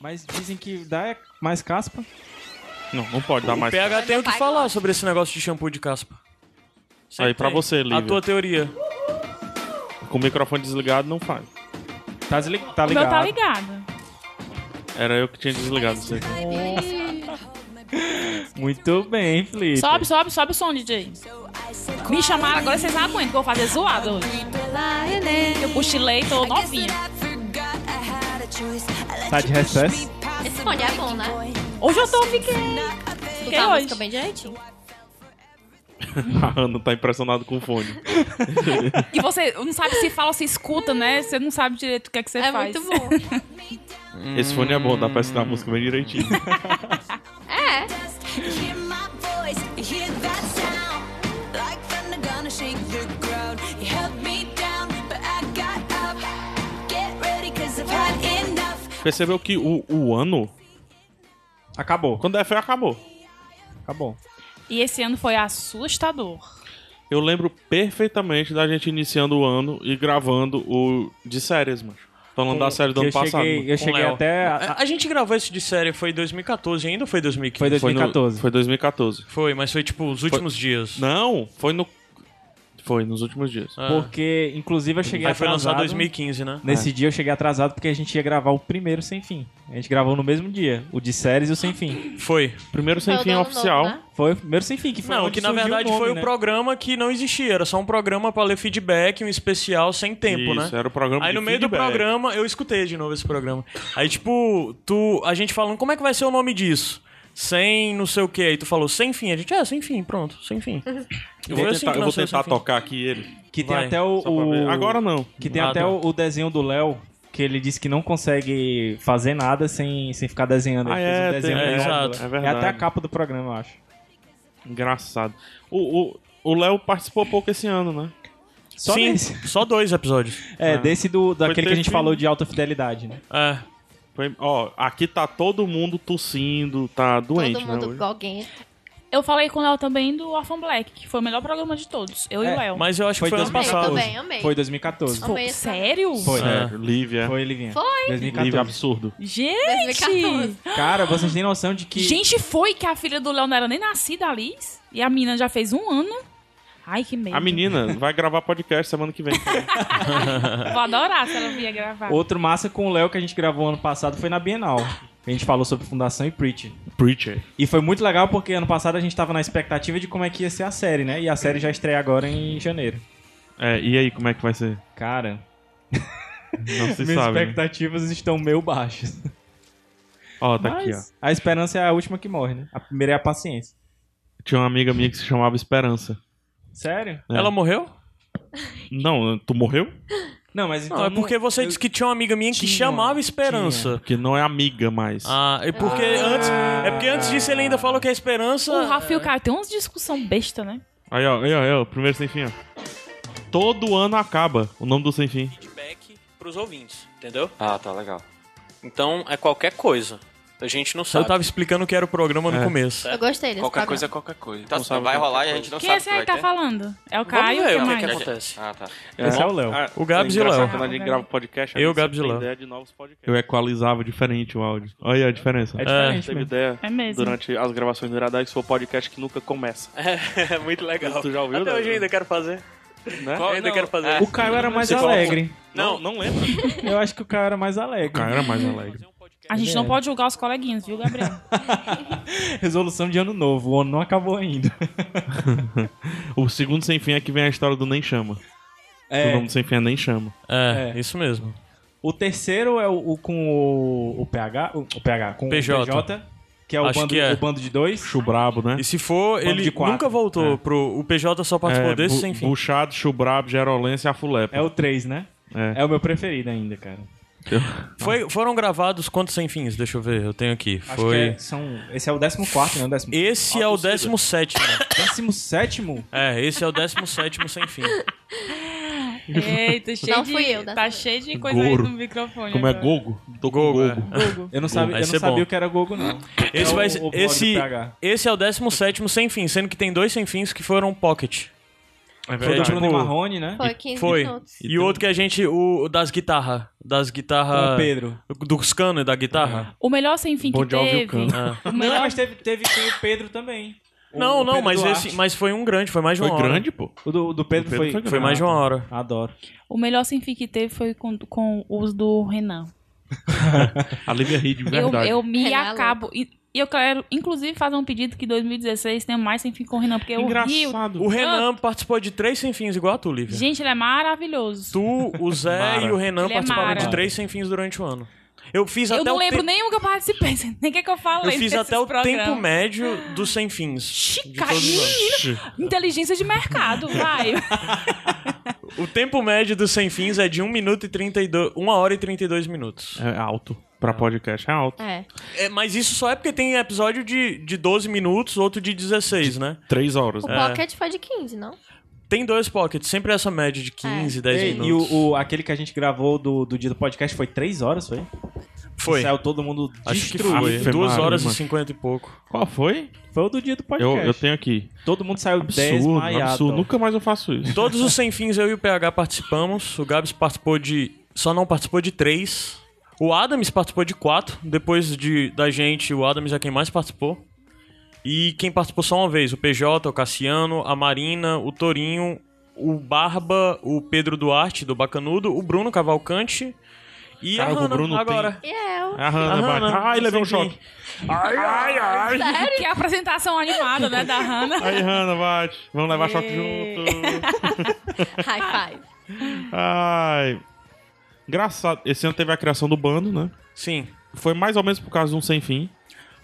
Mas dizem que dá mais caspa. Não, não pode dar O mais. PH tem o que Vai, falar vai. sobre esse negócio de shampoo de caspa. Você Aí, pra tem. você, A Lívia. tua teoria. Com o microfone desligado, não faz. Tá, desli- tá O meu ligado. tá ligado. Era eu que tinha desligado isso aqui. Muito bem, Felipe. Sobe, sobe, sobe o som, DJ. Me chamaram agora, vocês não aguentam, que eu vou fazer zoado hoje. Eu cochilei, tô novinha. Tá de recesso? Esse bonde é bom, né? Hoje eu tô, fiquei. Escutar Fiquei tá, a hoje. música bem direitinho. A Ana tá impressionado com o fone. E você não sabe se fala ou se escuta, né? Você não sabe direito o que é que você É faz. muito bom. Esse fone é bom, dá pra ensinar a música bem direitinho. É. Hear my voice, hear that sound. Like thunder gonna shake the ground. You held me down, but I got up. Get ready, cause I've had enough. Percebeu que o, o ano, Acabou. quando é foi, acabou. Acabou. E esse ano foi assustador. Eu lembro perfeitamente da gente iniciando o ano e gravando o de séries, mano. Falando da série do eu ano passado. cheguei, mano. Eu com cheguei Léo. É, até... a- a- A, a gente gravou esse de série, foi em 2014 ainda ou foi em 2015? Foi Foi no- 2014. Foi 2014. Foi, mas foi tipo os últimos dias. Não, foi no. Foi nos últimos dias. Ah. Porque, inclusive, eu cheguei Aí foi atrasado. lançado em 2015, né? Nesse dia eu cheguei atrasado porque a gente ia gravar o primeiro sem fim. A gente gravou no mesmo dia, o de séries e o sem fim. Foi. Primeiro sem Foi o fim do ano oficial. novo, né? Foi o primeiro sem fim, que foi Não, onde que na surgiu verdade nome, foi o né? programa que não existia, era só um programa pra ler feedback, um especial sem tempo, Isso, né? era o programa Aí de no meio do feedback. programa, eu escutei de novo esse programa. Aí, tipo, tu, a gente falando, como é que vai ser o nome disso? Sem não sei o que. Aí tu falou, sem fim. A gente, é, sem fim, pronto, sem fim. Eu Foi vou assim tentar, que eu vou nasceu o Sem tentar Fim. tocar aqui ele. Que tem Vai, até o... só pra ver. o- Agora não. Que tem Ah, até tá. o, o desenho do Léo, que ele disse que não consegue fazer nada sem, sem ficar desenhando. Ele Ah, fez um é, tem- desenho é, enorme do exato. Léo. É É verdade. até a capa do programa, eu acho. Engraçado. O o- o Léo participou pouco esse ano, né? Só Sim, desse. só dois episódios. É, desse do, daquele que a gente tecido. falou de alta fidelidade, né? É. Foi- ó, aqui tá todo mundo tossindo, tá doente, Todo mundo né? hoje. goguento. Eu falei com o Léo também do Orphan Black, que foi o melhor programa de todos. Eu e É, o Então, Léo. Mas eu acho Foi que foi ano 2014. Eu passado. também, amei. Foi 2014. Amei. Pô, sério? Foi, né? É, Lívia. Foi, Livinha. Foi. 2014. Lívia absurdo. Gente! 2014. Cara, vocês têm noção de que. Gente, foi que a filha do Léo não era nem nascida, a Liz. E a menina já fez um ano. Ai, que medo. A menina vai gravar podcast semana que vem. Vou adorar se ela vier gravar. Outro massa com o Léo que a gente gravou ano passado foi na Bienal. A gente falou sobre Fundação e Preacher. Preacher. E foi muito legal porque ano passado a gente tava na expectativa de como é que ia ser a série, né? E a série já estreia agora em janeiro. É, e aí, como é que vai ser? Cara, Não se minhas sabe. né? expectativas estão meio baixas. Ó, tá aqui, ó. Mas a esperança é a última que morre, né? A primeira é a paciência. Tinha uma amiga minha que se chamava Esperança. Sério? É. Ela morreu? Não, tu morreu? Não, mas então. Não, é porque você eu- disse que tinha uma amiga minha que Tinha, chamava tinha. Esperança. Porque não é amiga mais. Ah, é porque antes. É porque antes disso ele ainda falou que a Esperança. O Rafael, cara, tem umas discussão besta, né? Aí, ó, aí, ó, aí, ó, primeiro sem fim, ó. Todo ano acaba o nome do sem fim. feedback pros ouvintes, entendeu? Ah, tá legal. Então é qualquer coisa. A gente não sabe. Eu tava explicando o que era o programa no É. começo. Eu gostei desse Qualquer programa. coisa é qualquer coisa. Não sabe vai qualquer rolar e a gente não Quem é sabe. esse aí que tá vai ter. falando? É o Caio? ver Quem o que mais? que A gente- acontece? Ah, tá. Esse é o Léo. Ah, O Gabs e o engraçado Léo. Quando a gente grava podcast, a Eu, gente Gabs e sempre Léo. tem ideia de novos podcasts. Eu equalizava diferente o áudio. Olha aí a diferença. É a diferente gente teve mesmo. ideia É mesmo. durante as gravações do Iradar que isso foi o podcast que nunca começa. É muito legal. Tu já ouviu, Até Débora? hoje eu ainda quero fazer. Né? Eu ainda quero fazer. O Caio era mais Você falou- alegre. Não, não lembra. Eu acho que o Caio era mais alegre. Cara, mais alegre. A gente É. não pode julgar os coleguinhas, viu, Gabriel? é- Resolução de ano novo. O ano não acabou ainda. O segundo sem fim é que vem a história do Nem Chama. O nome do sem fim é Nem Chama. É, É. isso mesmo. O terceiro é o, o com o, o PH. O, o PH, com PJ. o PJ, que é o, Acho bando, que é. o bando de dois. Chubrabo, né? E se for, Bando ele de quatro. É. nunca voltou pro. O PJ só participou desse, sem fim. É, Buchado, Chubrabo, Gerolência e Afulepa. É o três, né? É. É o meu preferido ainda, cara. Foi- foram gravados quantos sem fins? Deixa eu ver, eu tenho aqui. Acho Foi. que é, são, esse é o décimo quarto, né? O décimo, Esse é o 17. décimo sétimo? é, esse é o 17 sem fim. É Eita, cheio Não de... fui eu, dessa tá vez. cheio de coisa Goro. aí no microfone. Como é agora. Gogo? Tô com Gogo. Eu não, sabe, eu Esse não é bom. sabia o que era Gogo, não. Esse, é vai, o- o blog do esse, PH. esse é o 17 sem fim, sendo que tem dois sem fins que foram pocket. É Foi É, de tipo, Bruno e Marrone, né? Foi 15 Foi. minutos. E o outro que a gente. O o das guitarras. Das guitarras. Com o Pedro. Dos canos da guitarra. O melhor sem fim Bom que de ouvir o teve. canto. Ah. o Não, melhor mas teve, teve com o Pedro também. O- Não, o não, Pedro mas, Duarte. esse, mas foi um grande, foi mais de Foi uma hora. grande, pô. O do, do Pedro, O Pedro foi, foi grande. Foi mais de uma hora. Adoro. O melhor sem fim que teve foi com, com os do Renan. A Lívia ri de Eu, verdade. eu me Renan é acabo. E e eu quero, inclusive, fazer um pedido que 2016 tenha mais sem fim com o Renan, porque o Rio. Engraçado. O Renan participou de três sem fins, igual a tu, Lívia. Ah. Gente, ele é maravilhoso. Tu, o Zé Mara. e o Renan Ele é participaram Mara. de três sem fins durante o ano. Eu fiz eu até não o lembro te- nem o que eu participei, nem o que, é que eu Eu falei. fiz nesses até o programas. tempo médio dos sem fins. Chica, todos os anos. menina, inteligência de mercado, vai. O tempo médio dos sem fins é de 1 minuto e 32, 1 hora e 32 minutos. É alto. Pra podcast é alto. É. É, mas isso só é porque tem episódio de, de 12 minutos, outro de 16, né? Três horas, O É. né? Pocket foi de 15, não? Tem dois pockets, sempre essa média de 15, 10 Ei, minutos. e o, o- aquele que a gente gravou do, do dia do podcast foi três horas, foi? Foi. Saiu todo mundo Acho que destruído. foi. Ave 2 Ah, Maria, horas e mano. 50 e pouco. Qual foi? Foi o do dia do Eu, podcast. eu tenho aqui. Todo mundo saiu Absurdo, desmaiado. absurdo. Nunca mais eu faço isso. Todos os sem fins, eu e o PH participamos. O Gabs participou de. Só não participou de três. O Adams participou de quatro. Depois de, da gente, o Adams é quem mais participou. E quem participou só uma vez: o PJ, o Cassiano, a Marina, o Torinho, o Barba, o Pedro Duarte, do Bacanudo, o Bruno Cavalcante. E Caraca, a o Hannah, Bruno agora. E é eu. É A Hannah, A bate. Hannah, Ai, levei um sem choque. fim. que é a apresentação animada, né, da Hannah. Aí, Hannah, bate. Vamos levar choque junto. Ah, High five. Ai. Engraçado. Esse ano teve a criação do bando, né? Sim. Foi mais ou menos por causa de um sem fim.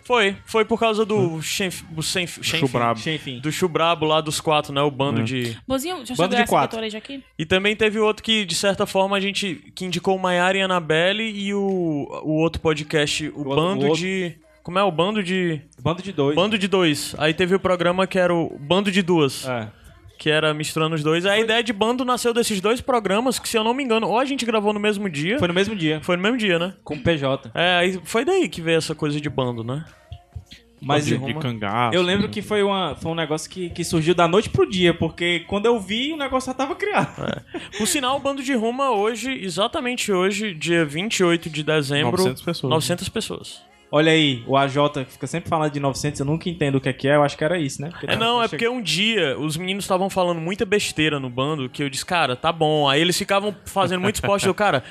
Foi, foi por causa do Shenf, do Shenf, Shenf- Hum. Chubrabo. Hum. Enfim. do Chubrabo lá dos quatro, né? O bando de. Bozinho, deixa eu Bando segurar de essa quatro. betoreja aqui. E também teve outro que, de certa forma, a gente. que indicou o Maiara e Annabelle e o, o outro podcast, o, outro- bando o outro- de. Como é? O bando de. Bando de dois. Bando de dois. Aí teve o programa que era o Bando de Duas, É. que era misturando os dois. A ideia de bando nasceu desses dois programas, que se eu não me engano, ou a gente gravou no mesmo dia. Foi no mesmo dia, Foi no mesmo dia, né? com o PJ. É, aí foi daí que veio essa coisa de bando, né? Mas de, eu- de cangaço. eu lembro que foi, uma, foi um negócio que, que surgiu da noite pro dia, porque quando eu vi, o negócio já tava criado. É. Por sinal, o Bando de Roma hoje, exatamente hoje, dia 28 de dezembro. 900 né? pessoas. 900 pessoas. Olha aí, o AJ que fica sempre falando de 900, eu nunca entendo o que é que é, eu acho que era isso, né? Porque É, tava- não, é chega- porque um dia os meninos estavam falando muita besteira no bando que eu disse, cara, tá bom. Aí eles ficavam fazendo muitos posts. Eu, cara,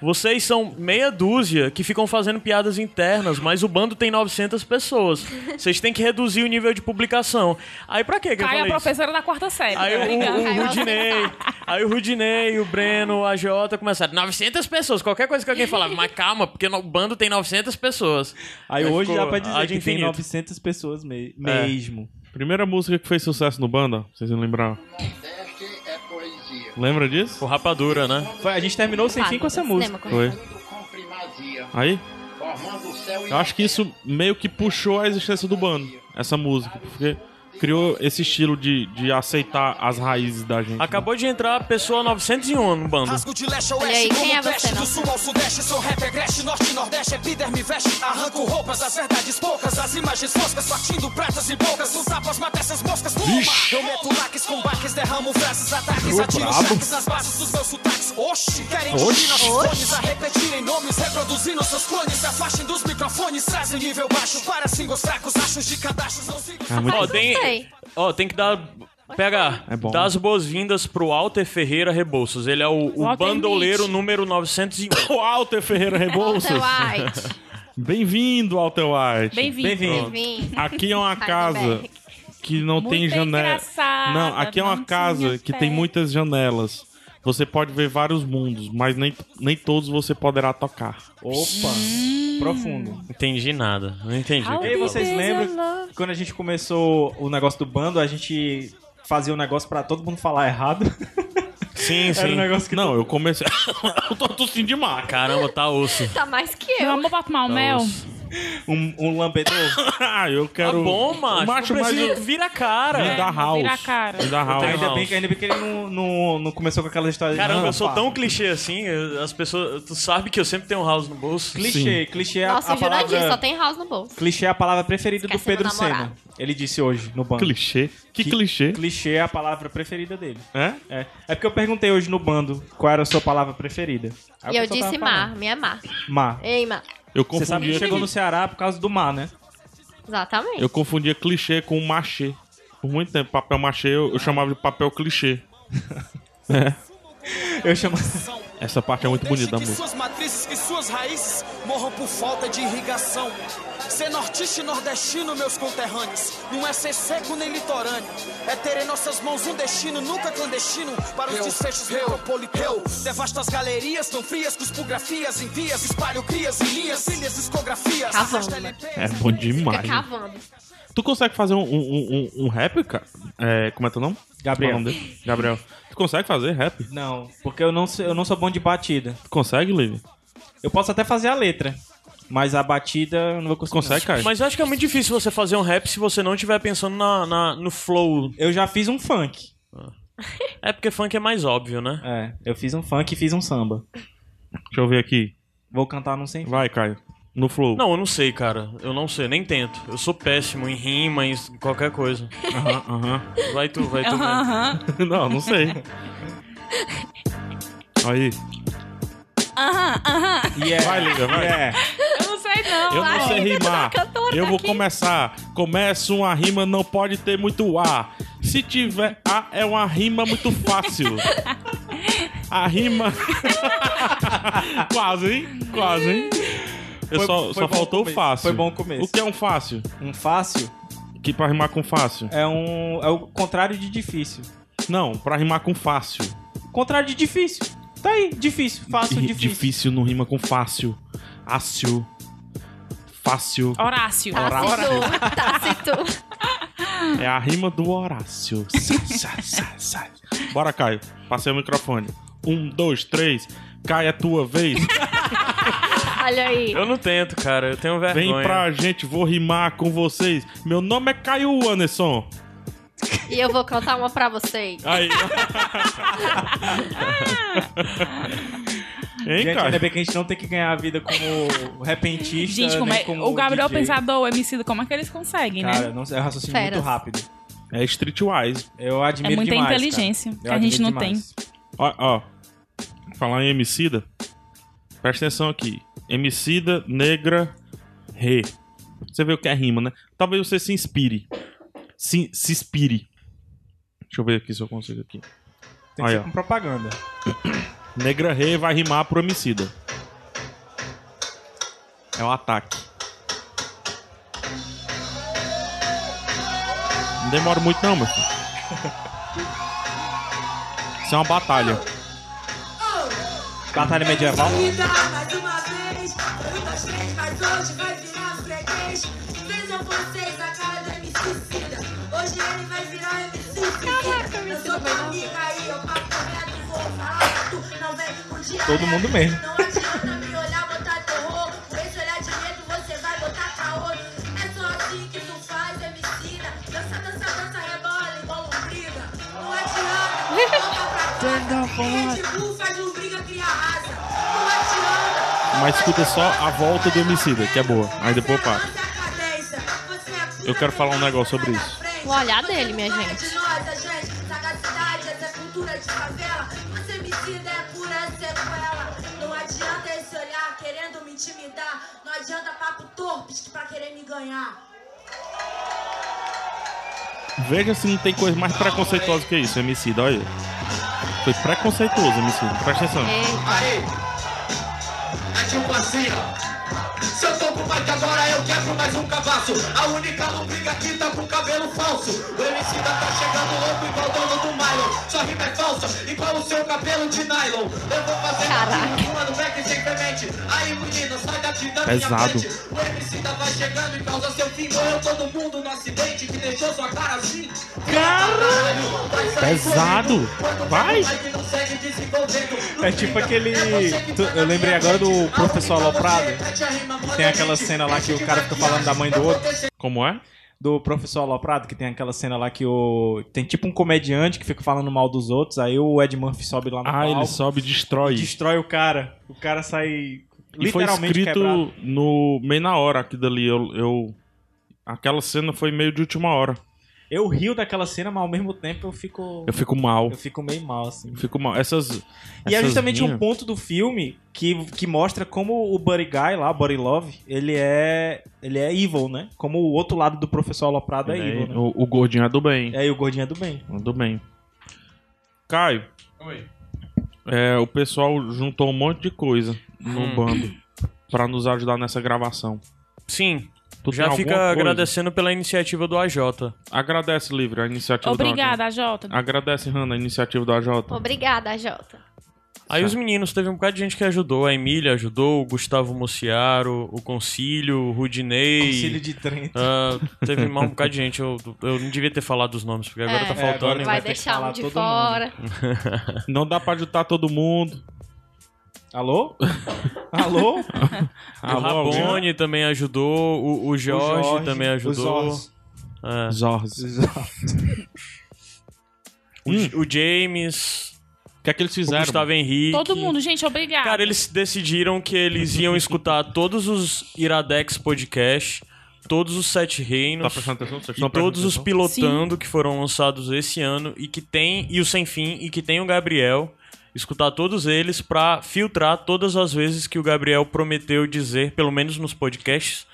vocês são meia dúzia que ficam fazendo piadas internas, mas o bando tem 900 pessoas. Vocês têm que reduzir o nível de publicação. Aí pra quê que eu Cai a falei isso? é professora da quarta série. Aí tá o, ligado? o, Caiu o a Rudinei, aí o Rudinei, o Breno, o AJ começaram. 900 pessoas, qualquer coisa que alguém falava, mas calma, porque no- o bando tem 900 pessoas. Aí hoje é, ficou dá pra dizer ad que tem infinito. É. 900 pessoas me- mesmo. Primeira música que fez sucesso no banda, vocês não lembram? Nordeste é poesia. Lembra disso? O rapadura, né? Foi- a gente terminou sem fim com essa Cinema música. correto. Foi. Tudo com primazia, Aí, formando o céu e eu acho que isso meio que puxou a existência do bando, essa música, porque criou esse estilo de, de aceitar as raízes da gente. né? Acabou de entrar a pessoa 901 no bando. Rasgo de leste a Olha aí, oeste, quem como é trash, você, do não? sul ao sudeste, sou rap, agreste, norte e nordeste, líder me veste, arranco roupas, as verdades poucas, as imagens foscas, partindo pratas e bocas, os sapos matam essas moscas, toma! Eu meto laques com baques, derramo frases, ataques, atiro chaques nas bases dos meus sotaques, oxi! Querem ouvir nossos fones, a repetirem nomes, reproduzindo seus clones, se afastem dos microfones, trazem nível baixo, para singles fracos, achos de cadastros, não sigo... É muito- Ó, gostei. tem, ó, tem que dar. Pega, É bom. dá as boas-vindas pro Walter Ferreira Rebouças. Ele é o, o Walter bandoleiro número 901. O Alter Ferreira Rebouças. Walter White. Bem-vindo, Alter White. Bem-vindo. Bem-vindo. Vim. Aqui é uma casa Heisenberg. que não tem Muito janela. engraçada, né? Não, aqui é uma não casa tinha que tem pé. muitas janelas. Você pode ver vários mundos, mas nem, nem todos você poderá tocar. Opa, Hum. profundo. Entendi nada. Não entendi. Au. E aí vocês é lembram que quando a gente começou o negócio do bando, a gente fazia um negócio pra todo mundo falar errado. Era Sim, um sim. negócio que Não, eu comecei. eu tô tossindo demais. Caramba, tá osso. Tá mais que Meu eu. amor, pra tomar o Tá mel. osso. Um, um lampedor. Ah, eu Tá quero. bom, macho. Macho, não mas precisa- eu- Vira a cara. É. Me dá house. vira a cara. Me dá house. tenho ainda, bem, house. que- ainda bem que ele não, não, não começou com aquela história de, "Ah, Caramba, "Não, eu sou pá, tão clichê assim, eu- as pessoas. Tu sabe que eu sempre tenho um house no bolso. Clichê, clichê é a- Nossa, a o Jurandir palavra... só tem house no bolso. Clichê é a palavra preferida do Esquecendo Pedro o Senna. namorado. Ele disse hoje no banco. Clichê. Que, Que- clichê. Clichê é a palavra preferida dele. É? É. é porque eu perguntei hoje no bando qual era a sua palavra preferida. Aí E a eu pessoa tava disse falando. mar, minha mar. Mar. Ei, mar. Eu Você sabe confundia, que chegou no Ceará por causa do mar, né? Exatamente. eu confundia clichê com machê. Por muito tempo, papel machê eu, eu chamava de papel clichê. é. Eu chamo. Essa parte é muito Deixe bonita da que música. suas matrizes, que suas raízes morram por falta de irrigação. Ser nortista e nordestino, meus conterrâneos, não é ser seco nem litorâneo. É ter em nossas mãos um destino nunca clandestino para os desfechos metropolitanos. Devasta as galerias tão frias, cuspografias em vias, espalho crias em linhas, ilhas, discografias. Cavando. arrasta LPs. É bom demais. Fica Tá cavando. Tu consegue fazer um, um, um, um rap, cara? É, como é teu nome? Gabriel. Qual é o nome dele? Gabriel. Tu consegue fazer rap? Não, porque eu não, sou- eu não sou bom de batida. Tu consegue, Lili? Eu posso até fazer a letra, mas a batida eu não vou conseguir. Consegue, não. cara? Mas eu acho que é muito difícil você fazer um rap se você não estiver pensando na, na- no flow. Eu já fiz um funk. É porque funk é mais óbvio, né? É, eu fiz um funk e fiz um samba. Deixa eu ver aqui. Vou cantar num sem fim. Vai, Caio. No flow. Não, eu não sei, cara. Eu não sei, nem tento. Eu sou péssimo em rima, em qualquer coisa. Aham, aham. Vai tu, vai tu. mesmo. Aham. não, não sei. Aí. Aham, aham. Yeah. Vai, Liga, vai. Yeah. Eu não sei, não. Eu não Ai, sei rimar. cantora Eu tá vou aqui. começar. Começa uma rima, não pode ter muito A. Se tiver A, é uma rima muito fácil. A rima. Quase, hein? Quase, hein? Eu Foi- só foi só bom faltou o começo. fácil. Foi bom começo. O que é um fácil? Um fácil Que pra rimar com fácil? é um. É o contrário de difícil. Não, pra rimar com fácil. Contrário de difícil. Tá aí, difícil. Fácil, Ri- difícil. Difícil não rima com fácil. Ácio. Fácil. Horácio. Tá Tácito. Tácito. É a rima do Horácio. Sai, sai, sai, sai. Bora, Caio. Passei o microfone. Um, dois, três. Caio, é tua vez. Olha aí. Eu não tento, cara. Eu tenho Vem vergonha. pra gente, vou rimar com vocês. Meu nome é Caio Anderson. E eu vou cantar uma pra vocês. Aí. hein, Gente, ainda Caio? bem que a gente não tem que ganhar a vida como repentista. Gente, como nem é... né, como o Gabriel DJ. Pensador, o MC, como é que eles conseguem, né? Cara, não sei, é um raciocínio Feras. muito rápido. É streetwise. Eu admiro É muita demais, inteligência, cara. que Eu a gente admiro não demais. Ó, ó. Falar em Emicida. Presta atenção aqui. Emicida, negra, re. Você vê o que é rima, né? Talvez você se inspire. Se, se inspire. Deixa eu ver aqui se eu consigo aqui. Tem que Aí, ser ó. com propaganda. Negra re vai rimar pro Emicida. É o ataque. Não demora muito não, meu filho. Isso é uma batalha. Batalha medieval. Vida Tá, mais uma vez, foi um, dois, três, mas hoje vai virar freguês. Vejam vocês a cara do MCida. Hoje ele vai virar MCida. Eu sou tua amiga e eu papo reto, vou falar alto, não vem com diarreia. Todo mundo mesmo. Não adianta me olhar, botar terror. Com esse olhar de medo, você vai botar caô. É só assim que tu faz, MCida. Dança, dança, dança, rebola igual lombriga. Não adianta, volta pra casa. Red Bull faz lombriga, cria asa. Não adianta. Mas escuta só a volta do Emicida, que é boa. Aí depois eu paro. Eu quero falar um negócio sobre isso. O olhar dele, minha gente. é é Não adianta esse olhar querendo me intimidar. Não adianta papo torpes pra querer me ganhar. Veja se não tem coisa mais preconceituosa que isso, Emicida, olha. aí. Foi preconceituoso, Emicida. Presta atenção. Ei, Aí! É tipo assim, ó. Se eu tô com o Mike agora, eu quebro mais um cavaço. A única lombriga aqui tá com cabelo falso. O MC da tá chegando louco igual o dono do Mylon. Sua rima é falsa, igual o seu cabelo de nylon. Eu vou fazer Caraca. uma rima no back sem semente. Aí, menina, sai daqui da Pesado. minha frente. O MC da vai chegando e causa seu fim. Morreu todo mundo no acidente que deixou sua cara assim. Caralho! Vai sair Pesado. correndo. Quando Vai. vai que não segue desenvolvendo. É tipo aquele- tu- eu lembrei agora do Professor Aloprado. tem aquela cena lá que o cara fica falando da mãe do outro. Como é? Do professor Aloprado, que tem aquela cena lá que o. Tem tipo um comediante que fica falando mal dos outros, aí o Ed Murphy sobe lá no Ah, palco ele sobe e destrói. e destrói o cara. O cara sai E foi literalmente escrito quebrado. no meio na hora aqui dali. Eu, eu- Aquela cena foi meio de última hora. Eu rio daquela cena, mas ao mesmo tempo eu fico. Eu fico mal. Eu fico meio mal, assim. Eu fico mal. Essas. E é essas justamente um minhas- ponto do filme que, que mostra como o Buddy Guy lá, Buddy Love, ele é. ele é evil, né? Como o outro lado do professor Aloprado é, Né? evil, né? o, o gordinho é do bem. E aí o gordinho é do bem. É do bem. Caio, Oi. é, o pessoal juntou um monte de coisa Hum. no bando pra nos ajudar nessa gravação. Sim. Tu tem Já alguma fica coisa? agradecendo pela iniciativa do AJ. Agradece, Livre, a iniciativa da Obrigada, Jota. AJ. Agradece, Hanna, a iniciativa da AJ. Obrigada, Jota. Aí Tá. os meninos, teve um bocado de gente que ajudou. A Emília ajudou, o Gustavo Mociaro, o Concílio, o Rudinei. Auxílio de Trento. Ah, teve mais um bocado de gente. Eu, eu não devia ter falado os nomes, porque agora É, tá agora faltando. vai Vai, ter que deixar falar um de todo fora. Não dá pra ajudar todo mundo. Alô? Alô? O Rabone também ajudou, o, o Jorge, O Jorge, também ajudou. os Ors. É. Zorros. Os Ors. O, J- o James, O que é que eles o Hum. fizeram? Gustavo Henrique. Todo mundo, gente, obrigada. Cara, eles decidiram que eles iam escutar todos os Iradex podcast, todos os Sete Tá Reinos. prestando atenção? Vocês e estão todos prestando os atenção? pilotando que foram lançados esse ano e que tem e o sem fim e que tem o Gabriel escutar todos eles pra filtrar todas as vezes que o Gabriel prometeu dizer, pelo menos nos podcasts,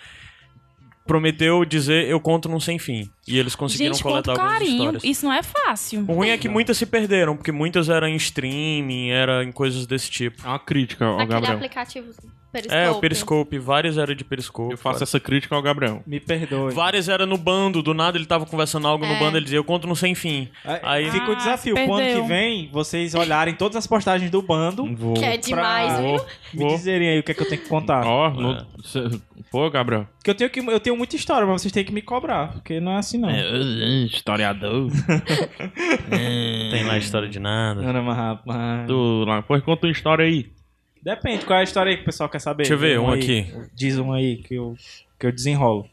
prometeu dizer eu conto num sem fim e eles conseguiram gente, coletar quanto algumas carinho. histórias. Isso não é fácil. O ruim é que muitas se perderam, porque muitas eram em streaming, era em coisas desse tipo. É uma crítica ao Naquele Gabriel. aplicativo Periscope. É, o Periscope, várias eram de Periscope. Eu faço essa crítica ao Gabriel. Me perdoe. Várias eram no bando, do nada ele tava conversando algo no É. bando, ele dizia, eu conto no sem fim. Aí, Aí- É, fica o Ah, desafio. perdeu. Quando que vem, vocês olharem todas as postagens do bando, Vou. Que é demais, Pra- viu? me dizerem aí o que é que eu tenho que contar. Ó, no- cê- pô, Gabriel. Porque eu tenho, que, eu tenho muita história, mas vocês têm que me cobrar. Porque não é assim, não. historiador. Tem lá história de nada. Ana, mas rapaz. Do lá. Pô, conta uma história aí. Depende, qual é a história aí que o pessoal quer saber? Deixa eu ver, Diz um aí. aqui. Diz um aí que eu, que eu desenrolo.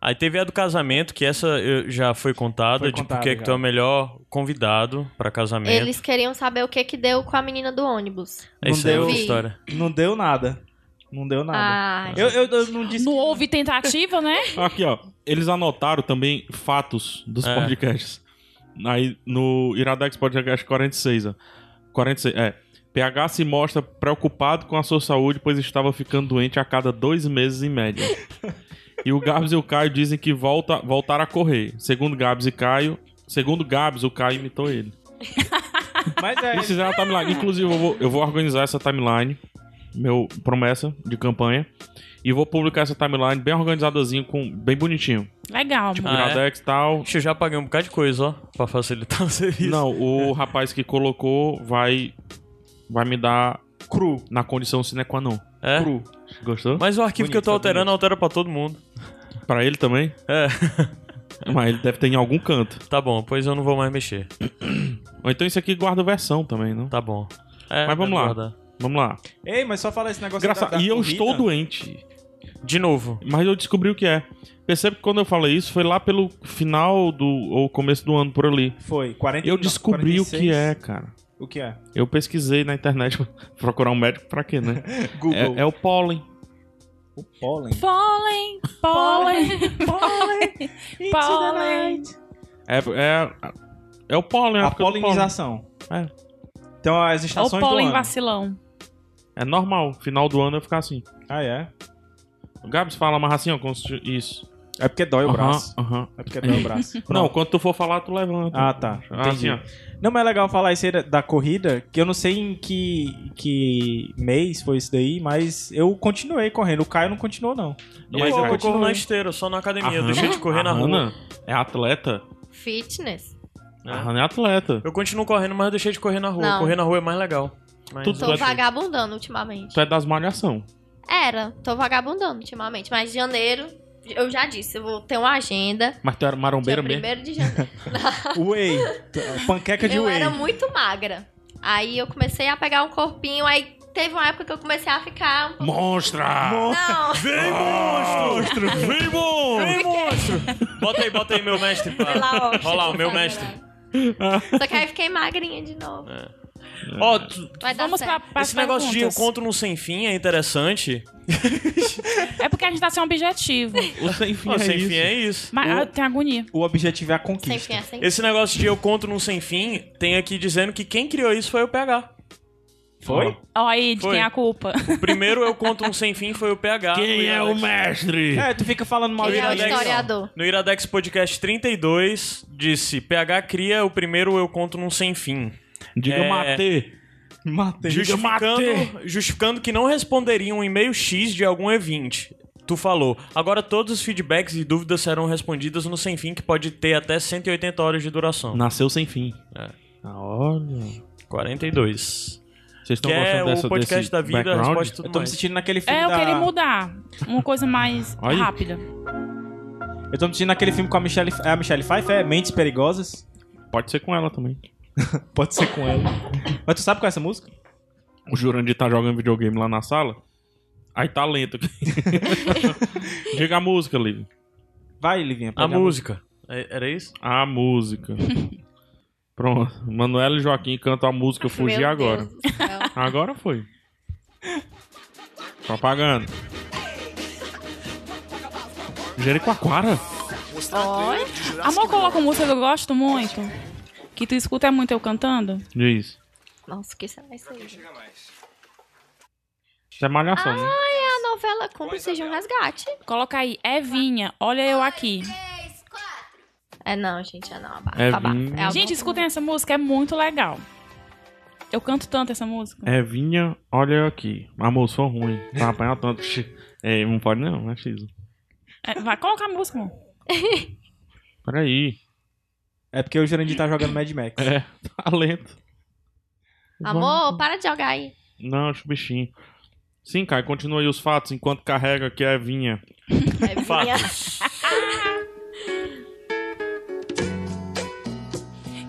Aí teve a do casamento, que essa eu- já foi contada, Foi de contada, porque é que tu já. é o melhor convidado pra casamento. Eles queriam saber o que que deu com a menina do ônibus. Essa não é deu- outra história. Não deu nada. Não deu nada. Ah, Eu, eu, eu não disse. Não que- houve tentativa, né? Aqui, ó. Eles anotaram também fatos dos É. podcasts. Aí, no Iradex Podcast 46, ó. 46, é. PH se mostra preocupado com a sua saúde, pois estava ficando doente a cada dois meses em média. e o Gabs e o Caio dizem que volta, voltaram a correr. Segundo Gabs e Caio... Segundo Gabs, o Caio imitou ele. Mas é. Eles fizeram a timeline. Inclusive, eu vou, eu vou organizar essa timeline. Meu promessa de campanha. E vou publicar essa timeline bem organizadazinho, com, bem bonitinho. Legal. Tipo, Ah, é? Iradex e tal. Ixi, Eu já paguei um bocado de coisa, ó, pra facilitar o serviço. Não, É. o rapaz que colocou vai. Vai me dar Cru. na condição sine qua non. É? Cru. Gostou? Mas o arquivo Bonito, que eu tô tá alterando altera pra todo mundo. Pra ele também? É, Mas ele deve ter em algum canto. tá bom, pois eu não vou mais mexer. Ou então isso aqui guarda versão também, não? Tá bom. É, Mas vamos pode lá. guardar. Vamos lá. Ei, mas só fala esse tá negócio Graça... da, da E eu corrida. estou doente. De novo. Mas eu descobri o que é. Percebe que quando eu falei isso, foi lá pelo final do. ou começo do ano por ali. Foi, um, 40 Eu descobri o que 46. é, cara. O que é? Eu pesquisei na internet pra procurar um médico pra quê, né? Google. É, é o pólen. o pólen. Ah. Pólen, pólen, pólen. Pólen. É, é, é o pólen. A época do pólen. polinização. É. Então as É o estações do pólen ano. vacilão. É normal. Final do ano eu ficar assim. Ah, é? O Gabs fala mais assim, ó. como se- Isso. É porque dói o Aham, braço. aham. É porque dói o braço. Não, Pronto. quando tu for falar, tu levanta. Ah, tá. Entendi. Assim, ó. Não, mas é legal falar isso aí da, da corrida, que eu não sei em que, que mês foi isso daí, mas eu continuei correndo. O Caio não continuou, não. E aí, Mas eu Caio? corro na esteira, só na academia. A Eu deixei de Hannah- correr na a rua. Hannah É atleta? fitness. A Hannah é atleta. Eu continuo correndo, mas eu deixei de correr na rua. Não. tá- Correr na rua é mais legal. Mas- Tudo- Tu Tô gosta- vagabundando ultimamente. Tu é das malhação. Era, tô vagabundando ultimamente. Mas janeiro, eu já disse, eu vou ter uma agenda. é Mas tu era Dia marombeira mesmo. 1 de janeiro. Whey. T- Panqueca de eu whey. era muito magra. Aí eu comecei a pegar um corpinho, aí teve uma época que eu comecei a ficar um pouco. Monstra! Não, Vem, monstro! Vem, monstro! Bota aí, bota aí meu mestre pra lá, ó. rolar o meu mestre. né? só que aí eu fiquei magrinha de novo. Ó, tu- Vai dar Vamos pra, certo. pra esse negócio de perguntas. encontro no sem fim é interessante. É porque a gente tá sem objetivo. O sem fim O é sem isso. fim é isso. Mas ah, tem agonia. O objetivo é a Sem conquista. fim, assim. Esse negócio de eu conto num sem fim, tem aqui dizendo que quem criou isso foi o PH. Foi? Ó, aí, de Foi. quem é a culpa? O primeiro eu conto um sem fim foi o PH. Quem no é o Iradex- mestre? É, tu fica falando mal Ele de é o Iradex, historiador. No Iradex Podcast 32, disse: PH cria o primeiro eu conto num sem fim. Diga É. matei. Matei. Diga matei. Justificando, justificando que não responderiam um e-mail X de algum evento. Tu falou. Agora todos os feedbacks e dúvidas serão respondidas no sem fim, que pode ter até 180 horas de duração. Nasceu sem fim. É. Ah, Olha. 42. Vocês estão Que é gostando o dessa podcast desse da vida, a background? resposta e tudo Eu tô me mais. sentindo naquele filme É, eu da... queria mudar. Uma coisa mais Olha. rápida. Eu tô me sentindo naquele filme com a Michelle... É a Michelle Pfeiffer? É Mentes Perigosas? Pode ser com ela também. Pode ser com ela. Mas tu sabe qual é essa música? O Jurandir tá jogando videogame lá na sala. Aí tá lento aqui. Diga a música, Liv. Vai, Livinha. pega A música. É- Era isso? A música. Pronto. Manuela e Joaquim cantam a música Eu Fugi Meu Agora. Deus do céu. Agora foi. Propaganda. Jericoacoara? Amor coloca uma música que eu gosto muito. Que tu escuta muito eu cantando. Diz. Nossa, que será isso aí? gente? Isso é malhação, né? Ah, é a novela Cúmplice de um Resgate. Coloca aí, Evinha, olha eu aqui. É não, gente, é não. Abafa, É abafa. vinho. É Gente, algum- escutem essa música, é muito legal. Eu canto tanto essa música. É vinha, olha eu aqui. Amor, sou ruim. Tá apanhando tanto. É, não pode não, é X. É, vai colocar a música, amor. Peraí. É porque o Jurandir tá jogando Mad Max. É, tá lento. Amor, para de jogar aí. Não, acho bichinho. Sim, Caio, continua aí os fatos enquanto carrega que é vinha. É vinha.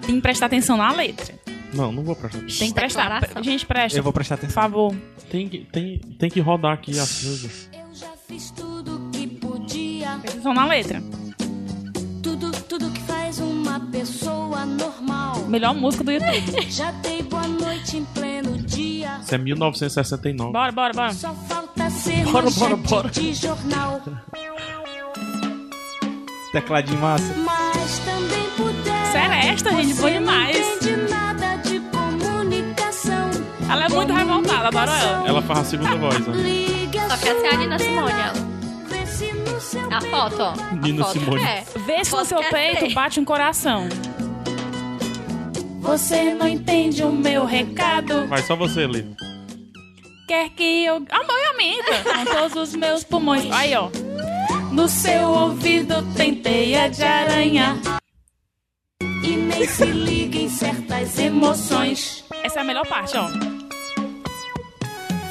Tem que prestar atenção na letra. Não, não vou prestar atenção. Tem que prestar. Declaração. Gente, presta, Eu vou prestar por atenção. favor. Tem que, tem, tem que rodar aqui as coisas. Eu já fiz tudo que podia. Presta atenção na letra. Tudo, tudo que faz uma pessoa normal. Melhor música do YouTube. Já dei boa noite em pleno dia. Isso é 1969. Bora, bora, bora. Só falta é ser Bora, manchete bora, bora. de jornal. Tecladinho massa. Mas também puder. Seresta, é gente, boa demais. Não entende nada de comunicação. Ela é muito revoltada, adoro ela. Ela faz a segunda voz, né? Ligue Só que essa é a Nina Simone, ela. Vê se no seu A foto, ó. A Nina foto. Simone. É. Vê se no seu Qualquer peito três. bate um coração. Você não entende o meu recado. Vai, só você, Liv. Quer que eu. Amor, eu minta com todos os meus pulmões. Aí, ó. No seu ouvido tem teia de aranha. E nem se liga em certas emoções. Essa é a melhor parte, ó.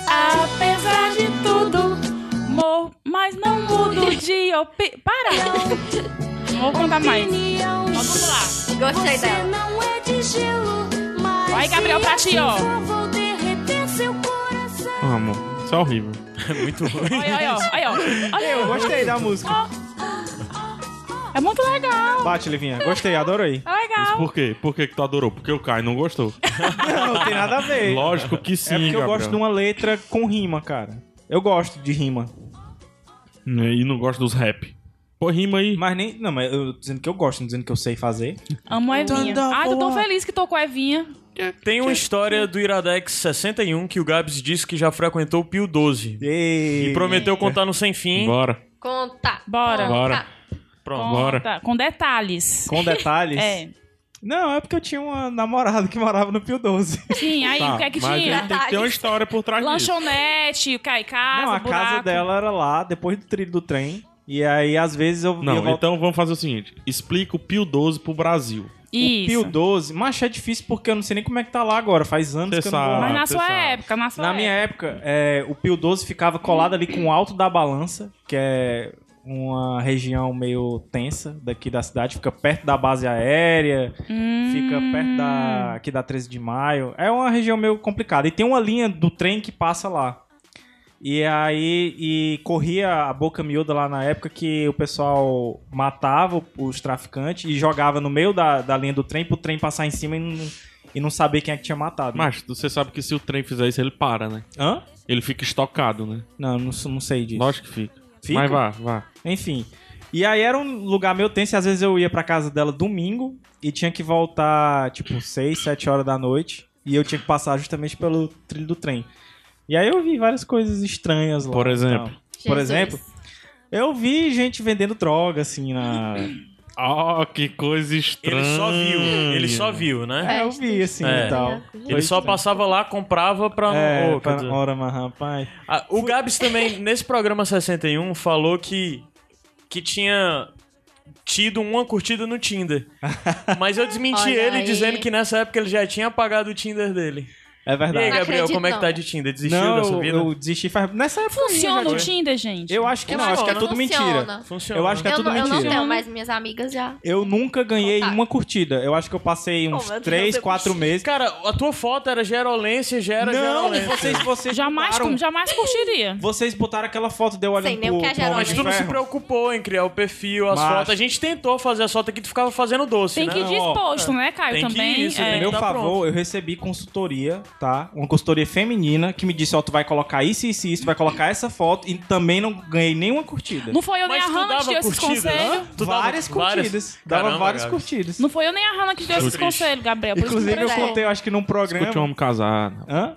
Apesar de tudo, Mor, mas não mudo de opi... Para! Não vou contar mais. opinião. Vamos lá. Gostei Você dela. não é de gelo, mas. Vai, Gabriel, pra ti, ó. Eu vou derreter seu coração. Ah, amor, isso é horrível. É muito ruim. Olha, olha, olha, olha. Olha, Eu gostei da música. É muito legal. Bate, Livinha. Gostei, adorei. É legal. Por quê? Por que que tu adorou? Porque o Caio não gostou. Não, tem nada a ver. Lógico que sim, é porque eu Gabriel. gosto de uma letra com rima, cara. Eu gosto de rima. Né, E não gosto dos rap. Pô, rima aí. Mas nem. Não, mas eu tô dizendo que eu gosto, não dizendo que eu sei fazer. Amo a Evinha. Ai, tô tão feliz que tocou a Evinha. Tem uma história do Iradex 61 que o Gabs disse que já frequentou o Pio 12. E, E prometeu contar no sem fim. Bora. Conta. Bora. Bora. Conta, Pronto, bora. Com detalhes. Com detalhes. É. Não, é porque eu tinha uma namorada que morava no Pio 12. Sim, aí Tá, o que é que mas tinha? aí tem que ter uma história por trás disso. Lanchonete, cai casa, tá. não, a buraco. casa dela era lá, depois do trilho do trem. E aí, às vezes, eu Não, ia voltar então vamos fazer o seguinte: explica o Pio 12 pro Brasil. O Pio Isso. 12, mas é difícil porque eu não sei nem como é que tá lá agora. Faz anos Cê que eu não vou sabe. lá. Mas na você sua sabe. época, na sua Na minha época, é, o Pio 12 ficava colado ali com o alto da balança, que é uma região meio tensa daqui da cidade, fica perto da base aérea, fica Hum. perto da aqui da 13 de maio. É uma região meio complicada e tem uma linha do trem que passa lá. E aí e corria a boca miúda lá na época que o pessoal matava os traficantes e jogava no meio da, da linha do trem pro trem passar em cima e não, e não saber quem é que tinha matado. Macho, você sabe que se o trem fizer isso, ele para, né? Hã? Ele fica estocado, né? Não, não, sou- não sei disso. Lógico que fica. Fica? Mas vá, vá. Enfim. E aí era um lugar meio tenso, e às vezes eu ia pra casa dela domingo e tinha que voltar, tipo, 6, 7 horas da noite. E eu tinha que passar justamente pelo trilho do trem. E aí eu vi várias coisas estranhas lá. Por e exemplo? tal. Por exemplo, eu vi gente vendendo droga, assim, na. Oh, que coisa estranha. Ele só viu, ele só viu, né? É, eu vi, assim, É. e tal. Ele só passava lá, comprava pra. É, Ô, quer dizer- pra... Ora, mas rapaz. Ah, o Gabs também, nesse programa 61, falou que, que tinha tido uma curtida no Tinder. Mas eu desmenti Olha ele aí. dizendo que nessa época ele já tinha apagado o Tinder dele. É E aí, verdade. Não Gabriel, como é que tá acredito, de Tinder? Desistiu Não, dessa eu, vida? eu desisti faz. Nessa época. aí, Funciona o né? Tinder, gente? Eu acho que Eu não, acho acho que é que tudo mentira. funciona. Funciona. eu acho que é eu, tudo não, eu não mentira. tenho, mas minhas amigas já. Eu nunca ganhei Contato. uma curtida. Eu acho que eu passei uns Oh, meu Deus, 3, eu 4 meses. Cara, a tua foto era gerolência, gera Não, tá gerolência. vocês, vocês Jamais, botaram, como, jamais curtiria. Vocês botaram aquela foto de eu olhando Sei nem o pro, que é pro Geraldo. Homem Mas de tu não se Ferro. preocupou em criar o perfil, as Mas- fotos. A gente tentou fazer as fotos aqui, tu ficava fazendo doce, Tem né? que ir Não, ó, disposto, né, Caio? tem que também. ir, isso, é. A meu Tá favor, pronto. eu recebi consultoria, tá? Uma consultoria feminina que me disse, ó, tu vai colocar isso, isso e isso, tu vai colocar essa foto e também não ganhei nenhuma curtida. Não foi eu nem Mas a tu Hannah que dava deu esses curtida, conselhos. né? Tu dava várias várias? curtidas. Dava Caramba, várias Gabi. curtidas. Não foi eu nem a Hannah que deu esses triste. conselhos, Gabriel. Por Inclusive, eu isso que merece. contei, eu acho que num programa... Escute um homem casado. Hã?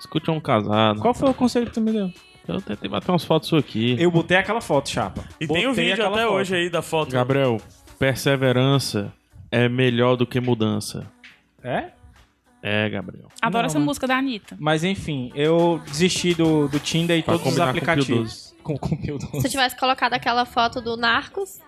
Escute um homem casado. Qual foi o conselho que tu me deu? Eu tentei bater umas fotos suas aqui. Eu botei aquela foto, chapa. E Botei tem o vídeo aquela até foto. hoje aí da foto. Gabriel, perseverança é melhor do que mudança. É? É, Gabriel. Adoro Não, essa mano. música da Anitta. Mas enfim, eu desisti do, do Tinder e Pra todos os combinar com o aplicativos. Com, com o Pio Doce. Se eu tivesse colocado aquela foto do Narcos,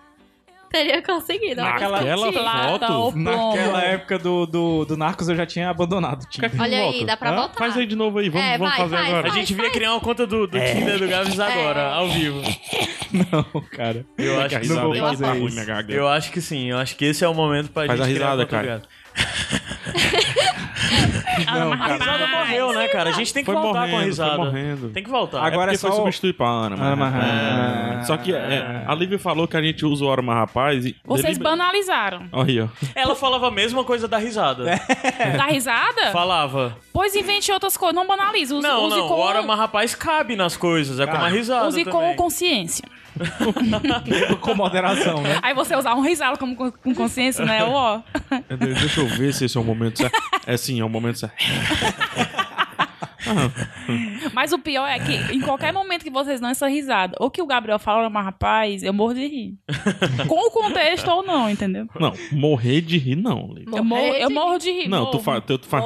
teria conseguido. uma Naquela- curtida. Plata ou plomo. Naquela época do, do, do Narcos eu já tinha abandonado o Tinder. Olha aí, dá pra Hã? voltar. Faz aí de novo aí, vamos, É, vamos vai, fazer vai, agora. A vai. gente devia criar uma conta do, do Tinder do Gabs agora, ao vivo. Não, cara. Eu acho que Faz a não vou risada aí, fazer tá ruim isso. minha garganta. Eu acho que sim, eu acho que esse é o momento pra Faz gente a criar risada, uma conta cara. do Gabs. Não, mas cara. A risada morreu, né, cara? A gente tem que Foi voltar morrendo, com a foi risada. morrendo. Tem que voltar. Agora- Porque é só foi o- substituir pra Ana. Ana mas- Marra. É. Só que é, a Lívia falou que a gente usa o Ana Marra Rapaz e... Vocês delibe- banalizaram. Olha aí, ó. Ela falava a mesma coisa da risada. Dá risada? Falava. Pois invente outras coisas. Não banalize. Use, Não, use não, com... o Ora Mas Rapaz cabe nas coisas, é como a risada Use também. com consciência. Ah. Com moderação, né? Aí você usar um risada como com, com consciência, né? Ó. Meu Deus, É, Deixa eu ver se esse é o momento certo. É sim, é o momento certo. Mas o pior é que em qualquer momento que vocês dão essa risada, ou que o Gabriel fala, mas rapaz, eu morro de rir. com o contexto ou não, entendeu? Não, morrer de rir não, Lívia. Eu morro, eu de- morro de rir. Não, morro. tu faz... Tu, tu fa...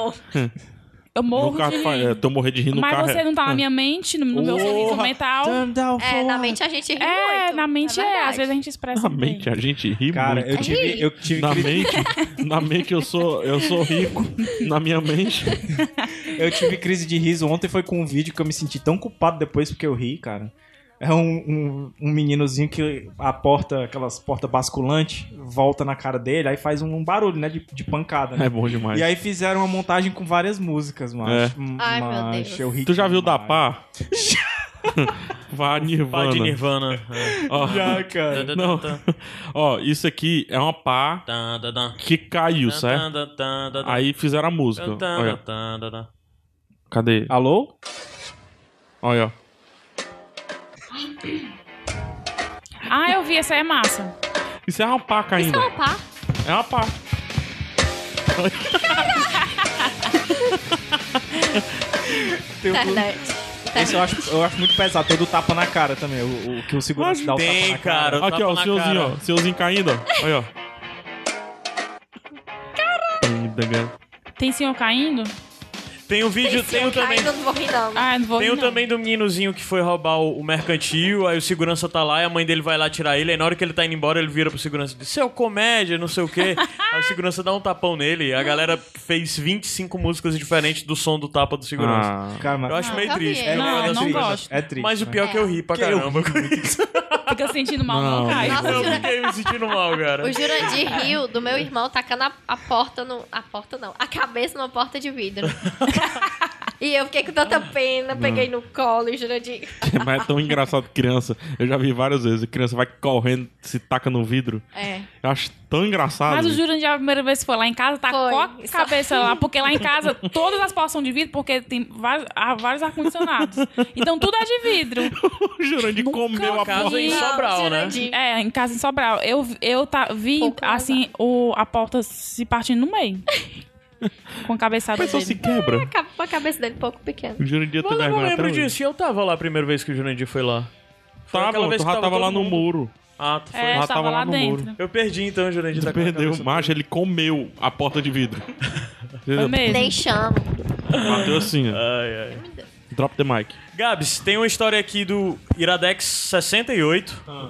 Eu No morro carro, de fa- é, rir. tu morrer de rir no Mas carro. você é- não tá na minha mente, no, no meu sorriso Porra. mental. É, na mente a gente ri É, muito. na mente é, verdade. Às vezes a gente expressa. Na bem. mente a gente ri Cara, muito. eu tive, eu tive Na cri- mente, na mente eu sou, eu sou rico. Na minha mente. eu tive crise de riso ontem, foi com um vídeo que eu me senti tão culpado depois porque eu ri, cara. É um, um, um meninozinho que a porta, aquelas portas basculantes, volta na cara dele, aí faz um barulho, né, de, de pancada, né? É bom demais. E aí fizeram uma montagem com várias músicas, mano. É. Ai, meu Deus. Eu ri Tu já viu da demais. pá? Vá Pá Nirvana. de Nirvana. é. Ó, Já, cara. Tan, não. tan, Ó, isso aqui é uma pá tan, tan, tan. que caiu, certo? Tan, tan, tan, tan, tan. Aí fizeram a música. Tan, Olha, tan, tan, tan, tan. cadê? Alô? Olha, ó. Ah, eu vi, essa é massa. Isso é uma pá Isso caindo. é uma pá. É uma pá. Internet. Esse eu acho, eu acho muito pesado, todo tapa na cara também. O, o que o segurança dá o tapa tem, na cara. cara. Aqui, ó, o na senhorzinho, cara. ó. Senhorzinho caindo, ó. Olha, ó. Caraca! Tem senhor caindo? Tem um vídeo, Tem tem um sim, também. Ai, não vou rir, não. Ah, não vou Tem rir, um não. também do meninozinho que foi roubar o, o mercantil, aí o segurança tá lá e a mãe dele vai lá tirar ele, aí na hora que ele tá indo embora, ele vira pro segurança e diz, seu comédia, não sei o quê. aí o segurança dá um tapão nele, a galera fez 25 músicas diferentes do som do tapa do segurança. Ah, Cara, mas- Eu acho Não, meio tá triste. bem. né? Não, Uma das não coisas- gosto. é triste. Mas o pior é que eu ri pra Que eu caramba com isso. Fica sentindo mal, não, Não. cai. Nossa, Eu Jura- fiquei me sentindo mal, cara. O Jurandir riu do meu irmão tacando a, a porta no. A porta não, a cabeça numa porta de vidro. e eu fiquei com tanta pena, peguei no colo e o Jurandir. Mas é tão engraçado criança. Eu já vi várias vezes. A criança vai correndo, se taca no vidro. É. Eu acho tão engraçado. Mas o Jurandir, a primeira vez que foi lá em casa, tacou Foi. a cabeça lá, porque lá em casa todas as portas são de vidro, porque tem vários, há vários ar-condicionados. Então tudo é de vidro. o Jurandir comeu a Casa porra. em Não, Sobral, né? Jurandir. É, em casa em Sobral. Eu, eu tá, vi, Pouco assim, o, a porta se partindo no meio. Com a A cabeçada pessoa dele. se quebra. Acabou com a cabeça dele um pouco pequena. O Jurandir tem Mas eu vergonha não até lembro hoje. disso. E eu tava lá a primeira vez que o Jurandir foi lá. Foi Tava, aquela tu vez já que tava, lá todo no mundo. muro. Ah, tu foi. É, Lá tava, tava lá lá no dentro. muro. Eu perdi então, Jurandir. Tu tá com a perdeu. cabeça- Macho, ele comeu a porta de vidro. Foi Entendeu? mesmo. Nem chamo. Bateu assim, ó. Ai, ai. Drop the mic. Gabs, tem uma história aqui do Iradex 68. Ah.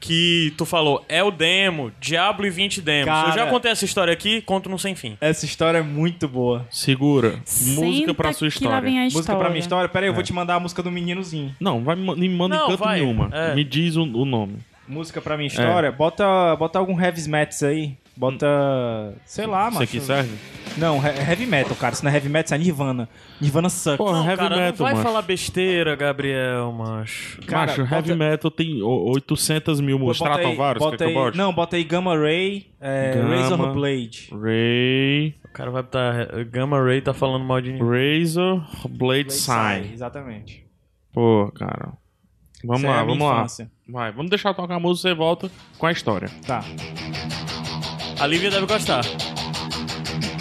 Que tu falou, é o demo, Diablo e 20 demos. Eu já Cara. contei essa história aqui, conto no sem fim. Essa história é muito boa. Segura. Senta música pra sua Que lá história. vem a Música pra minha história? Pera aí, eu vou te mandar a música do meninozinho. Não, vai, me me manda Não, em canto vai. nenhuma. É. Me diz o, o nome. Música pra minha história? Bota, bota algum heavy metal aí. Bota. Sei Ah, lá, Isso mano. aqui serve? Não, he- heavy metal, cara. Se não é heavy metal, isso é Nirvana. Nirvana sucks. Porra, heavy Cara, metal, não vai macho. falar besteira, Gabriel, macho. Cara, macho, bota- heavy metal tem o- 800 mil Pô, músicas. bota aí- Stratovarius, bota quer que eu aí- bote? Não, bota aí Gamma Ray, é, Gamma. Razor Blade. Ray... O cara vai botar. Gamma Ray tá falando mal de ninguém. Razor Blade Sign. Exatamente. Pô, cara. Vamos Isso é lá, a minha vamos lá. infância. Vai, vamos deixar tocar a música e você volta com a história. Tá. A Lívia deve gostar.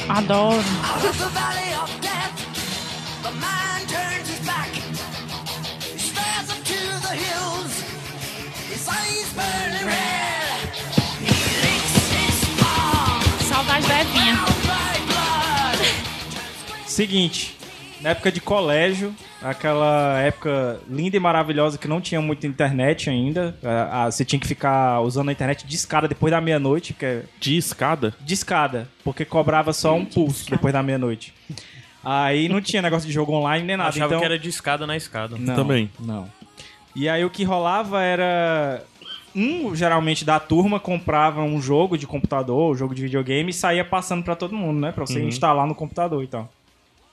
Adoro. Out of the valley of death, the man turns his back. He stares up to the hills, his eyes burning red. He licks his palm, Saudade da Evinha. out by blood. Seguinte, na época de colégio, aquela época linda e maravilhosa que não tinha muita internet ainda. ah, ah, Você tinha que ficar usando a internet de escada depois da meia-noite, que é De escada? de escada, porque cobrava só um pulso depois da meia-noite. Aí não tinha negócio de jogo online nem Ah, nada. Achava então... que era de escada na escada. Não, Também. Não. E aí o que rolava era. Um, geralmente, da turma comprava um jogo de computador, um jogo de videogame, e saía passando pra todo mundo, né? Pra você Uhum. instalar no computador e tal.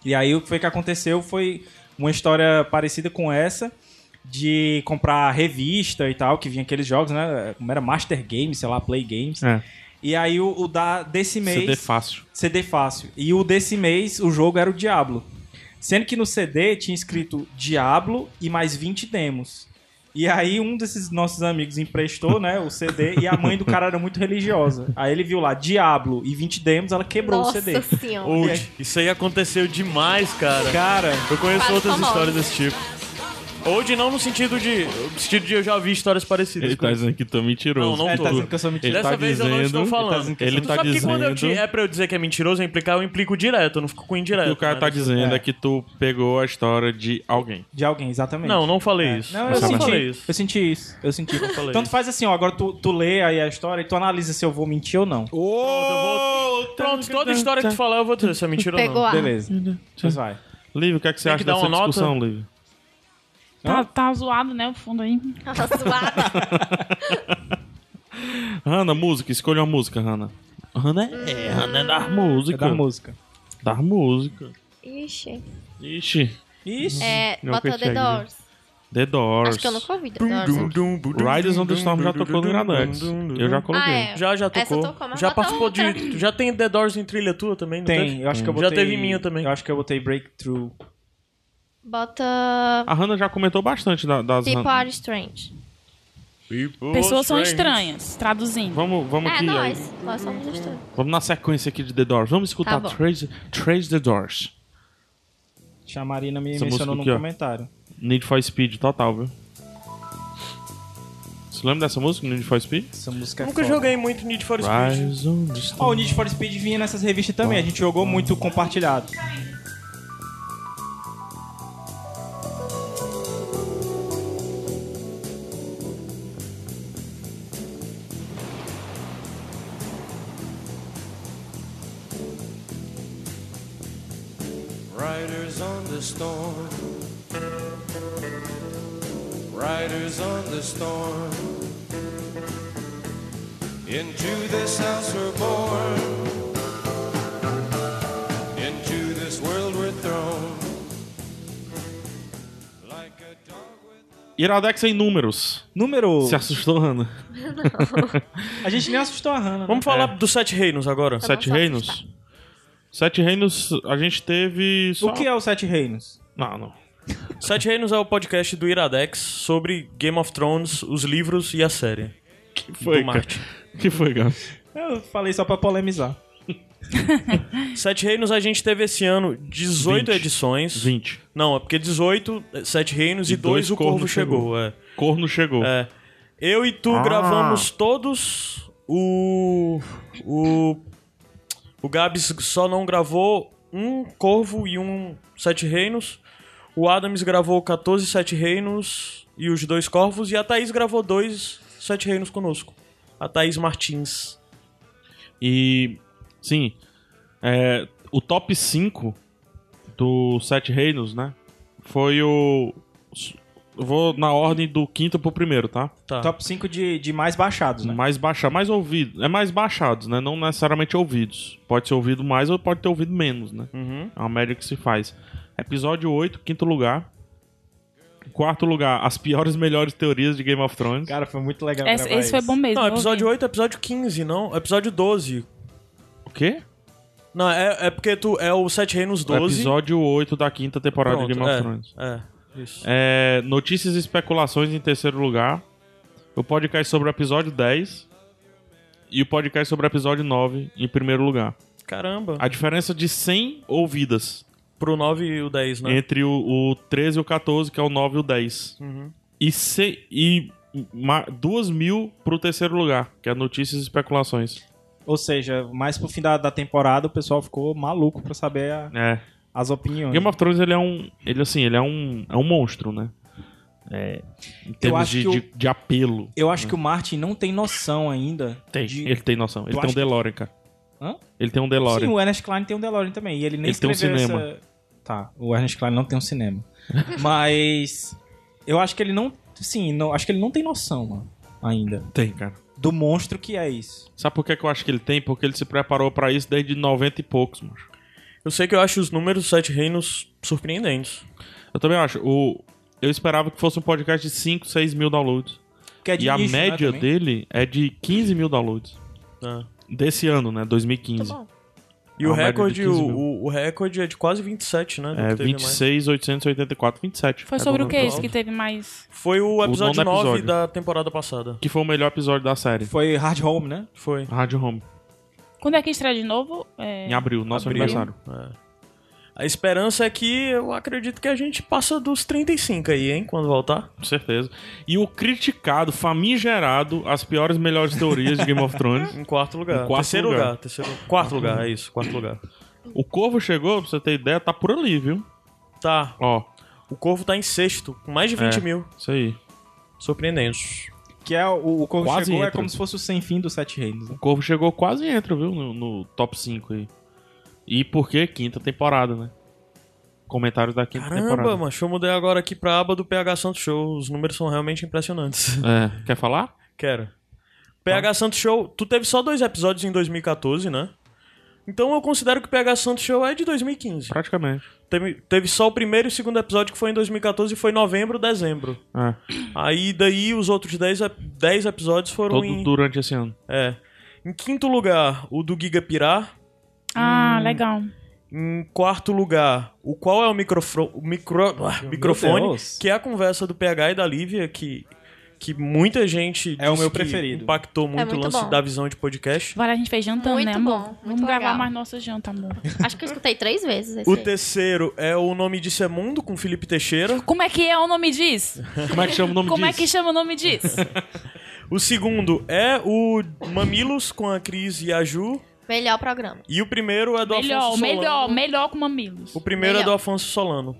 E aí o que foi que aconteceu foi uma história parecida com essa, de comprar revista e tal, que vinha aqueles jogos, né? Como era Master Games, sei lá, Play Games. É. E aí o, o da, desse mês. CD fácil. CD fácil. E o desse mês, o jogo era o Diablo. Sendo que no CD tinha escrito Diablo e mais 20 demos. E aí um desses nossos amigos emprestou, né, o CD, e a mãe do cara era muito religiosa. Aí ele viu lá, Diablo e 20 demos, ela quebrou Nossa o CD. senhora. Ou- E aí? Isso aí aconteceu demais, cara. Cara, Eu conheço Quase outras famoso. histórias desse tipo. Ou de não no sentido de. No sentido de eu já vi histórias parecidas. Ele com tá dizendo que tu é mentiroso. Não, não ele tô. tá dizendo que eu sou mentiroso. Ele tá Dessa vez eu não estou dizendo- ele tá falando. dizendo que Ele tu tá sabe que quando eu te, dizendo- é pra eu dizer que é mentiroso, eu implicar, eu implico direto, eu não fico com O indireto. que o cara né? tá dizendo É. é que tu pegou a história de alguém. De alguém, exatamente. Não, não falei isso. Não, eu eu Você não senti, falei isso. eu senti isso, eu senti. falei Tanto isso. faz assim, ó, agora tu, tu lê aí a história e tu analisa se eu vou mentir ou não. Ô! Pronto, toda história que tu falar eu vou dizer se é mentira ou Pegou não. a. Beleza, pois vai. Lívia, o que é que você Tem acha que dar dessa uma nota? discussão, Lívia? Tá, tá zoado, né, o fundo aí. Nossa, suada. Hanna, música. Escolha uma música, Hanna. Hanna é, Hum. Hanna é dar música. É da música. Dar música. Ixi. Ixi. Ixi. É, Não bota The consegue, né? Doors. The Doors. Acho que eu nunca ouvi The Doors. Riders on the Storm já tocou no Iradex. Eu já Ah, coloquei. é. Já, já Essa tocou. tocou, mas já bota participou outra. de. tu Já tem The Doors em trilha tua também? não Tem, teve? eu acho que eu Já botei... teve minha também. Eu acho que eu botei Breakthrough. Bota. A Hannah já comentou bastante da- das... People Hannah. Are Strange. Pessoas são estranhas, traduzindo. Vamos, vamos É, aqui. aí. nós. Nós somos os dois. Vamos na sequência aqui de The Doors. Vamos escutar Tá bom. Trace, Trace the Doors. Tia Marina me Essa mencionou música num aqui, ó. comentário. Need for Speed total, viu? Você lembra dessa música, Need for Speed? Essa música é Nunca foda. joguei muito Need for Speed. Rise on the Ó, o Storm. Need for Speed vinha nessas revistas também. A gente jogou muito compartilhado. storm. Riders on the storm. Into this house we're born. Into this world we're thrown. Like a dog with Iradex em números. Número. um, Se assustou, Ana? A gente nem assustou a Hannah. né? Vamos falar dos Sete Reinos agora. Sete vou Reinos? Sete Reinos, a gente teve. Só... O que é os Sete Reinos? Não, não. Sete Reinos é o podcast do Iradex sobre Game of Thrones, os livros e a série. Que foi, Do Marte. cara? que foi, cara? Eu falei só pra polemizar. Sete Reinos a gente teve esse ano 18 20. edições. 20. Não, é porque 18, é, Sete Reinos e, E dois dois O Corvo Corvo Chegou. É. Corno chegou. É. Eu e tu Ah. gravamos todos. O. O. O Gabs só não gravou um Corvo e um Sete Reinos. O Adams gravou 14 Sete Reinos e os dois Corvos. E a Thaís gravou dois Sete Reinos conosco. A Thaís Martins. E, sim, é, o top 5 do Sete Reinos, né? Foi o. Eu vou na ordem do quinto pro primeiro, tá? Tá. Top 5 de, de mais baixados, né? Mais baixa, mais ouvido. É mais baixados, né? Não necessariamente ouvidos. Pode ser ouvido mais ou pode ter ouvido menos, né? Uhum. É uma média que se faz. Episódio 8, quinto lugar. Quarto lugar, as piores e melhores teorias de Game of Thrones. Cara, foi muito legal. Esse, gravar esse foi isso. bom mesmo. Não, eu episódio ouvi. 8 é episódio 15, não? Episódio 12. O quê? Não, é, é porque tu é o Sete Reinos 12. Episódio 8 da quinta temporada Pronto, de Game of é, Thrones. É, isso. É, notícias e especulações em terceiro lugar. O podcast sobre o episódio 10. E o podcast sobre o episódio 9 em primeiro lugar. Caramba. A diferença de 100 ouvidas Pro 9 e o 10, né? entre o, o 13 e o 14, que é o 9 e o 10. Uhum. E, se, e ma, 2 mil pro terceiro lugar, que é notícias e especulações. Ou seja, mais pro fim da, da temporada o pessoal ficou maluco pra saber a- É. as opiniões. Game of Thrones, ele é um... Ele, assim, ele é um, é um monstro, né? É, em termos acho de, que o- de, de apelo. Eu acho que o Martin não tem noção ainda. Tem. de- Ele tem noção. Ele Tu tem um acha- DeLorean, cara. Hã? Ele tem um DeLorean. Sim, o Ernest Klein tem um DeLorean também. E ele nem Ele tem um escreveu cinema. essa- Tá, o Ernest Klein não tem um cinema. Mas eu acho que ele não. Sim, não, acho que ele não tem noção, mano, ainda. Tem, cara. Do monstro que é isso. Sabe por que, que eu acho que ele tem? Porque ele se preparou pra isso desde 90 e poucos, mano. Eu sei que eu acho os números dos Sete Reinos surpreendentes. Eu também acho. O... Eu esperava que fosse um podcast de 5, 6 mil downloads. Que é de e a nicho, né, média também. dele é de 15 mil downloads. né? Desse ano, né? 2015. Tá bom. E É o uma média de recorde, 15 o, mil. o- o recorde é de quase 27, né? do É que teve mais. 26,884, 27. Foi É sobre do o que isso total. que teve mais. Foi o episódio nono 9 episódio. da temporada passada. Que foi o melhor episódio da série. Foi Hard Home, né? Foi. Rádio Home. Quando é que estreia de novo? É... Em abril, nosso Abril. aniversário. A esperança é que eu acredito que a gente passa dos 35 aí, hein? Quando voltar. Com certeza. E o criticado, famigerado, as piores e melhores teorias de Game of Thrones. Em quarto lugar. Em quarto terceiro lugar. lugar. terceiro... Quarto lugar, é isso. Quarto lugar. O Corvo chegou, pra você ter ideia, tá por ali, viu? Tá. Ó, O Corvo tá em sexto, com mais de 20 É. mil. isso aí. Surpreendentes. Que é o, o Corvo Quase chegou, é entra. como se fosse o sem fim dos Sete Reinos. né? O Corvo chegou quase entra, viu? No, no top 5 aí. E por que quinta temporada, né? Comentários da quinta Caramba, temporada. mano. Deixa eu mudar agora aqui pra aba do PH Santos Show. Os números são realmente impressionantes. É, quer falar? Quero. PH Santos Show, tu teve só dois episódios em 2014, né? Então eu considero que o PH Santos Show é de 2015. Praticamente. Teve, teve só o primeiro e o segundo episódio que foi em 2014 e foi novembro, dezembro. É, Aí daí os outros 10 ep- 10 episódios foram todo em. durante esse ano. É. Em quinto lugar, o do Giga Pirá. Ah, legal. Em quarto lugar, o qual é o, microfro, o micro, ah, microfone, Deus. que é a conversa do PH e da Lívia, que, que muita gente É o disse meu que preferido. impactou muito, o muito lance bom. da visão de podcast. Agora a gente fez jantando, Muito né, amor? bom, muito Vamos gravar legal. mais nossa janta, amor. Acho que eu escutei três vezes esse O aí. terceiro é o Nome Disso é Mundo, com Felipe Teixeira. Como é que é o nome disso? Como é que chama o nome Como é disso? que chama o nome disso? O segundo é o Mamilos, com a Cris e a Ju. Melhor programa. E o primeiro é do melhor, Afonso Solano. melhor, melhor com mamilos. O primeiro é Melhor. do Afonso Solano.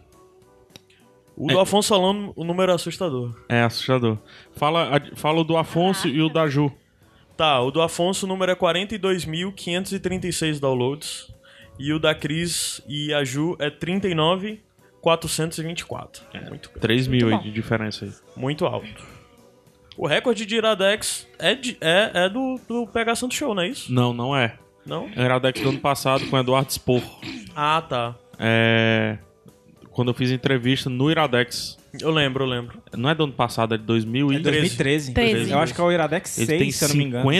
O do Afonso Solano, o número é assustador. É, assustador. Fala, a- fala o do Ah. Afonso e o da Ju. Tá, o do Afonso, o número é 42.536 downloads. E o da Cris e a Ju é 39.486 424. Muito, 3 mil Muito aí bom. de diferença aí. muito alto. O recorde de Iradex é, de- é, é do, do PH Santo Show, não é isso? Não, não é. Não? É o Iradex do ano passado com o Eduardo Spor. Ah, tá. É, Quando eu fiz entrevista no Iradex. Eu lembro, eu lembro. Não é do ano passado, é de 2000 e... Em 2013. 13. Eu acho que é o Iradex Ele 6, tem se eu não me engano. assim.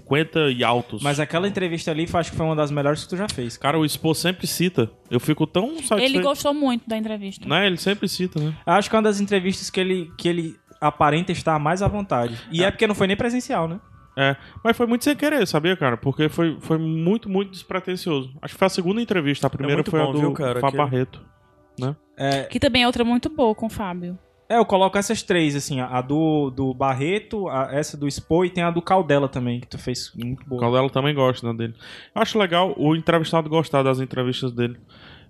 50, 50 e altos. Mas aquela entrevista ali foi- acho que foi uma das melhores que tu já fez. Cara, o Spor sempre cita. Eu fico tão satisfeito. Ele gostou muito da entrevista. Né? Ele sempre cita, né? Eu acho que é uma das entrevistas que ele, que ele aparenta estar mais à vontade. E é. porque não foi nem presencial, né? É, mas foi muito sem querer, sabia, cara? Porque foi, foi muito, muito despretensioso. Acho que foi a segunda entrevista. A primeira É muito foi bom, a do viu, cara, é- Fá aquele- Barreto. Que também é outra muito boa com o Fábio. É, eu coloco essas três, assim, a a do, do Barreto, a- essa do Expo e tem a do Caldela também, que tu fez muito O boa. Caldela também gosta né, dele. Eu acho legal o entrevistado gostar das entrevistas dele.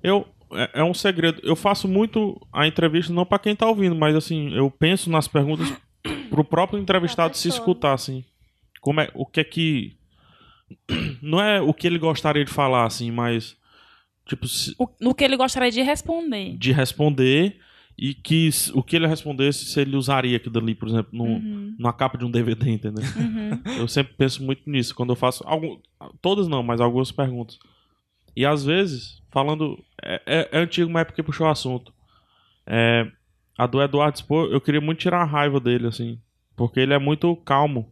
Eu. É, é um segredo. Eu faço muito a entrevista, não pra quem tá ouvindo, mas assim, eu penso nas perguntas pro próprio entrevistado se pessoa. escutar, assim. Como é. O que é que. Não é o que ele gostaria de falar, assim, mas. Tipo, se- O- no que ele gostaria de responder. de responder e que s- o que ele respondesse se ele usaria aquilo ali, por exemplo, no, Uhum, na capa de um DVD, entendeu? uhum. Eu sempre penso muito nisso quando eu faço algum, todas não, mas algumas perguntas. E às vezes, falando é, é- é antigo, mas é porque puxou o assunto. É, a do Eduardo Spohr, eu queria muito tirar a raiva dele assim, porque ele é muito calmo.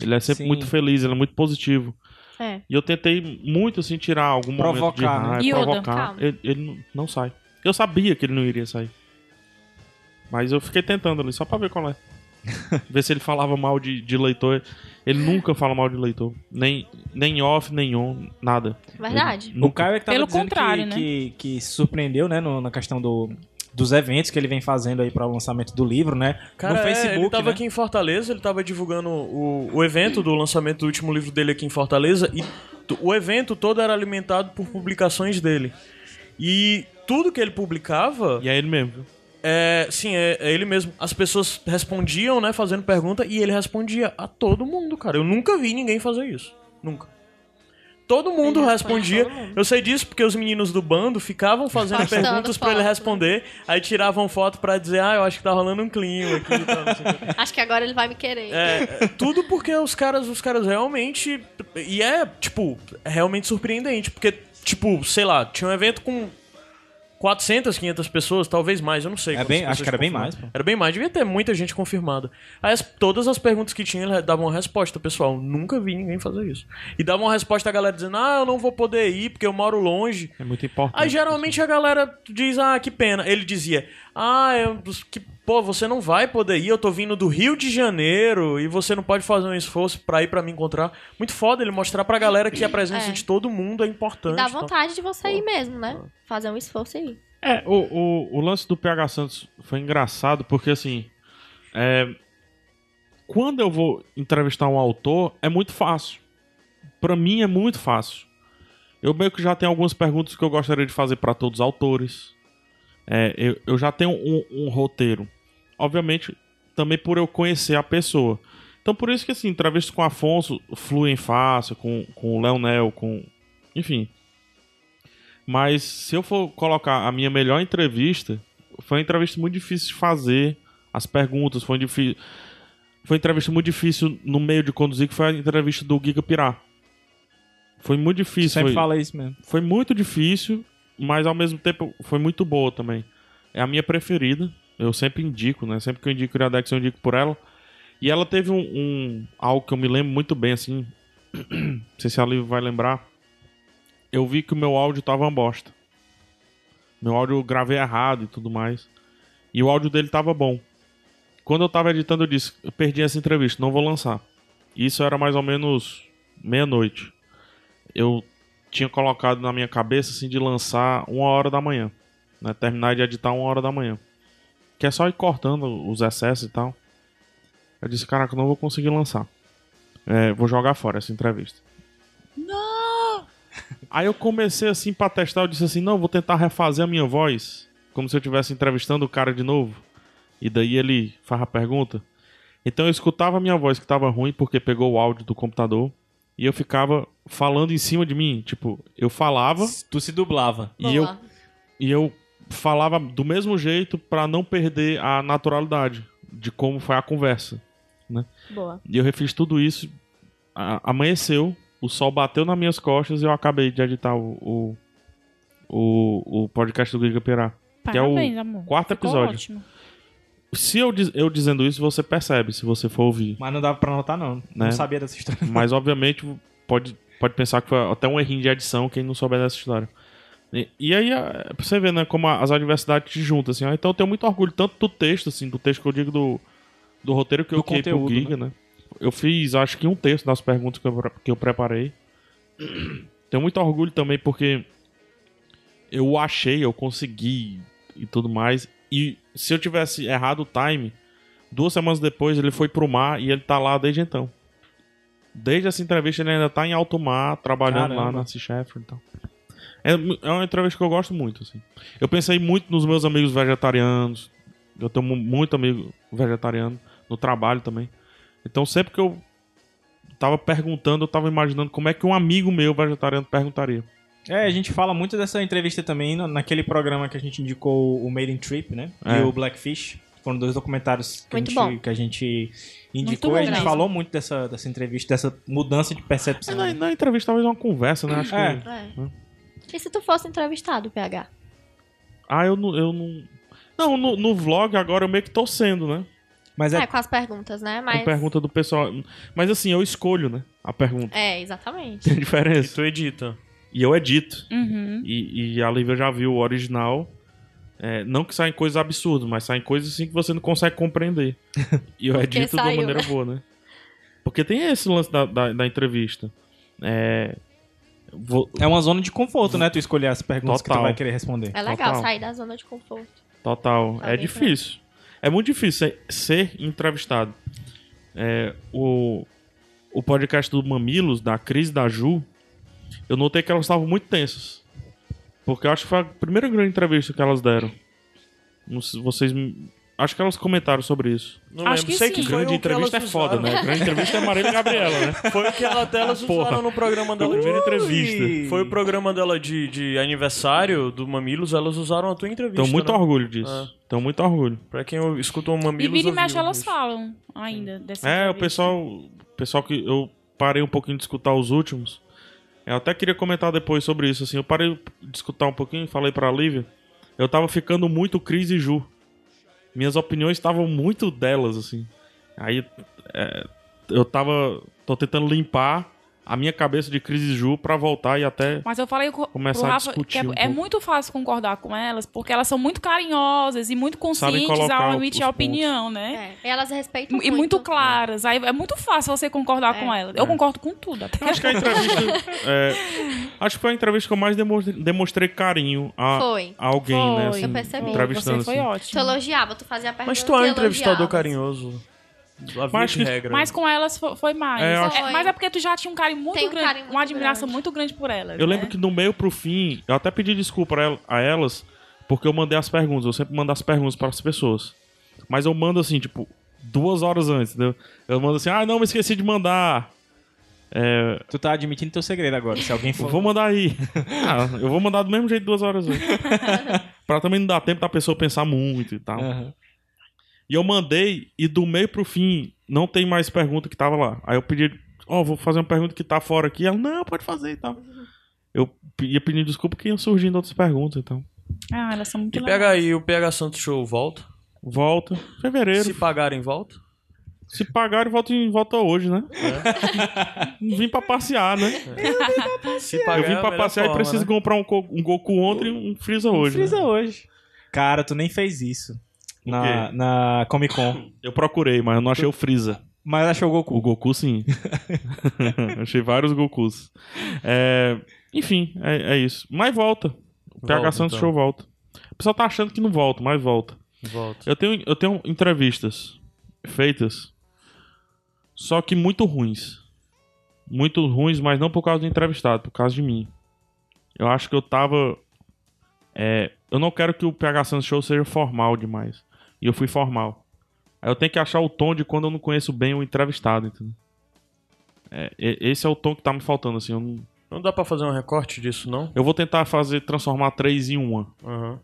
Ele é sempre Sim. muito feliz, ele é muito positivo. É. E eu tentei muito assim tirar algum momento de Provocar, né? raiva, E outra, provocar. calma. Ele, ele não- não sai. Eu sabia que ele não iria sair. Mas eu fiquei tentando ali, só pra ver qual é. ver se ele falava mal de, de leitor. Ele nunca fala mal de leitor. Nem, nem off, nem on, nada. Verdade. O Caio é que tava Pelo dizendo contrário, que, né? que, que se surpreendeu, né, no- na questão do, dos eventos que ele vem fazendo aí para o lançamento do livro, né? Cara, no é, Facebook, ele tava né? aqui em Fortaleza, ele tava divulgando o, o evento do lançamento do último livro dele aqui em Fortaleza e t- o evento todo era alimentado por publicações dele. E tudo que ele publicava, E é ele mesmo. viu? é, sim, é, é ele mesmo. As pessoas respondiam, né, fazendo pergunta e ele respondia a todo mundo, cara. Eu nunca vi ninguém fazer isso. Nunca. Todo mundo responde respondia. todo mundo. Eu sei disso porque os meninos do bando ficavam fazendo Postando perguntas pra foto, ele né? responder, aí tiravam foto pra dizer: "Ah, eu acho que tá rolando um clima aqui", e tal, não sei o quê. Acho que agora ele vai me querer. É, tudo porque os caras, os caras realmente. E é, tipo, realmente surpreendente. Porque, tipo, sei lá, tinha um evento com 400, 500 pessoas, talvez mais, eu não sei. É quantas bem- pessoas acho que era bem confirmaram. mais, pô. Era bem mais, devia ter muita gente confirmada. Aí as- todas as perguntas que tinha, ele dava uma resposta, pessoal. Nunca vi ninguém fazer isso. E dava uma resposta a galera dizendo: ah, eu não vou poder ir porque eu moro longe. É muito importante. Aí geralmente a galera diz, ah, que pena. Ele dizia, ah, eu, que, pô, você não vai poder ir, eu tô vindo do Rio de Janeiro e você não pode fazer um esforço pra ir pra me encontrar. Muito foda ele mostrar pra galera que a presença É. de todo mundo é importante. Dá tá? vontade de você ir mesmo, né? Fazer um esforço aí. É, o, o, o lance do PH Santos foi engraçado, porque assim. é, quando eu vou entrevistar um autor, é muito fácil. Pra mim é muito fácil. Eu meio que já tenho algumas perguntas que eu gostaria de fazer pra todos os autores. É, eu, eu já tenho um, um roteiro. Obviamente, também por eu conhecer a pessoa. Então, por isso que, assim, entrevista com o Afonso fluem fácil, com, com o Leonel, com. Enfim. Mas se eu for colocar a minha melhor entrevista, foi uma entrevista muito difícil de fazer. As perguntas, foi difícil. Foi uma entrevista muito difícil no meio de conduzir, que foi a entrevista do Giga Pirá. Foi muito difícil. Sempre foi- fala isso mesmo. foi muito difícil, mas ao mesmo tempo foi muito boa também. É a minha preferida. Eu sempre indico, né? Sempre que eu indico Iradex, eu indico por ela. E ela teve um, um- algo que eu me lembro muito bem, assim. não sei se a Liv vai lembrar. Eu vi que o meu áudio tava uma bosta. Meu áudio eu gravei errado e tudo mais. E o áudio dele tava bom. Quando eu tava editando, eu disse: eu perdi essa entrevista, não vou lançar. Isso era mais ou menos meia-noite. Eu tinha colocado na minha cabeça assim de lançar uma hora da manhã, né? Terminar de editar uma hora da manhã. Que é só ir cortando os excessos e tal. Eu disse, caraca, eu não vou conseguir lançar. É, vou jogar fora essa entrevista. Não! Aí eu comecei assim pra testar, eu disse assim, não, eu vou tentar refazer a minha voz, como se eu estivesse entrevistando o cara de novo. E daí ele faz a pergunta. Então eu escutava a minha voz que tava ruim porque pegou o áudio do computador e eu ficava falando em cima de mim, tipo, eu falava Tu se dublava. e eu, e eu falava do mesmo jeito pra não perder a naturalidade de como foi a conversa. Boa. E eu refiz tudo isso. a- amanheceu, o sol bateu nas minhas costas e eu acabei de editar o, o, o, o podcast do Giga Pirá. Que é o Parabéns, amor. quarto Ficou episódio. Ótimo. Se eu, diz- eu dizendo isso, você percebe, se você for ouvir. Mas não dava pra notar, não. Né? Não sabia dessa história. Mas, obviamente, pode, pode pensar que foi até um errinho de adição quem não souber dessa história. E, e aí, a- pra você ver, né, como a- as adversidades te juntam, assim. Ah, Então, eu tenho muito orgulho, tanto do texto, assim, do texto que eu digo do, do roteiro que eu Do criei pro conteúdo, Giga, né? Eu fiz, acho que um texto das perguntas que eu, pre- que eu preparei. Tenho muito orgulho também porque eu achei, eu consegui e tudo mais. E se eu tivesse errado o time, duas semanas depois ele foi pro mar e ele tá lá desde então. Desde essa entrevista ele ainda tá em alto mar, trabalhando lá Caramba. na Sea Shepherd e tal. É, mu- é uma entrevista que eu gosto muito, assim. Eu pensei muito nos meus amigos vegetarianos. Eu tenho mu- muito amigo vegetariano no trabalho também. Então sempre que eu tava perguntando, eu tava imaginando como é que um amigo meu vegetariano perguntaria. É, a gente fala muito dessa entrevista também na- naquele programa que a gente indicou o Made in Trip, né? É. E o Blackfish. Foram dois documentários que, Muito a, bom. gente, que a gente Muito indicou. bom A gente mesmo. falou muito dessa, dessa entrevista, dessa mudança de percepção. Assim, Na, na entrevista talvez uma conversa, né? Acho É. que. É. E se tu fosse entrevistado, PH? Ah, eu não. Eu não... Não, no, no vlog agora eu meio que tô sendo, né? Mas É, é, com as perguntas, né? A Mas. pergunta do pessoal. Mas assim, eu escolho, né? A pergunta. É, exatamente. Tem E diferença. tu edita. E eu edito. Uhum. E, e a Lívia já viu o original. É, não que saem coisas absurdas, mas saem coisas assim que você não consegue compreender. E eu Porque edito de uma saiu, maneira né? boa, né? Porque tem esse lance da, da, da entrevista. É. vo- é uma zona de conforto, né? Tu escolher as perguntas que Total. tu vai querer responder. É legal Total. sair da zona de conforto. Total. Tá É bem difícil. É muito difícil ser- ser entrevistado. É, o, o podcast do Mamilos, da Cris e da Ju, eu notei que elas estavam muito tensas. Porque eu acho que foi a primeira grande entrevista que elas deram. Não sei, vocês. me- Acho que elas comentaram sobre isso. Não Acho lembro. que Sei sim. que foi o grande que entrevista é elas foda, usaram. né? Grande entrevista é Marília e Gabriela, né? Foi o que ela, até elas Porra. usaram no programa A dela. primeira entrevista. Ui! Foi o programa dela de, de aniversário do Mamilos, elas usaram a tua entrevista. Tenho muito né? orgulho disso. Tenho muito orgulho. Pra quem ou- escuta o Mamilos. E vira e mexe ouviu elas isso. falam ainda dessa É, o entrevista. pessoal, o pessoal que eu parei um pouquinho de escutar os últimos. Eu até queria comentar depois sobre isso, assim. Eu parei de escutar um pouquinho, falei pra Lívia. Eu tava ficando muito Cris e Ju. Minhas opiniões estavam muito delas, assim. Aí é, eu tava. tô tentando limpar a minha cabeça de Cris e Ju pra voltar e até. Mas eu falei co- Começar pro a Rafa discutir que é, um é pouco. muito fácil concordar com elas, porque elas são muito carinhosas e muito conscientes colocar ao o- emitir os a opinião, né? É. E elas respeitam E muito claras. Aí é muito fácil você concordar É. com elas. Eu concordo com tudo. Até. Acho que a entrevista. é, acho que foi a entrevista que eu mais demonstre- demonstrei carinho a, Foi. a alguém, né? Foi. assim, Eu percebi. Entrevistando. Você foi assim. Tu ótimo. elogiava, tu fazia a pergunta. Mas tu é um e entrevistador elogiava. assim. carinhoso. A via Mas de que- regra. né? Mas com elas fo- foi mais. É, eu acho- É, mas é porque tu já tinha um carinho muito Tem um grande, carinho uma muito admiração grande. muito grande por elas. Eu né? lembro que do meio pro fim, eu até pedi desculpa pra el- a elas, porque eu mandei as perguntas. Eu sempre mando as perguntas pras pessoas. Mas eu mando assim, tipo, duas horas antes, entendeu? Eu mando assim, ah, não, me esqueci de mandar. Tu tá admitindo teu segredo agora. Se alguém Eu for. vou mandar aí. ah, eu vou mandar do mesmo jeito duas horas antes. pra também não dar tempo da pessoa pensar muito e tal. Aham. E eu mandei, e do meio pro fim, não tem mais pergunta que tava lá. Aí eu pedi, ó, vou fazer uma pergunta que tá fora aqui. Ela, não, pode fazer e tal. Eu pe- ia pedir desculpa que iam surgindo outras perguntas, então. Ah, elas são muito E legais. pega aí o PH Santos Show volta. Volta. Fevereiro. Se pagarem, volta. Se pagarem, volta, em- volta hoje, né? Não Vim pra passear, né? Se Eu É. pagar, é vim a pra melhor passear e forma, preciso né? comprar um, co- um Goku ontem e um Freeza hoje. né? Frisa hoje. Cara, tu nem fez isso. Na, quê? na Comic Con. Eu procurei, mas eu não achei o Freeza. Mas achou o O Goku. Goku, sim. achei vários Gokus. É, Enfim, é, é isso. Mas volta. O PH Volta, Santos então. Show volta. O pessoal tá achando que não volta, mas volta. Volta. Eu tenho, eu tenho entrevistas feitas, só que muito ruins. Muito ruins, mas não por causa do entrevistado, por causa de mim. Eu acho que eu tava. é, eu não quero que o PH Santos Show seja formal demais. E eu fui formal. Aí eu tenho que achar o tom de quando eu não conheço bem o entrevistado, entendeu? É, e- esse é o tom que tá me faltando, assim. Eu, não- Não dá pra fazer um recorte disso, não? eu vou tentar fazer transformar três em uma. Aham.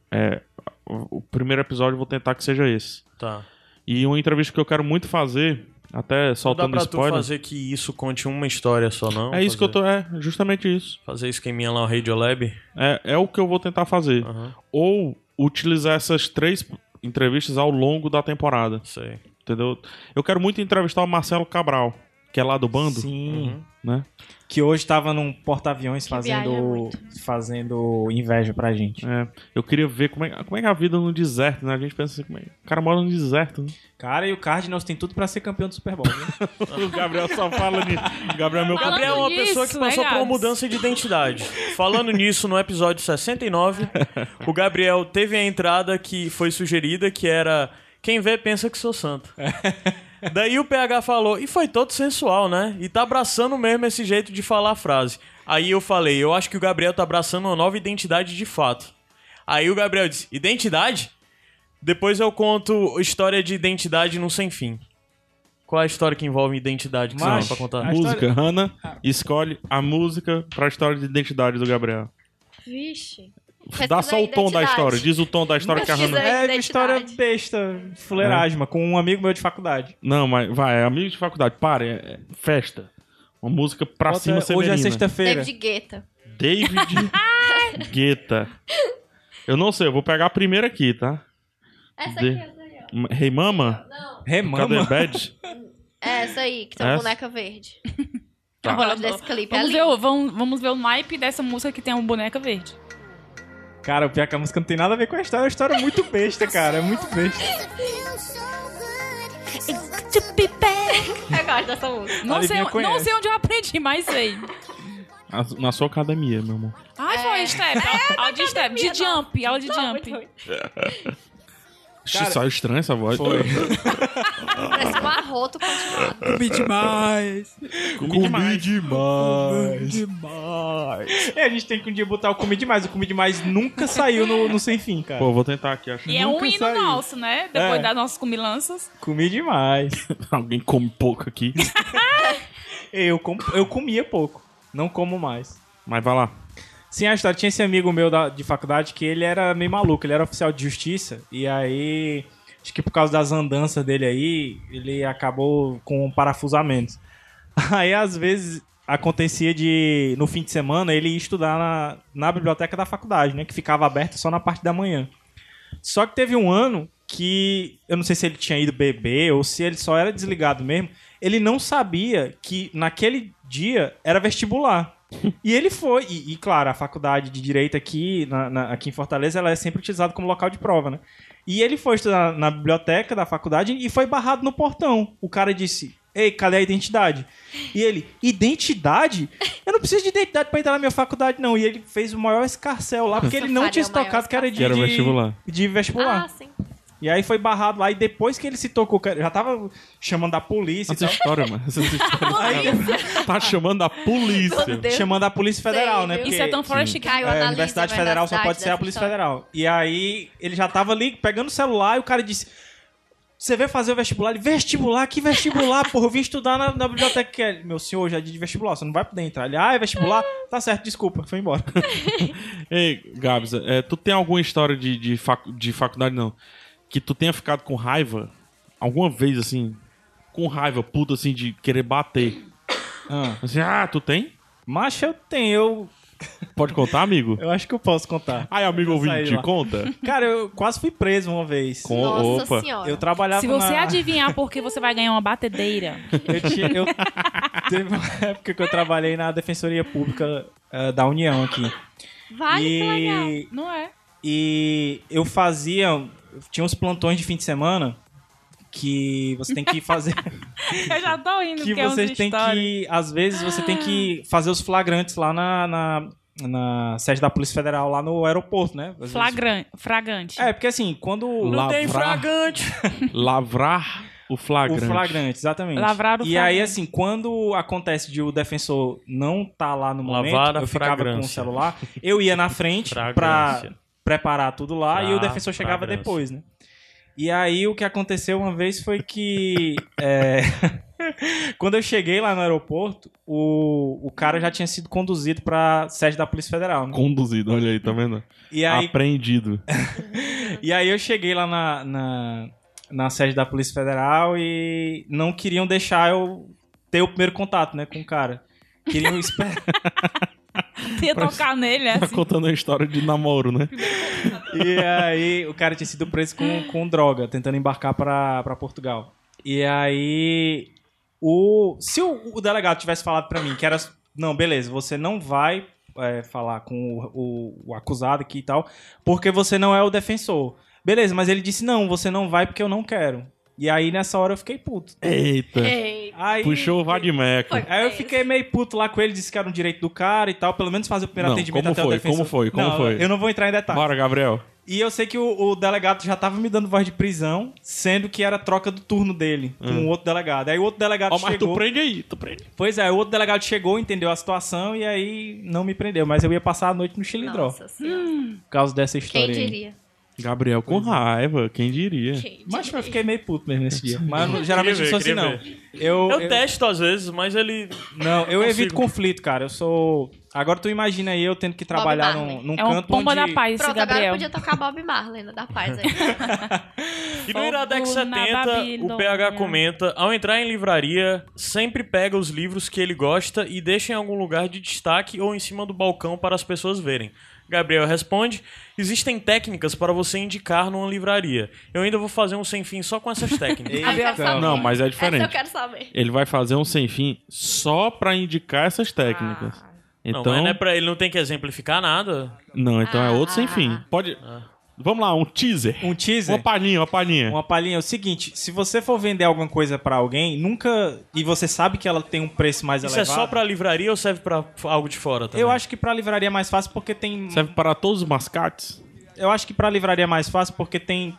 o primeiro episódio eu vou tentar que seja esse. Tá. E uma entrevista que eu quero muito fazer, até Não dá soltando pra tu spoiler. fazer que isso conte uma história só, não? É isso que eu tô. É, justamente isso. Fazer esqueminha lá no Radio Lab? É, é o que eu vou tentar fazer. Aham. Ou utilizar essas três entrevistas ao longo da temporada. Sei. Entendeu? Eu quero muito entrevistar o Marcelo Cabral, que é lá do bando, Sim. né? Que hoje tava num porta-aviões Uhum. viaja fazendo, muito. fazendo inveja pra gente. É, eu queria ver como é, como é que é a vida no deserto, né? A gente pensa assim, como é, o cara mora no deserto, né? Cara, e o Cardinals tem tudo pra ser campeão do Super Bowl, né? O Gabriel só fala nisso. O Gabriel é meu Falando Gabriel é uma nisso, pessoa que né, passou por uma Gabs? mudança de identidade. Falando nisso, no episódio 69, o Gabriel teve a entrada que foi sugerida, que era quem vê pensa que sou santo. Daí o PH falou, e foi todo sensual, né? E tá abraçando mesmo esse jeito de falar a frase. Aí eu falei, eu acho que o Gabriel tá abraçando uma nova identidade de fato. Aí o Gabriel disse, identidade? Depois eu conto história de identidade no sem fim. Qual é a história que envolve identidade que Mas- você tem pra contar? a música. história- Hannah escolhe a música pra história de identidade do Gabriel. Vixe. Dá é só o tom da história. Diz o tom da história que a Pesquisa Hannah. aí. É Identidade. de história besta, É. fuleiragem, mas com um amigo meu de faculdade. Não, mas vai, é amigo de faculdade. Pare, é, é festa. Uma música pra Bota- cima hoje severina. é sexta-feira. David Guetta. David Guetta. Eu não sei, eu vou pegar a primeira aqui, tá? Essa De- aqui, essa aí, ó. Hey Mama? Não. Cadê Remama. Bad? É essa aí, que tem uma Essa? boneca verde. Tá. Eu gosto desse clipe. é Vamos ver, lindo. o, vamos, vamos ver o naipe dessa música que tem um boneca verde. Cara, o pior é que a música não tem nada a ver com a história. É uma história muito besta, cara. É muito besta. Eu gosto dessa música. Não sei, Livinha não conhece. sei onde eu aprendi, mas sei. Na, na sua academia, meu amor. Ai, foi step. aula de step. De jump, aula de Não, jump. muito ruim. Ixi, saiu estranha essa voz. Foi. Parece um arroto continuado. Comi demais. Comi demais. É, a gente tem que um dia botar o Comi demais. O Comi demais nunca saiu no, no Sem Fim, cara. Pô, vou tentar aqui achar. E é um Nunca hino saiu. nosso, né? Depois É. das nossas comilanças. Comi demais. Alguém come pouco aqui. Eu, com- eu comia pouco. Não como mais. Mas vai lá. Sim, a história. Tinha esse amigo meu da- de faculdade que ele era meio maluco. Ele era oficial de justiça. E aí, acho que por causa das andanças dele aí, ele acabou com parafusamentos. Aí, às vezes, acontecia de, no fim de semana, ele ia estudar na, na biblioteca da faculdade, né? Que ficava aberta só na parte da manhã. Só que teve um ano que, eu não sei se ele tinha ido beber ou se ele só era desligado mesmo, ele não sabia que naquele dia era vestibular. E ele foi, e, e, claro, a faculdade de Direito aqui, na- na- aqui em Fortaleza, ela é sempre utilizada como local de prova, né? E ele foi estudar na biblioteca da faculdade e foi barrado no portão. O cara disse, ei, cadê a identidade? E ele, identidade? Eu não preciso de identidade pra entrar na minha faculdade, não. E ele fez o maior escarcel lá, porque ele não Faria tinha é o se maior tocado que era de, Quero de- vestibular. de vestibular. Ah, sim. E aí foi barrado lá, e depois que ele se tocou, cara, já tava chamando a Então? polícia e Essa é tal. história, mano. Essa história. tá chamando a polícia. Meu Deus. Chamando a Polícia Federal, Sei, né? viu? Porque Isso é tão Forrest Gump. Caio, é, analisa a Universidade a Federal só veracidade pode ser a dessa Polícia história. Federal. E aí ele já tava ali pegando o celular e o cara disse: Você veio fazer o vestibular? Ele, vestibular? Que vestibular? Porra, eu vim estudar na, na biblioteca. que é-" Meu senhor, já é dia de vestibular, você não vai poder entrar. Ele, ah, é vestibular? Tá certo, desculpa, foi embora. Ei, Gabs, é, tu tem alguma história de, de, facu- de faculdade, não? Que tu tenha ficado com raiva? Alguma vez, assim, com raiva, puta, assim, de querer bater? Ah. Assim, ah, tu tem? Mas eu tenho, eu, Pode contar, amigo? eu acho que eu posso contar. Aí, amigo Eu saí ouvinte, lá. conta. Cara, eu quase fui preso uma vez. Com- Nossa Opa. senhora. Eu trabalhava Se você é na... adivinhar por que você vai ganhar uma batedeira. Eu tinha- eu- Teve uma época que eu trabalhei na Defensoria Pública eh, da União aqui. Vale, que legal. e, Não é? e eu fazia. Tinha uns plantões de fim de semana que você tem que fazer. Eu já tô indo, que porque é você umas tem histórias. que. Às vezes você tem que fazer os flagrantes lá na, na, na sede da Polícia Federal, lá no aeroporto, né? Às vezes- Flagran... Fragante. É, porque assim, quando. Lá Não tem Lavrar. fragante. Lavrar o flagrante. O flagrante, exatamente. Lavrar o E aí, flagrante. assim, quando acontece de o defensor não tá lá no momento, Lavar a eu ficava com o fragrância. celular, eu ia na frente pra Fragrância. preparar tudo lá e o Fra- defensor chegava fragrância. depois, né? E aí, o que aconteceu uma vez foi que. é, Quando eu cheguei lá no aeroporto, o, o cara já tinha sido conduzido pra sede da Polícia Federal, né? Conduzido, olha aí, tá vendo? E aí, Apreendido. e aí eu cheguei lá na, na, na sede da Polícia Federal e não queriam deixar eu ter o primeiro contato, né, com o cara. Queriam esperar. Ia tocar nele, Tá assim. contando a história de namoro, né? E aí o cara tinha sido preso com, com droga, tentando embarcar pra, pra Portugal. E aí o se o, o delegado tivesse falado pra mim que era não, beleza, você não vai é, falar com o, o- o acusado aqui e tal, porque você não é o defensor. Beleza, mas ele disse não, você não vai porque eu não quero. E aí nessa hora eu fiquei puto. Eita. Ei, Aí, Puxou o Vadimeco. Foi. É, Aí eu fiquei meio puto lá com ele, disse que era um direito do cara e tal, pelo menos fazer o primeiro Não, atendimento como até o foi? defensor. Como foi? Como Não, foi? Eu não vou entrar em detalhes. Bora, Gabriel. E eu sei que o, o delegado já tava me dando voz de prisão, sendo que era troca do turno dele com o outro delegado. Aí o outro delegado Hum. Ó, mas tu Tá, chegou. prende aí, tu prende. Pois é, o outro delegado chegou, entendeu a situação e aí não me prendeu. Mas eu ia passar a noite no Chilindró nossa Hum. senhora. por causa dessa história. Quem aí. diria? Gabriel com raiva, quem diria? Quem Mas eu diria? fiquei meio puto mesmo nesse dia. Mas eu- geralmente eu não sou assim, Queria não. ver, Eu, Eu eu- testo às vezes, mas ele. não, eu consigo. evito conflito, cara. Eu sou. Agora tu imagina aí eu tendo que trabalhar num, Marley. num É uma canto pomba onde. da paz, esse Pronto, Gabriel. agora podia tocar Bob Marley, né, da paz aí. E no Iradex Fogo na 70, o PH Babilônia. comenta: ao entrar em livraria, sempre pega os livros que ele gosta e deixa em algum lugar de destaque ou em cima do balcão para as pessoas verem. Gabriel responde: existem técnicas para você indicar numa livraria. Eu ainda vou fazer um sem fim só com essas técnicas. Ah, eu quero saber. Não, mas é Essa eu diferente. quero saber. Ele vai fazer um sem fim só pra indicar essas técnicas. Não, Então, mas não é pra ele, não tem que exemplificar nada. não, então é outro sem Ah. fim. Pode. Vamos lá, um teaser. Um teaser? Uma palhinha, uma palhinha. Uma palhinha é o seguinte: se você for vender alguma coisa pra alguém, nunca. E você sabe que ela tem um preço mais Isso é elevado. só pra livraria ou serve pra f- algo de fora também? Eu acho que pra livraria é mais fácil porque tem. Serve para todos os mascates? Eu acho que pra livraria é mais fácil porque tem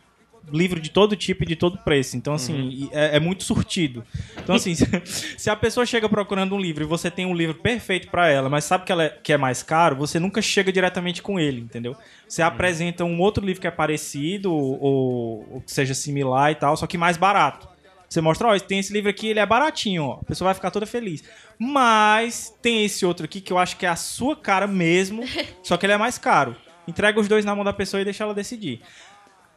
livro de todo tipo e de todo preço. Então, assim, e é, é muito surtido. Então, assim, se a pessoa chega procurando um livro e você tem um livro perfeito pra ela, mas sabe que, ela é, que é mais caro, você nunca chega diretamente com ele, entendeu? Você apresenta um outro livro que é parecido ou, ou que seja similar e tal, só que mais barato. Você mostra, ó, tem esse livro aqui, ele é baratinho, ó. A pessoa vai ficar toda feliz. Mas tem esse outro aqui que eu acho que é a sua cara mesmo, só que ele é mais caro. Entrega os dois na mão da pessoa e deixa ela decidir.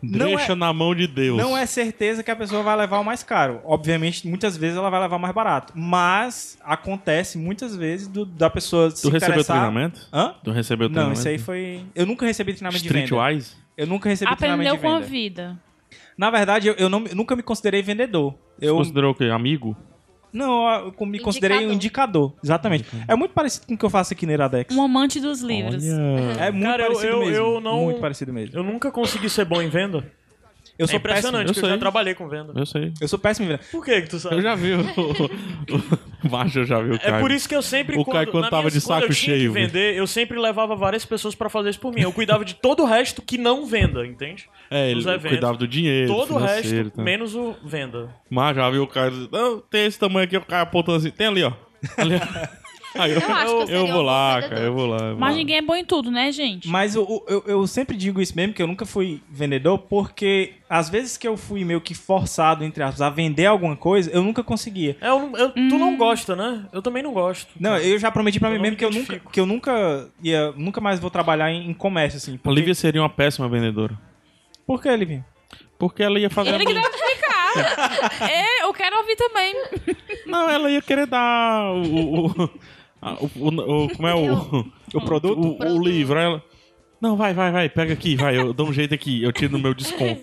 Não é- Deixa na mão de Deus. Não é certeza que a pessoa vai levar o mais caro. Obviamente, muitas vezes ela vai levar o mais barato. Mas acontece muitas vezes do- da pessoa se Tu recebeu interessar... treinamento? Hã? Tu recebeu Não, treinamento? isso aí foi. Eu nunca recebi treinamento de venda. Streetwise? Eu nunca recebi Aprendeu com a treinamento de venda. vida. Na verdade, eu, eu não- eu nunca me considerei vendedor. Tu Eu Considerou o quê? Amigo? não, eu me considerei um indicador. Exatamente. É muito parecido com o que eu faço aqui na Iradex. Um amante dos livros. Olha. É muito Cara, eu- parecido eu- mesmo. eu não- Muito parecido mesmo. Eu nunca consegui ser bom em venda. Eu É sou péssimo. impressionante, Eu, porque sou- eu já trabalhei com venda. Eu sei. eu sou péssimo em venda. Por que que tu sabe? Eu já vi o. o- o Macho já viu o É cara. por isso que eu sempre. O Caio, quando na tava minha- de saco eu tinha cheio, Que vender, eu sempre levava várias pessoas pra fazer isso por mim. Eu cuidava de todo o resto que não venda, entende? É, ele Dos eventos. cuidava do dinheiro. Todo o financeiro, resto, tá? menos o venda. Mas já viu o cara dizendo, não, tem esse tamanho aqui, o cara apontando assim, tem ali, ó. Ali, ó. Aí eu, Eu acho que eu eu, seria um vou bom lá, vendedor. cara, eu vou lá. eu vou Mas lá. ninguém é bom em tudo, né, gente? Mas eu, eu, eu sempre digo isso mesmo, que eu nunca fui vendedor, porque às vezes que eu fui meio que forçado, entre aspas, a vender alguma coisa, eu nunca conseguia. É, eu não- eu- Tu Hum. não gosta, né? Eu também não gosto. Não, eu já prometi pra Eu mim não mesmo me que eu, nunca, identifico. que eu nunca ia, nunca mais vou trabalhar em, em comércio, assim. A Porque, Lívia seria uma péssima vendedora. Por que, Livinho? Porque ela ia fazer. Ele que deve explicar. É, eu quero ouvir também. Não, ela ia querer dar o. o, o- a- o- o- o- como é o. O produto? O, Produto. livro. aí Ela. Não, vai, vai, vai, pega aqui, vai, eu dou um jeito aqui, eu tiro no meu desconto.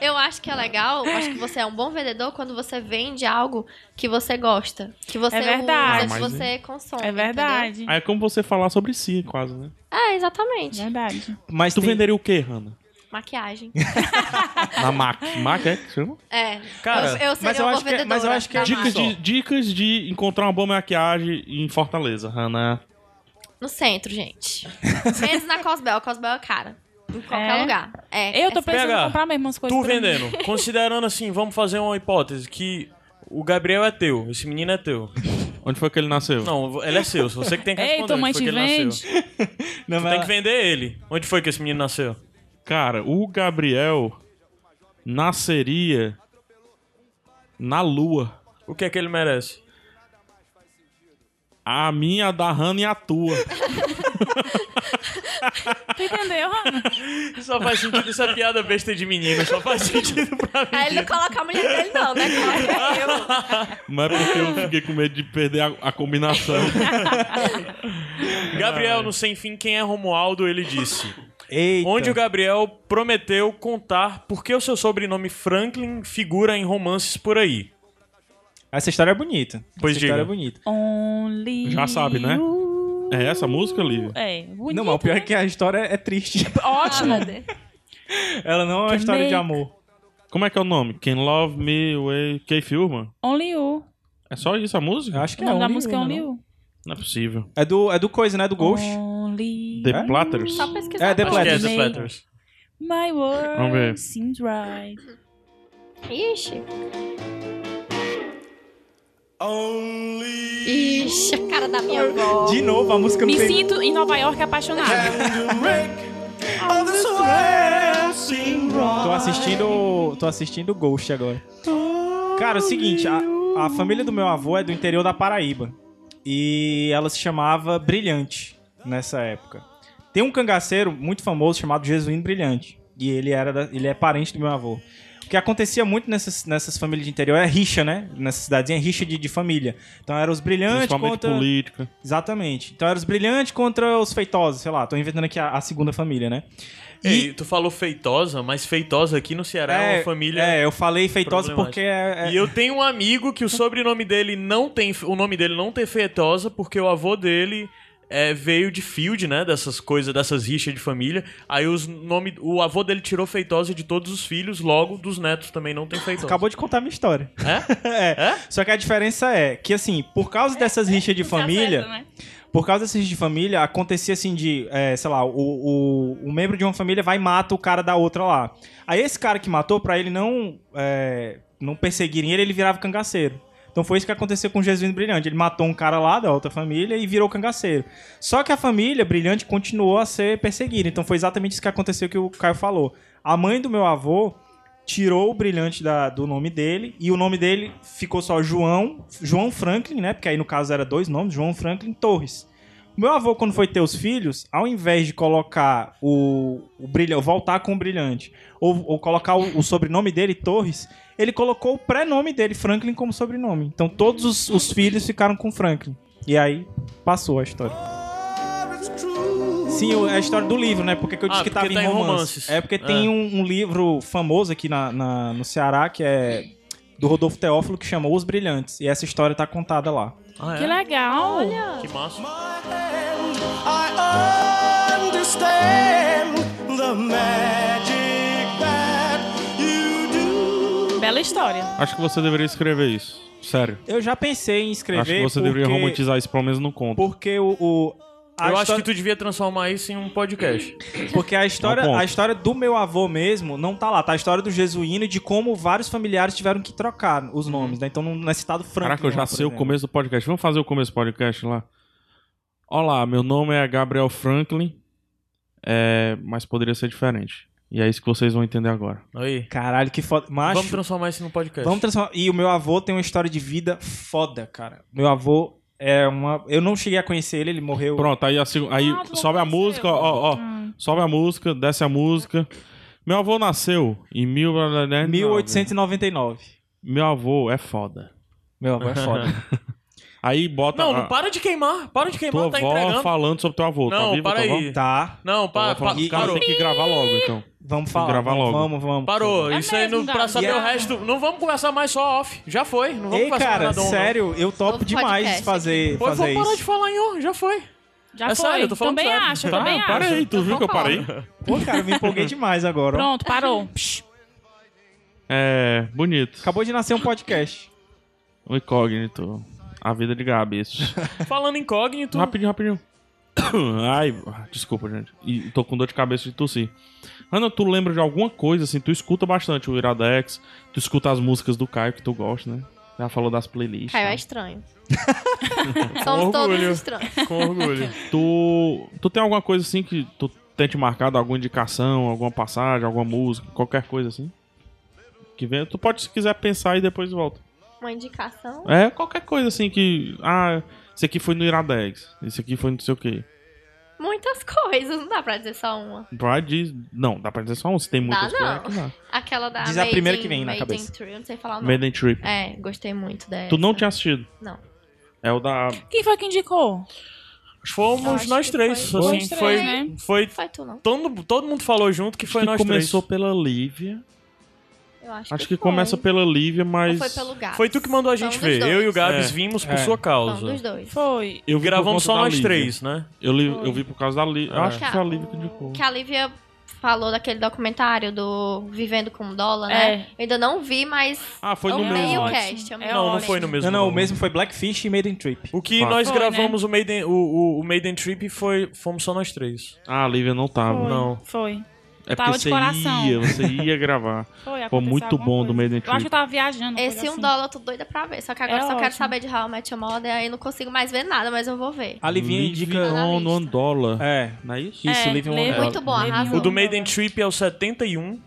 Eu acho que é legal, eu acho que você é um bom vendedor quando você vende algo que você gosta. Que você É verdade. usa, Ah, que mas- você consome. É verdade. Aí é como você falar sobre si, quase, né? entendeu? É, exatamente. Verdade. Mas Tu tem- venderia o quê, Hanna? Maquiagem. Na MAC. MAC é que chama? É. Cara, eu, eu seria mas eu uma acho que é- vendedora. mas eu acho que é da Dicas marca. de, dicas de encontrar uma boa maquiagem em Fortaleza, Hanna. No centro, gente. Menos na Cosbel. Cosbel é cara. Em qualquer É? lugar. É. Eu tô pensando PH, em comprar mesmo as coisas. Tu pra mim. vendendo. Considerando assim, vamos fazer uma hipótese que. O Gabriel é teu, esse menino é teu. Onde foi que ele nasceu? Não, ele é seu, você que tem que Ei, responder. tua mãe onde foi te que ele vende. nasceu. Não, Tu mas- tem que vender ele. Onde foi que esse menino nasceu? Cara, o Gabriel nasceria na Lua. O que é que ele merece? A minha, a da Hannah e a tua. Tu entendeu, Rana? Só faz sentido essa piada besta de menino, só faz sentido pra mim. Aí ele não coloca a mulher dele, não, né? Coloca eu. Mas é porque eu fiquei com medo de perder a, a combinação. Gabriel, no Sem Fim, quem é Romualdo, ele disse. Eita. Onde o Gabriel prometeu contar por que o seu sobrenome Franklin figura em romances por aí. Essa história é bonita. Pois Essa história diga. é bonita. Only. Já sabe, né? you. É essa a música, Lívia? É, bonito, Não, mas o pior né? é que a história é triste. Ótimo. Ela não é uma Que história de make- amor. Como é que é o nome? Can Love Me Way Keith Urban? Only You. É só isso a Eu música? acho que O nome é da Only música You, é Oh. não Only é não? You. Não é possível. É do, é do coisa, né? Do Ghost. Only The É? Platters? Só pesquisar. É, The pra Acho que é Platters. The ver. Platters. My Vamos ver. world seems right. Ixi. Ixi, a cara da minha avó. De novo, a música não Me tem... sinto em Nova York apaixonada. Tô assistindo, tô assistindo Ghost agora. Cara, é o seguinte, a, a família do meu avô é do interior da Paraíba. E ela se chamava Brilhante nessa época. Tem um cangaceiro muito famoso chamado Jesuíno Brilhante. E ele, era da- ele é parente do meu avô. O que acontecia muito nessas, nessas famílias de interior é rixa, né? Nessa cidadezinha, rixa de, de família. Então era os brilhantes Principalmente contra... política. Exatamente. Então era os brilhantes contra os feitosos, sei lá. Tô inventando aqui a, a segunda família, né? Ei, tu falou feitosa, mas feitosa aqui no Ceará é, uma família. É, eu falei feitosa porque problemática. é, é- E eu tenho um amigo que o sobrenome dele não tem. O nome dele não tem feitosa, porque o avô dele é, veio de field, né? Dessas coisas, dessas rixas de família. Aí os nome, o avô dele tirou feitosa de todos os filhos, logo dos netos também não tem feitosa. acabou de contar a minha história. É? É. É? Só que a diferença é que, assim, por causa dessas rixas de família, Tá certo, né? por causa dessas rixas de família, acontecia assim de, é, sei lá, o, o, o membro de uma família vai e mata o cara da outra lá. Aí esse cara que matou, pra ele não, é, não perseguirem ele, ele virava cangaceiro. Então foi isso que aconteceu com o Jesuíno Brilhante. Ele matou um cara lá da outra família e virou cangaceiro. Só que a família Brilhante continuou a ser perseguida. Então foi exatamente isso que aconteceu que o Caio falou. A mãe do meu avô tirou o Brilhante da- do nome dele e o nome dele ficou só João, João Franklin, né? Porque aí no caso era dois nomes, João Franklin Torres. O meu avô, quando foi ter os filhos, ao invés de colocar o, o brilhante, voltar com o brilhante, ou, ou colocar o, o sobrenome dele, Torres, ele colocou o pré-nome dele, Franklin, como sobrenome. Então todos os, os filhos ficaram com Franklin. E aí passou a história. Sim, o- é a história do livro, né? Porque que eu disse Ah, que tava porque em tá em romance. romances. É porque É. tem um, um livro famoso aqui na, na- no Ceará, que é do Rodolfo Teófilo, que chamou Os Brilhantes. E essa história tá contada lá. Ah, é? Que legal. Que massa. I understand the magic that you do. Bela história. Acho que você deveria escrever isso. Sério. Eu já pensei em escrever. acho que você porque... deveria romantizar isso, pelo menos no conto. Porque o. o- a Eu acho história, que tu devia transformar isso em um podcast. Porque a É um história, ponto. a história do meu avô mesmo não tá lá. Tá a história do Jesuíno e de como vários familiares tiveram que trocar Uhum. os nomes, né? Então não não é citado Franklin. Caraca, eu já lá, por sei o exemplo. começo do podcast. Vamos fazer o começo do podcast lá. Olá, meu nome é Gabriel Franklin. É, mas poderia ser diferente. E é isso que vocês vão entender agora. Aí. Caralho, que foda. Macho, Vamos transformar isso num podcast. Vamos transformar. E o meu avô tem uma história de vida foda, cara. Meu avô é uma. Eu não cheguei a conhecer ele, ele morreu. Pronto, aí, a seg- aí Ah, tu sobe a não música, conheceu. ó, ó. Sobe a música, desce a música. Meu avô nasceu em mil... em 1899. Meu avô é foda. Meu avô é foda. Aí bota Não, a- não para de queimar. Para de queimar, Ah. tua tá avó entregando. falando sobre teu avô. tá Não, vivo, para tua avó? aí. tá, Não, Tua para, avó falando, pa- os caras parou. têm que gravar logo, então. vamos falar. gravar vamos, logo. Vamos, vamos. Parou, É isso aí mesmo, não, Gabi. pra saber E o a- resto. Não vamos conversar mais só off. Já foi. Não vamos Ei, conversar cara, mais nada on, sério, eu topo Novo demais podcast. fazer, Não. Pô, fazer vamos parar isso. de falar em on, já foi. Já É foi. sério, eu tô falando também sério. acho, eu Tá, também para acho. aí, tu viu que eu parei? Pô, cara, eu me empolguei demais agora. ó. Pronto, parou. Psh, É, bonito. Acabou de nascer um podcast. O Um incógnito. A vida de Gabi, isso. Falando incógnito. Rapidinho, rapidinho. Ai, desculpa, gente. E tô com dor de cabeça de tossir. Ana, tu lembra de alguma coisa, assim? Tu escuta bastante o Iradex, tu escuta as músicas do Caio que tu gosta, né? Já falou das playlists. Caio é tá? estranho. Somos todos orgulho. estranhos. Com orgulho. Tu, tu tem alguma coisa, assim, que tu tem te marcado? Alguma indicação, alguma passagem, alguma música, qualquer coisa, assim? Que vem, tu pode, se quiser, pensar e depois volta. Uma indicação. É qualquer coisa assim que. Ah, esse aqui foi no Iradex. Esse aqui foi no não sei o quê. Muitas coisas, não dá pra dizer só uma. Vai diz. Não, dá pra dizer só um. Se tem muitas dá, não. coisas. é que dá. Aquela da. Diz a Made primeira in- que vem na Made cabeça. in True, eu não sei falar o nome. Maiden Trip. É, gostei muito dessa. Tu não tinha assistido? Não. É o da. Quem foi que indicou? Eu Fomos acho nós que três. foi- assim, Nós três, foi, né? foi Foi tu, não? todo, todo mundo falou junto que foi que nós começou três. pela Lívia. Eu acho, Acho que que começa foi. pela Lívia, Ou mas. foi pelo gato. Foi tu que mandou a gente Foi um dos ver. Eu e o dois. Gabs É. vimos por É. sua Foi um causa. dos dois. Foi. Eu vi por Gravamos conta só da nós Lívia. três, né? Eu, li, Foi. eu vi por causa da Lívia. Eu É. acho que foi a Lívia que indicou. Que a Lívia falou daquele documentário do Vivendo com o Dólar, né? É. Eu ainda não vi, mas Ah, foi no É amei mesmo. o ótimo. cast. amei É o não, não ótimo. foi no mesmo. Não, não, o nome. mesmo foi Blackfish e Maiden Trip. O que Fato. nós Foi, né? gravamos o, Maiden, o, o, o Maiden Trip foi. Fomos só nós três. Ah, a Lívia não tava. Foi. Não. Foi. É Tava porque de você coração. ia, você ia gravar. Foi. Pô, aconteceu muito alguma bom coisa. do Maiden Eu acho que eu Trip. tava viajando. uma Esse coisa um assim. dólar eu tô doida pra ver. Só que agora É eu só quero ótimo. saber de How I Met Your Mother, aí eu não consigo mais ver nada, mas eu vou ver. A Livinha Live indica. na on lista. One Dollar. É. Não é Isso, isso? É, Live on leve- Dollar. Muito bom, arrasou. O do Maiden Trip é o 71.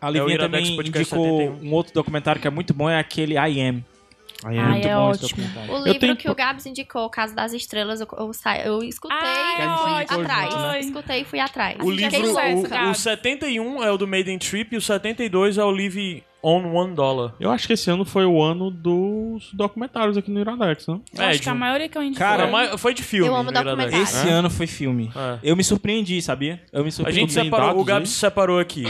A É o Livinha Iradex também Podcast indicou 71. um outro documentário que é muito bom, é aquele I Am. Aí Ah, muito é bom esse ótimo. documentário. O livro tenho- que o Gabs indicou, O Caso das Estrelas, eu, eu, sa- eu escutei Ah, é e ótimo. fui atrás. Foi. Escutei e fui atrás. O gente livro. tem sucesso, O, cara. o 71 é o do Maiden Trip e o 72 é o Live on One Dollar. Eu acho que esse ano foi o ano dos documentários aqui no Iradex, né? não? Eu acho que Médium. a maioria que eu indiquei. Cara, Foi mais- foi de filme. Eu amo na verdade. documentário. Esse ano foi filme. É. Eu me surpreendi, sabia? Eu me A surpreendi. gente Tem separou, dados o Gabs aí? separou aqui.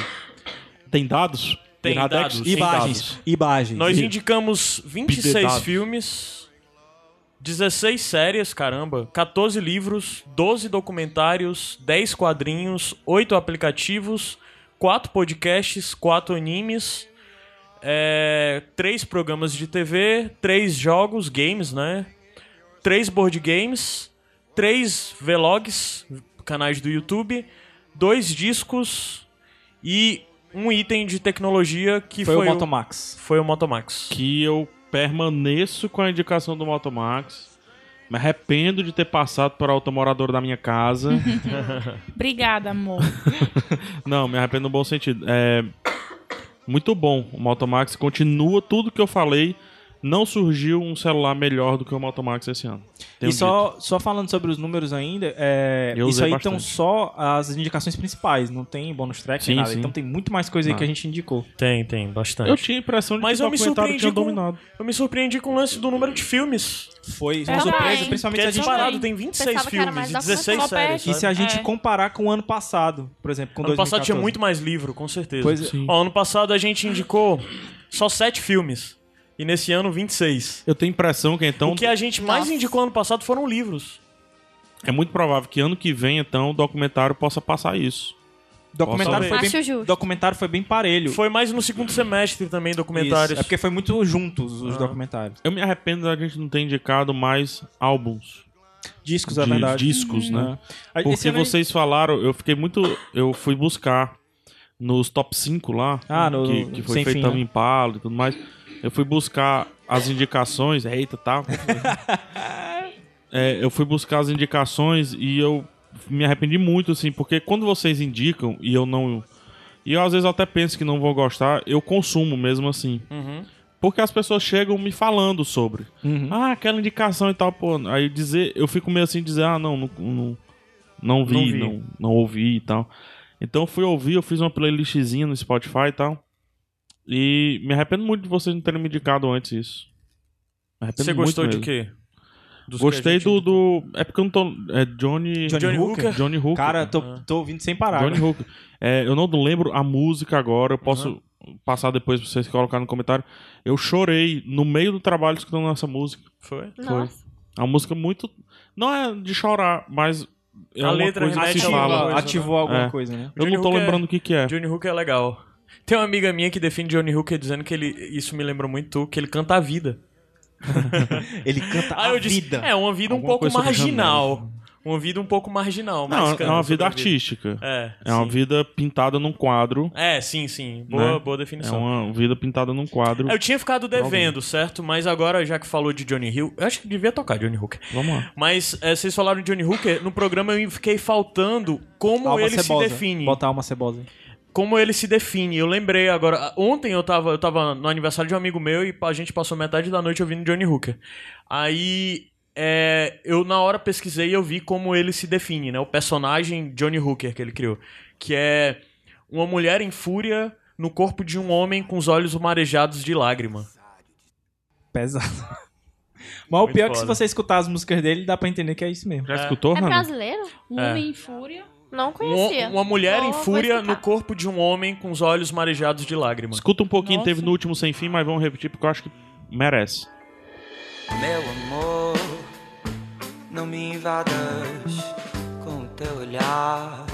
Tem dados? Tem Iradex? dados, tem Imagens. Imagens. Nós Sim. indicamos 26 Pidedado. filmes, 16 séries, caramba, 14 livros, 12 documentários, 10 quadrinhos, 8 aplicativos, 4 podcasts, 4 animes, é, 3 programas de TV, 3 jogos, games, né? 3 board games, 3 vlogs, canais do YouTube, 2 discos e um item de tecnologia que Foi, foi, o Motomax. foi o Motomax. Que eu permaneço com a indicação do Motomax. Me arrependo de ter passado para outro morador da minha casa. Obrigada, amor. Não, me arrependo no bom sentido. É muito bom o Motomax. Continua tudo que eu falei. Não surgiu um celular melhor do que o Motomax esse ano. Tenho e só, só falando sobre os números ainda, é, um Eu isso usei aí bastante. estão só as indicações principais, não tem bônus track Sim, nem nada. sim. Então tem muito mais coisa aí Ah. que a gente indicou. Tem, tem, dito. bastante. Eu tinha a impressão de Mas que o eu me documentário surpreendi tinha Hum. com- dominado. Eu me surpreendi com o lance do número de filmes. Foi uma Também. surpresa, Que principalmente é a gente. disparado, tem 26 Pensava que era filmes e mais 16 documentário. séries. E se a sabe? gente É. comparar com o ano passado, por exemplo, com Ano passado tinha 2014? muito mais livro, com certeza. Pois é. Sim. Ó, ano passado a gente indicou só 7 filmes. E nesse ano, 26. Eu tenho a impressão que então o que é- a gente mais Nossa. indicou ano passado foram livros. é muito provável que ano que vem então o documentário possa passar isso. Documentário Posso foi, ver? Acho bem, justo. documentário foi bem parelho. Foi mais no segundo semestre também, Isso, documentários. É porque foi muito juntos os Ah. documentários. Eu me arrependo da gente não ter indicado mais álbuns, Discos, é de- verdade. Uhum. discos, né? Aí, esse Porque ano a gente- vocês falaram, eu fiquei muito. Eu fui buscar nos top 5 lá. Ah, no- que, que foi sem feito fim, Tamo né? em Impala e tudo mais. Eu fui buscar as indicações. Eita, tá. É, eu fui buscar as indicações e eu me arrependi muito, assim, porque quando vocês indicam e eu não. E eu às vezes até penso que não vou gostar, eu consumo mesmo assim. Uhum. Porque as pessoas chegam me falando sobre. Uhum. Ah, aquela indicação e tal, pô. Aí dizer, eu fico meio assim, dizer, ah, não, não, não, não vi, não, Não vi. Não, ouvi e tal. Então eu fui ouvir, eu fiz uma playlistzinha no Spotify e tal. E me arrependo muito de vocês não terem me indicado antes isso. Me arrependo Você gostou muito de mesmo. quê? Dos que a Gostei gente do, indicou. do. É porque eu não tô. É Johnny. Johnny Johnny Hooker? Hooker? Johnny Hooker. Cara, tô, Ah. tô ouvindo sem parar. né? Johnny Hooker. É, eu não lembro a música agora, eu posso passar depois pra vocês colocarem no comentário. Eu chorei no meio do trabalho escutando essa música. Foi? Nossa. É uma música muito. Não é de chorar, mas. É A uma letra coisa que remete se a uma fala. Ativou, coisa, ativou alguma É. coisa, né? Eu Johnny não tô Hooker- lembrando o que, que é. Johnny Hooker é legal. Tem uma amiga minha que defende Johnny Hooker dizendo que ele. Isso me lembra muito tu, que ele canta a vida. Ele canta Tá, Aí a eu disse, vida. é uma vida um Alguma pouco coisa sobre marginal. Uma vida um pouco marginal. mas, Não, é cara, uma né, sobre vida a artística. É, É uma sim. vida pintada num quadro. É, sim, sim. Boa, Né? boa É definição. É, uma vida pintada num quadro. Eu tinha ficado devendo, certo? Mas agora, já que falou de Johnny Hill, eu acho que devia tocar Johnny Hooker. Vamos lá. Mas é, vocês falaram de Johnny Hooker, no programa eu fiquei faltando como Alma um ele cebosa. se define. Botar alma cebosa. como ele se define. Eu lembrei agora, ontem eu tava, eu tava no aniversário de um amigo meu e a gente passou metade da noite ouvindo Johnny Hooker. Aí é, eu na hora pesquisei e eu vi como ele se define, né? O personagem Johnny Hooker que ele criou, que é uma mulher em fúria no corpo de um homem com os olhos marejados de lágrima. Pesado. Mas o Muito pior é que se foda. você escutar as músicas dele, dá pra entender que é isso mesmo. Já escutou, É Hannah? brasileiro? Um homem em fúria. Não Um- conhecia. uma mulher em Vou- vou fúria escutar. no corpo de um homem com os olhos marejados de lágrima. Escuta um pouquinho, Nossa. teve no último sem fim, mas vamos repetir porque eu acho que merece. Meu amor, não me invadas com o teu olhar.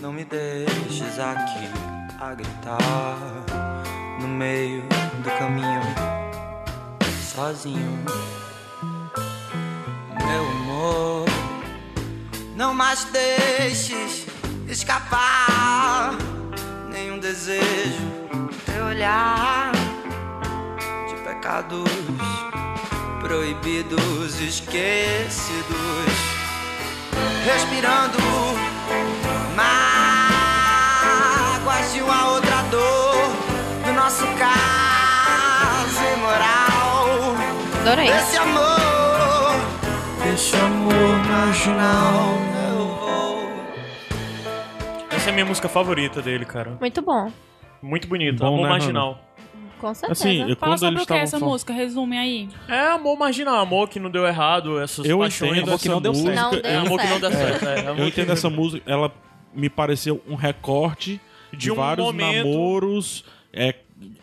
Não me deixes aqui a gritar no meio do caminho, sozinho. Meu amor, não mais deixes escapar nenhum desejo, teu olhar de pecados proibidos, esquecidos, respirando mágoas de uma outra dor do nosso caso imoral. Adorei. Esse amor, esse amor marginal, eu vou. Essa é a minha música favorita dele, cara. Muito bom. Muito bonita, Bom, Amor né, Marginal. Com certeza. Assim, eu- Fala Quando eles sobre o que é estavam essa falando- música, resume aí. É amor marginal, amor que não deu errado, essas Eu paixões. assim. entendo Amor que essa não deu certo. música. Não deu É amor que não dá certo. é, amor Eu que- entendo essa música, ela me pareceu um recorte de, De um vários momento. namoros, é,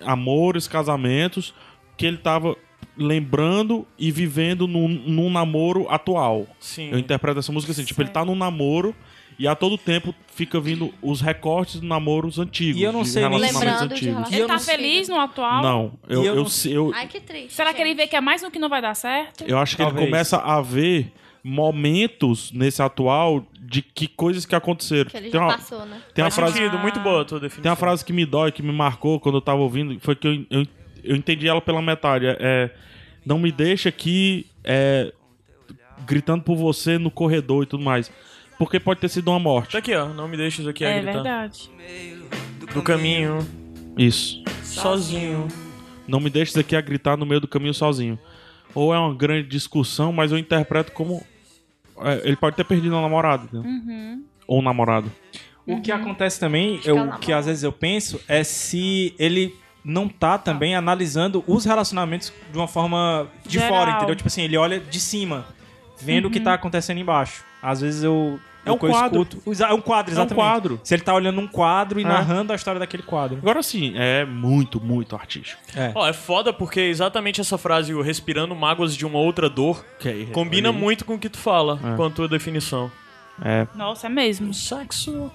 amores, casamentos, que ele tava lembrando e vivendo num, num namoro atual. Sim. Eu interpreto essa música assim, tipo, ele tá num namoro e a todo tempo fica vindo os recortes de namoros antigos. E eu não de sei nem- relacionamentos Lembrando de antigos. relacionamentos. E Ele eu tá não sei- né? feliz no atual? Não, eu, E eu, eu não- eu- Ai, que triste. Será que ele vê que é mais no que não vai dar certo? Eu acho que ele Talvez. começa a ver momentos nesse atual de que coisas que aconteceram. Que ele tem já uma, passou, né? tem uma Faz frase, sentido, muito boa a tua definição. tem uma frase que me dói, que me marcou quando eu tava ouvindo, foi que eu, eu, eu entendi ela pela metade. É, é, não me deixa aqui é, gritando por você no corredor e tudo mais. Porque pode ter sido uma Tá morte. aqui, ó. Não me deixes aqui a é gritar. verdade. Do caminho, Isso. sozinho. Não me deixes aqui a gritar no meio do caminho sozinho. Ou é uma grande discussão, mas eu interpreto como. é, ele pode ter perdido um namorado, entendeu? Ou um namorado. O que acontece também, que eu, ela que às vezes eu penso, é se ele não tá também analisando os relacionamentos de uma forma de Geral. fora, entendeu? Tipo assim, ele olha de cima, vendo o que tá acontecendo embaixo. Às vezes eu. É o um que eu quadro. escuto- Exa- É um quadro, É um exatamente. quadro. Se ele tá olhando um quadro e É. narrando a história daquele quadro. Agora sim, é muito, muito artístico. É. Ó, é foda porque exatamente essa frase, o respirando mágoas de uma outra dor, Ok, combina É, olha aí. muito com o que tu fala, É. com a tua definição. É, Nossa, é mesmo. Sexo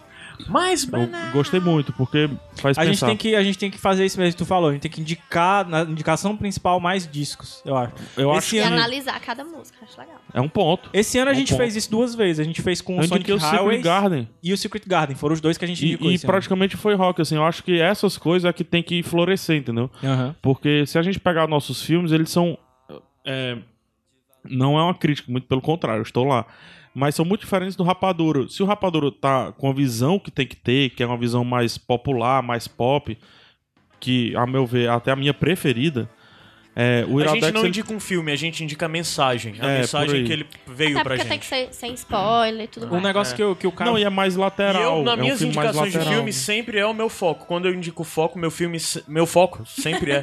mais eu gostei muito, porque faz A gente, pensar. tem que, a gente tem que fazer isso mesmo que tu falou. A gente tem que indicar, na indicação principal, mais discos, eu acho. Eu Esse acho que E ano- analisar cada música. Acho legal. é um ponto. Esse ano a Bom gente ponto. fez isso duas vezes. A gente fez É com um Eu o indiquei Sonic o Secret Highways Garden. e o Secret Garden. Foram os dois que a tipo gente E, indicou e esse ano. praticamente foi rock, assim. Eu acho que essas coisas é que tem que florescer, entendeu? Aham. Porque se a gente pegar nossos filmes, eles são. é, não é uma crítica, muito pelo contrário, eu estou lá. Mas são muito diferentes do Rapadura. Se o Rapadura tá com a visão que tem que ter, que é uma visão mais popular, mais pop, que, a meu ver, é até a minha preferida, é, o A gente Iradex. não ele- indica um filme, a gente indica a mensagem. A É, por aí. mensagem que ele veio Até pra porque gente. tem que ser sem spoiler e tudo Um mais. negócio que, eu, que o cara. Não, e é mais lateral. E eu, é nas um minhas filme mais indicações de lateral. filme, sempre é o meu foco. Quando eu indico foco, meu filme. se- Meu foco sempre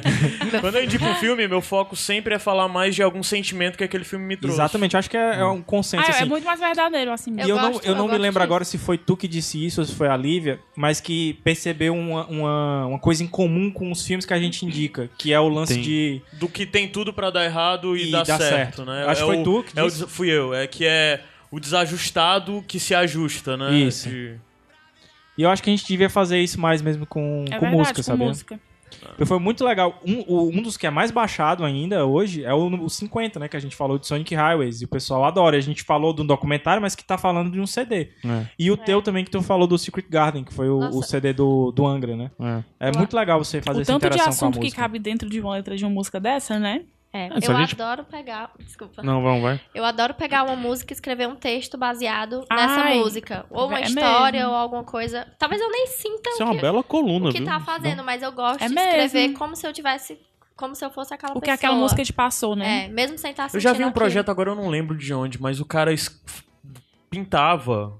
é. Quando eu indico um filme, meu foco sempre é falar mais de algum sentimento que aquele filme me trouxe. Hum. Exatamente, eu acho que é, é um Ah, consenso é assim. muito mais verdadeiro assim E mesmo. eu, Eu não, gosto, eu eu não me gosto lembro disso. agora se foi tu que disse isso ou se foi a Lívia, mas que percebeu uma, uma, uma coisa em comum com os filmes que a gente indica, que é o lance Tem. de. Do que tem tudo pra dar errado e, E dar dá certo, certo. né? Acho é que foi o, tu que é o disse. des- Fui eu. É que é o desajustado que se ajusta, né? Isso. De- E eu acho que a gente devia fazer isso mais mesmo com, É com verdade, música, com sabe? música. Porque Foi muito legal. Um, o- um dos que é mais baixado ainda hoje é o, o 50, né? Que a gente falou de Sonic Highways. E o pessoal adora. A gente falou de um documentário, mas que tá falando de um CD. É. E o teu também, que tu falou do Secret Garden, que foi o, o Nossa. CD do, do Angra, né? É. É muito legal você fazer O essa tanto de interação com a assunto que música. cabe dentro de uma letra de uma música dessa, né? É, Ah, se eu a gente- adoro pegar. Desculpa. Não, vamos, vai. Eu adoro pegar uma música e escrever um texto baseado nessa Ai, música. Ou uma é história, mesmo. ou alguma coisa. Talvez eu nem sinta Isso é o uma Então, que, bela coluna, o que viu? tá fazendo, mas eu gosto É de escrever mesmo. como se eu tivesse. Como se eu fosse aquela O pessoa. que é aquela música te passou, né? É, mesmo sem estar Eu já vi sentindo um aquilo. projeto, agora eu não lembro de onde, mas o cara es- pintava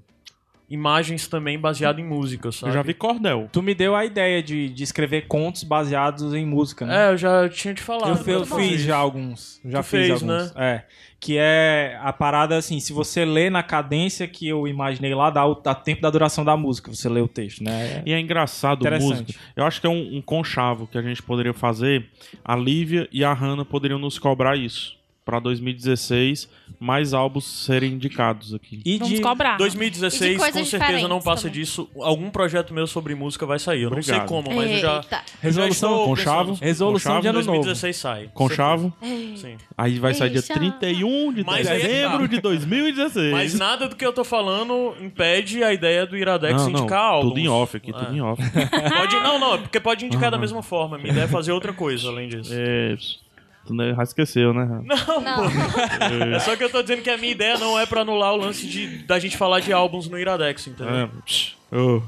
imagens também baseado em música, sabe? Eu já vi cordel. Tu me deu a ideia de, de escrever contos baseados em música, né? É, eu já tinha te falado. Eu, fe- eu Muito bom. fiz já alguns. Eu Já Tu fiz fez, né? alguns. É. Que é a parada assim, se você lê na cadência que eu imaginei lá, dá o dá tempo da duração da música, você lê o texto, né? E é engraçado Interessante. música. Eu acho que é um, um conchavo que a gente poderia fazer. A Lívia e a Hanna poderiam nos cobrar isso. Pra 2016, mais álbuns serem indicados aqui. E Vamos de, cobrar. 2016, E de com coisas certeza não diferentes passa também. disso. Algum projeto meu sobre música vai sair. Eu não Obrigado. sei como, mas eu já. Eita. Resolução, já estou conchavo. pensando. Resolução Conchavo de ano novo. 2016 sai. Conchavo. certeza. Sim. Aí vai sair dia Deixa. 31 de Mas aí é que dezembro tá. de 2016. Mas nada do que eu tô falando impede a ideia do Iradex não, indicar não, álbuns. tudo em off aqui, tudo É. em off. Ah, Pode, não, não, é porque pode indicar da mesma forma. Minha ideia é fazer outra coisa além disso. É, tu não- já esqueceu, né? Hanna? Não, Não. É só que eu tô dizendo que a minha ideia não é pra anular o lance de, da gente falar de álbuns no Iradex, entendeu? É, psh, ô,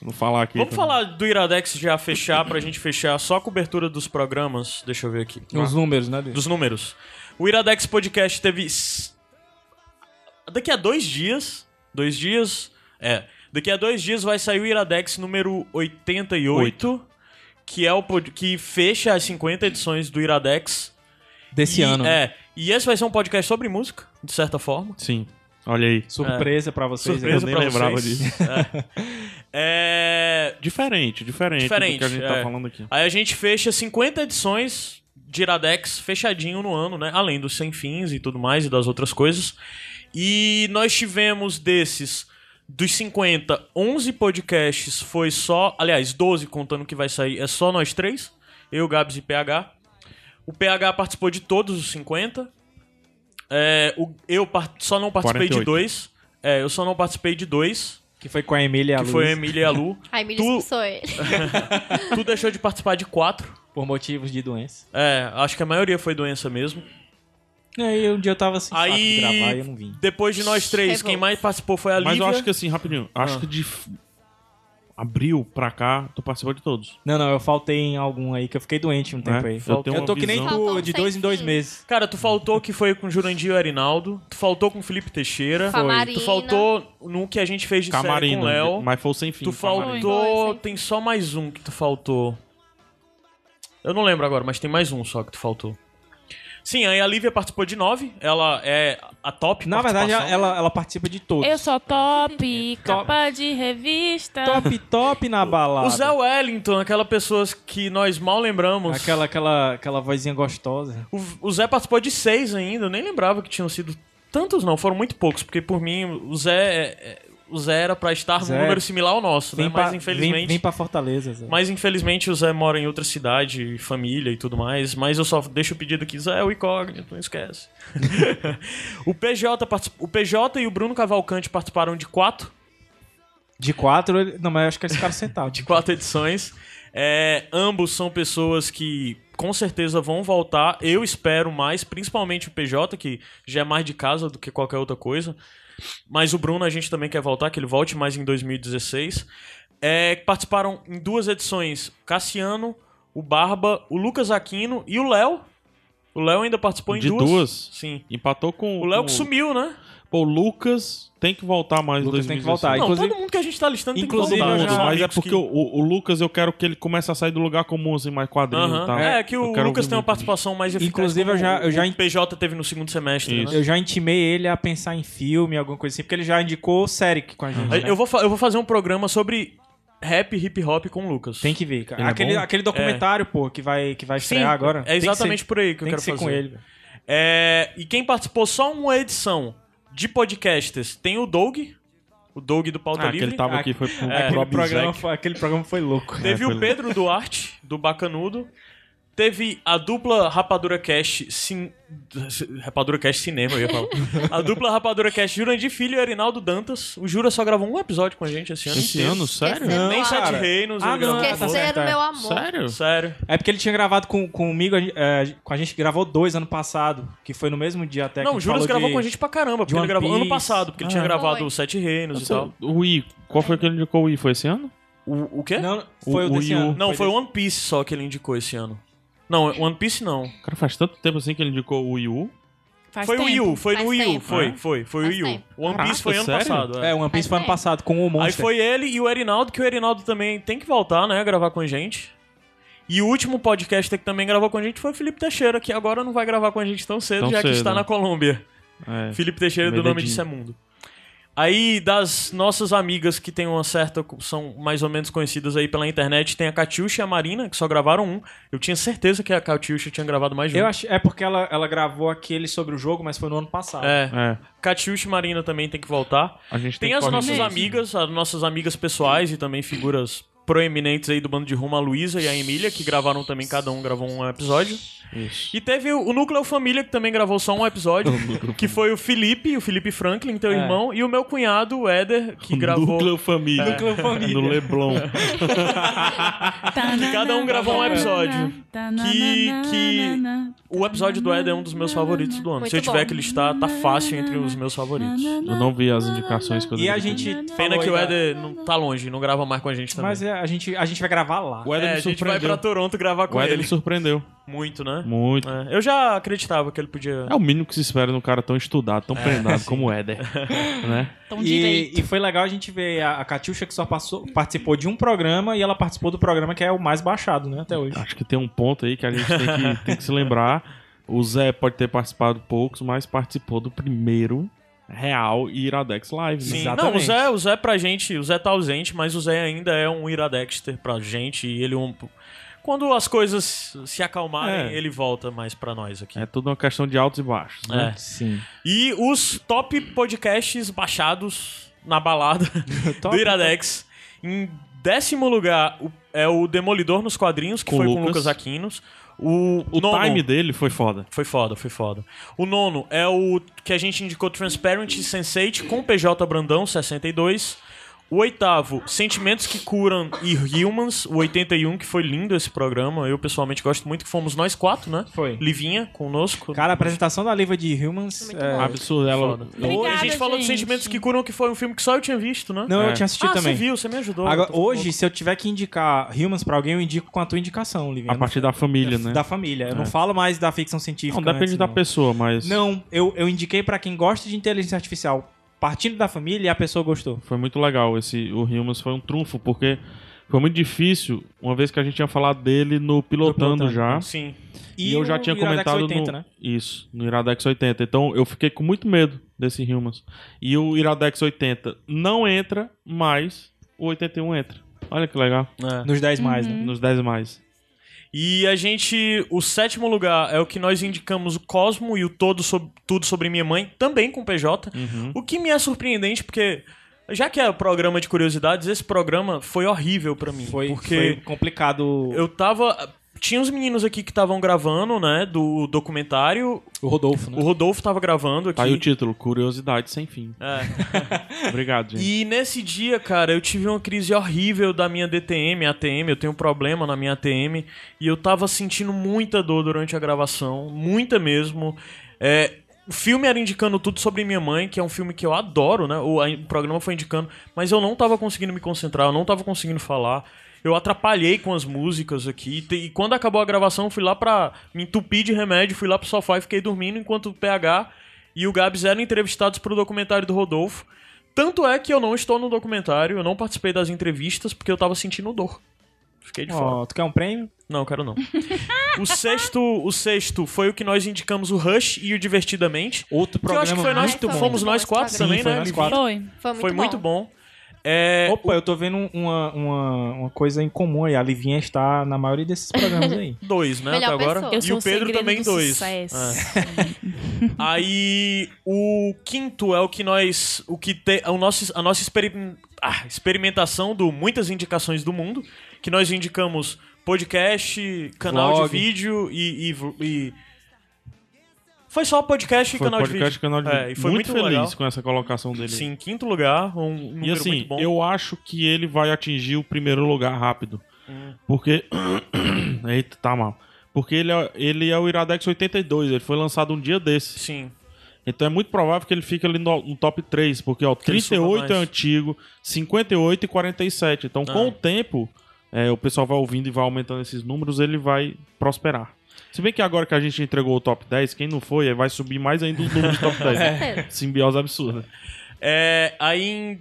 vou falar aqui. Vamos tá? falar do Iradex já fechar, pra gente fechar só a cobertura dos programas. Deixa eu ver aqui. os números, né? Deus? Dos números. O Iradex Podcast teve. s- Daqui a dois dias. Dois dias? É. Daqui a dois dias vai sair o Iradex número 88, que é o pod- que fecha as 50 edições do Iradex. Desse E- ano. né? É. E esse vai ser um podcast sobre música, de certa forma. Sim, olha aí. Surpresa pra vocês. é. é, eu Surpresa nem pra lembrava vocês. disso. É. Diferente, diferente, do Diferente, que a gente tá é. falando aqui. Aí a gente fecha 50 edições de Iradex fechadinho no ano, né? Além dos sem fins e tudo mais e das outras coisas. E nós tivemos desses, dos 50, 11 podcasts foi só. Aliás, 12 contando que vai sair, é só nós três. Eu, Gabs e PH. O PH participou de todos os 50. É, o- eu par- só não participei 48. de dois. É, eu só não participei de dois, Que foi com a Emília e a que foi a Luísa, Emília e a Lu. Ai, me Tu- expulsou ele. tu deixou de participar de quatro. por motivos de doença. É, acho que a maioria foi doença mesmo. E aí um dia eu tava sem saco de Aí- gravar e eu não vim. Depois de nós três, Revolta. quem mais participou foi a Lívia. Mas eu acho que assim, rapidinho, acho Ah. que de f- abril pra cá, tu participou de todos. Não, não, eu faltei em algum aí que eu fiquei doente um Né? tempo É, aí. eu Faltou- tenho Eu, uma tô que nem visão. Faltou tu, um de dois em dois sem fim. meses. Cara, tu faltou que foi com Jurandir e Arinaldo. Tu faltou com Felipe Teixeira. Com a Marina. Tu faltou no que a gente fez de série com o Camarina, Léo. né? mas foi o sem fim. Tu Camarina. faltou... Foi, sim. tem só mais um que tu faltou. Eu não lembro agora, mas tem mais um só que tu faltou. Sim, aí a Lívia participou de nove. Ela é a top Na verdade, participação. é ela, ela participa de todos. Eu sou top, capa de revista. Top, top na balada. O Zé Wellington, aquela pessoa que nós mal lembramos. Aquela, aquela, aquela vozinha gostosa. O, o Zé participou de seis ainda, eu nem lembrava que tinham sido tantos, não, foram muito poucos, porque por mim o Zé, é- é- o Zé era pra estar num Zé, número similar ao nosso, né? Vem Mas pra, vem, infelizmente. vem pra Fortaleza, Zé. Mas infelizmente o Zé mora em outra cidade, família e tudo mais. Mas eu só deixo o pedido aqui, Zé, é o incógnito, não esquece. o, PJ particip- o PJ e o Bruno Cavalcante participaram de quatro, De quatro, ele- não, mas eu acho que eles ficaram sentados. de quatro edições. É, ambos são pessoas que com certeza vão voltar. Eu espero mais, principalmente o PJ, que já é mais de casa do que qualquer outra coisa. Mas o Bruno a gente também quer voltar, que ele volte mais em 2016. É, participaram em duas edições: Cassiano, o Barba, o Lucas Aquino e o Léo. O Léo ainda participou em De duas. duas? Sim. Empatou com O Léo com- que sumiu, né? Pô, o Lucas tem que voltar mais em Lucas tem que 2016. voltar. Ah, Não, inclusive- todo mundo que a gente tá listando inclusive tem que eu voltar. já- Os mas é amigos porque que- o, o Lucas eu quero que ele comece a sair do lugar comum, assim, mais quadrinho Aham. e tal. É, que Eu o quero Lucas ouvir tem uma muito participação mais eficaz. Inclusive, como eu já- eu já o en- PJ teve no segundo semestre, Isso. né? Eu já intimei ele a pensar em filme, alguma coisa assim, porque ele já indicou série que- com a gente. né? Eu vou, fa- eu vou fazer um programa sobre rap e hip hop com o Lucas. Tem que ver, cara. Ele é aquele, bom? aquele documentário, pô, que vai, que vai estrear agora. É Tem que exatamente ser- por aí que eu tem quero que ser fazer. com ele. velho. É, e quem participou só uma edição de podcasters tem o Doug, o Doug do Pauta Ah, que Livre. ele tava aqui, foi pro, Aquele É, pro programa, programa. É, foi, aquele programa foi louco. Teve É, o foi- Pedro Duarte, do Bacanudo. Teve a dupla Rapadura Cash Cin... Rapadura Cash Cinema, eu ia falar. a dupla Rapadura Cash Jurandir Filho e Arinaldo Dantas. O Jura só gravou um episódio com a gente esse ano. Esse ano, sério? Esse ano. Nem Não, Sete cara. Reinos. Ah, ele não, gravou. tá Esquecer certo, do é. meu amor. Sério? Sério. É porque ele tinha gravado com, comigo, a gente- é, com a gente gravou dois ano passado, que foi no mesmo dia até É que Não, o Juras falou gravou de- com a gente pra caramba, porque de ele One gravou ano Piece. passado, porque ele tinha Ah. gravado Foi. os Sete Reinos e tal. O Wii, qual foi que ele indicou o Wii? Foi esse ano? O, o quê? Não, Não, foi o, O- desse o- ano. foi um One Piece só que ele indicou esse ano. Não, One Piece não. Cara, faz tanto tempo assim que ele indicou o Wii U. Faz foi tempo. o Wii U, foi Faz no Wii U, tempo. foi, Ah. foi, foi o Faz Wii U. tempo. One Piece Caraca, foi ano sério? passado. É, o One Piece foi ano tempo. passado com o Aí Monster. foi ele e o Erinaldo, que o Erinaldo também tem que voltar, né, a gravar com a gente. E o último podcaster que também gravou com a gente foi o Felipe Teixeira, que agora não vai gravar com a gente tão cedo, Tão já que cedo. está na Colômbia. É. Felipe Teixeira, do Meu Nome de dedinho. Semundo. Aí, das nossas amigas que tem uma certa. são mais ou menos conhecidas aí pela internet, tem a Catiuxa e a Marina, que só gravaram um. Eu tinha certeza que a Catiuxa tinha gravado mais de um. Eu acho, é porque ela, ela gravou aquele sobre o jogo, mas foi no ano passado. É. É. Catiuxa e Marina também tem que voltar. A gente tem, Tem que as correr nossas mesmo. amigas, as nossas amigas pessoais e também figuras proeminentes aí do bando de rumo, a Luísa e a Emília, que gravaram também, cada um gravou um episódio. Isso. E teve o Núcleo Família, que também gravou só um episódio, que foi o Felipe, o Felipe Franklin, teu É. irmão, e o meu cunhado, o Éder, que gravou. Núcleo Família. É, Núcleo Família. No Leblon. Tá, Tananana, Cada um gravou um episódio. tananana, Que- tananana. O episódio do Éder é um dos meus favoritos do ano. Muito Se eu tiver bom. que listar, tá fácil entre os meus favoritos. Eu não vi as indicações que eu E a dei. gente. Pena falou que aí o da- Éder não tá longe, não grava mais com a gente também. Mas é, a, gente, a gente vai gravar lá. O Eder me é, a gente vai surpreendeu. pra Toronto gravar com O Eder ele. me surpreendeu. Muito, né? Muito. É, eu já acreditava que ele podia. É o mínimo que se espera num cara tão estudado, tão prendado como o Éder. né? Então, E, direito. e foi legal a gente ver a, a Catiuxa que só passou- participou de um programa e ela participou do programa que é o mais baixado, né, até hoje. Acho que tem um ponto aí que a gente tem que, tem que se lembrar. O Zé pode ter participado poucos, mas participou do primeiro real Iradex Live. né? Sim, Exatamente. não, o Zé, o Zé pra gente, o Zé tá ausente, mas o Zé ainda é um iradexter pra gente e ele um. Quando as coisas se acalmarem, É. ele volta mais pra nós aqui. É tudo uma questão de altos e baixos. Né? É. Sim. E os top podcasts baixados na balada do Iradex. Em décimo lugar o- é o Demolidor nos quadrinhos, que Com foi com o Lucas. Lucas Aquinos. O, O nono, time dele foi foda. Foi foda, foi foda. O nono é o que a gente indicou Transparent Sensate com PJ Brandão, 62. O oitavo, Sentimentos que Curam e Humans, o 81, que foi lindo esse programa. Eu pessoalmente gosto muito, que fomos nós quatro, né? Foi. Livinha conosco. Cara, a apresentação da Liva de Humans. Muito é, bom. Absurdo. Ela, Obrigada, a gente falou de gente. Sentimentos que Curam, que foi um filme que só eu tinha visto, né? Não, É. eu tinha assistido ah, também. você viu, você me ajudou. Agora, Eu tô hoje, louco. se eu tiver que indicar Humans pra alguém, eu indico com a tua indicação, Livinha. a partir da família, né? da família. Eu não É. falo mais da ficção científica. Não, depende antes, da não. pessoa, mas Não, eu, eu indiquei pra quem gosta de inteligência artificial, partindo da família, e a pessoa gostou. foi muito legal. Esse, o Humans foi um trunfo, porque foi muito difícil, uma vez que a gente tinha falado dele no Pilotando Pilotando, já. Sim. E, eu já o tinha Iradex comentado 80, no, né? isso, no Iradex 80. Então eu fiquei com muito medo desse Humans. E o Iradex 80 não entra, mas o 81 entra. Olha que legal. É. Nos 10 mais, né? Nos 10 mais. E a gente, o sétimo lugar é o que nós indicamos o Cosmo e o Todo Sob- Tudo Sobre Minha Mãe, também com PJ. O que me é surpreendente, porque já que é o programa de curiosidades, esse programa foi horrível pra mim. Foi, porque foi complicado. eu tava... Tinha uns meninos aqui que estavam gravando, né, do documentário. O Rodolfo, né? O Rodolfo tava gravando aqui. Tá aí o título, Curiosidade Sem Fim. É. Obrigado, gente. E nesse dia, cara, eu tive uma crise horrível da minha DTM, ATM. Eu tenho um problema na minha ATM. E eu tava sentindo muita dor durante a gravação. Muita mesmo. É, o filme era indicando tudo sobre minha mãe, que é um filme que eu adoro, né? O, a- o programa foi indicando. Mas eu não tava conseguindo me concentrar, eu não tava conseguindo falar. Eu atrapalhei com as músicas aqui. te- E quando acabou a gravação, eu fui lá pra me entupir de remédio, fui lá pro sofá e fiquei dormindo enquanto o PH e o Gabs eram entrevistados pro documentário do Rodolfo. Tanto é que eu não estou no documentário, eu não participei das entrevistas porque eu tava sentindo dor. Fiquei de fora. Ó, tu quer um prêmio? Não, quero não. o sexto, o sexto foi o que nós indicamos o Rush e o Divertidamente. Outro Que eu programa. acho que foi nós, muito bom. fomos Muito bom nós esse quatro programa. também, Sim, foi né? nós Livinho? quatro. Foi. Foi muito Foi bom. muito bom. É, Opa, eu tô vendo uma, uma, uma coisa em comum aí. A Livinha está na maioria desses programas aí. dois, né? até Melhor agora. pessoa. Eu Eu e sou um o Pedro segredo também do dois. sucesso. É. Aí o quinto é o que nós, o que te, é o nosso, a nossa experi- ah, experimentação do muitas indicações do mundo, que nós indicamos podcast, canal Vlog. de vídeo e, e v- e- Foi só podcast Foi e canal podcast de vídeo. canal de É, e foi muito, feliz legal. com essa colocação dele. aí. Sim, em quinto lugar, um número E assim, muito bom. eu acho que ele vai atingir o primeiro lugar rápido. Hum. Porque. Eita, tá mal. Porque ele é, ele é o Iradex 82, ele foi lançado um dia desses. Sim. Então é muito provável que ele fique ali no, no top 3, porque ó, ele suba 38 é mais. Ah. antigo, 58 e 47. Então com o tempo, é, o pessoal vai ouvindo e vai aumentando esses números, ele vai prosperar. Se bem que agora que a gente entregou o top 10, quem não foi, aí vai subir mais ainda os números do top 10. certeza. Simbiose absurda. É, aí, em-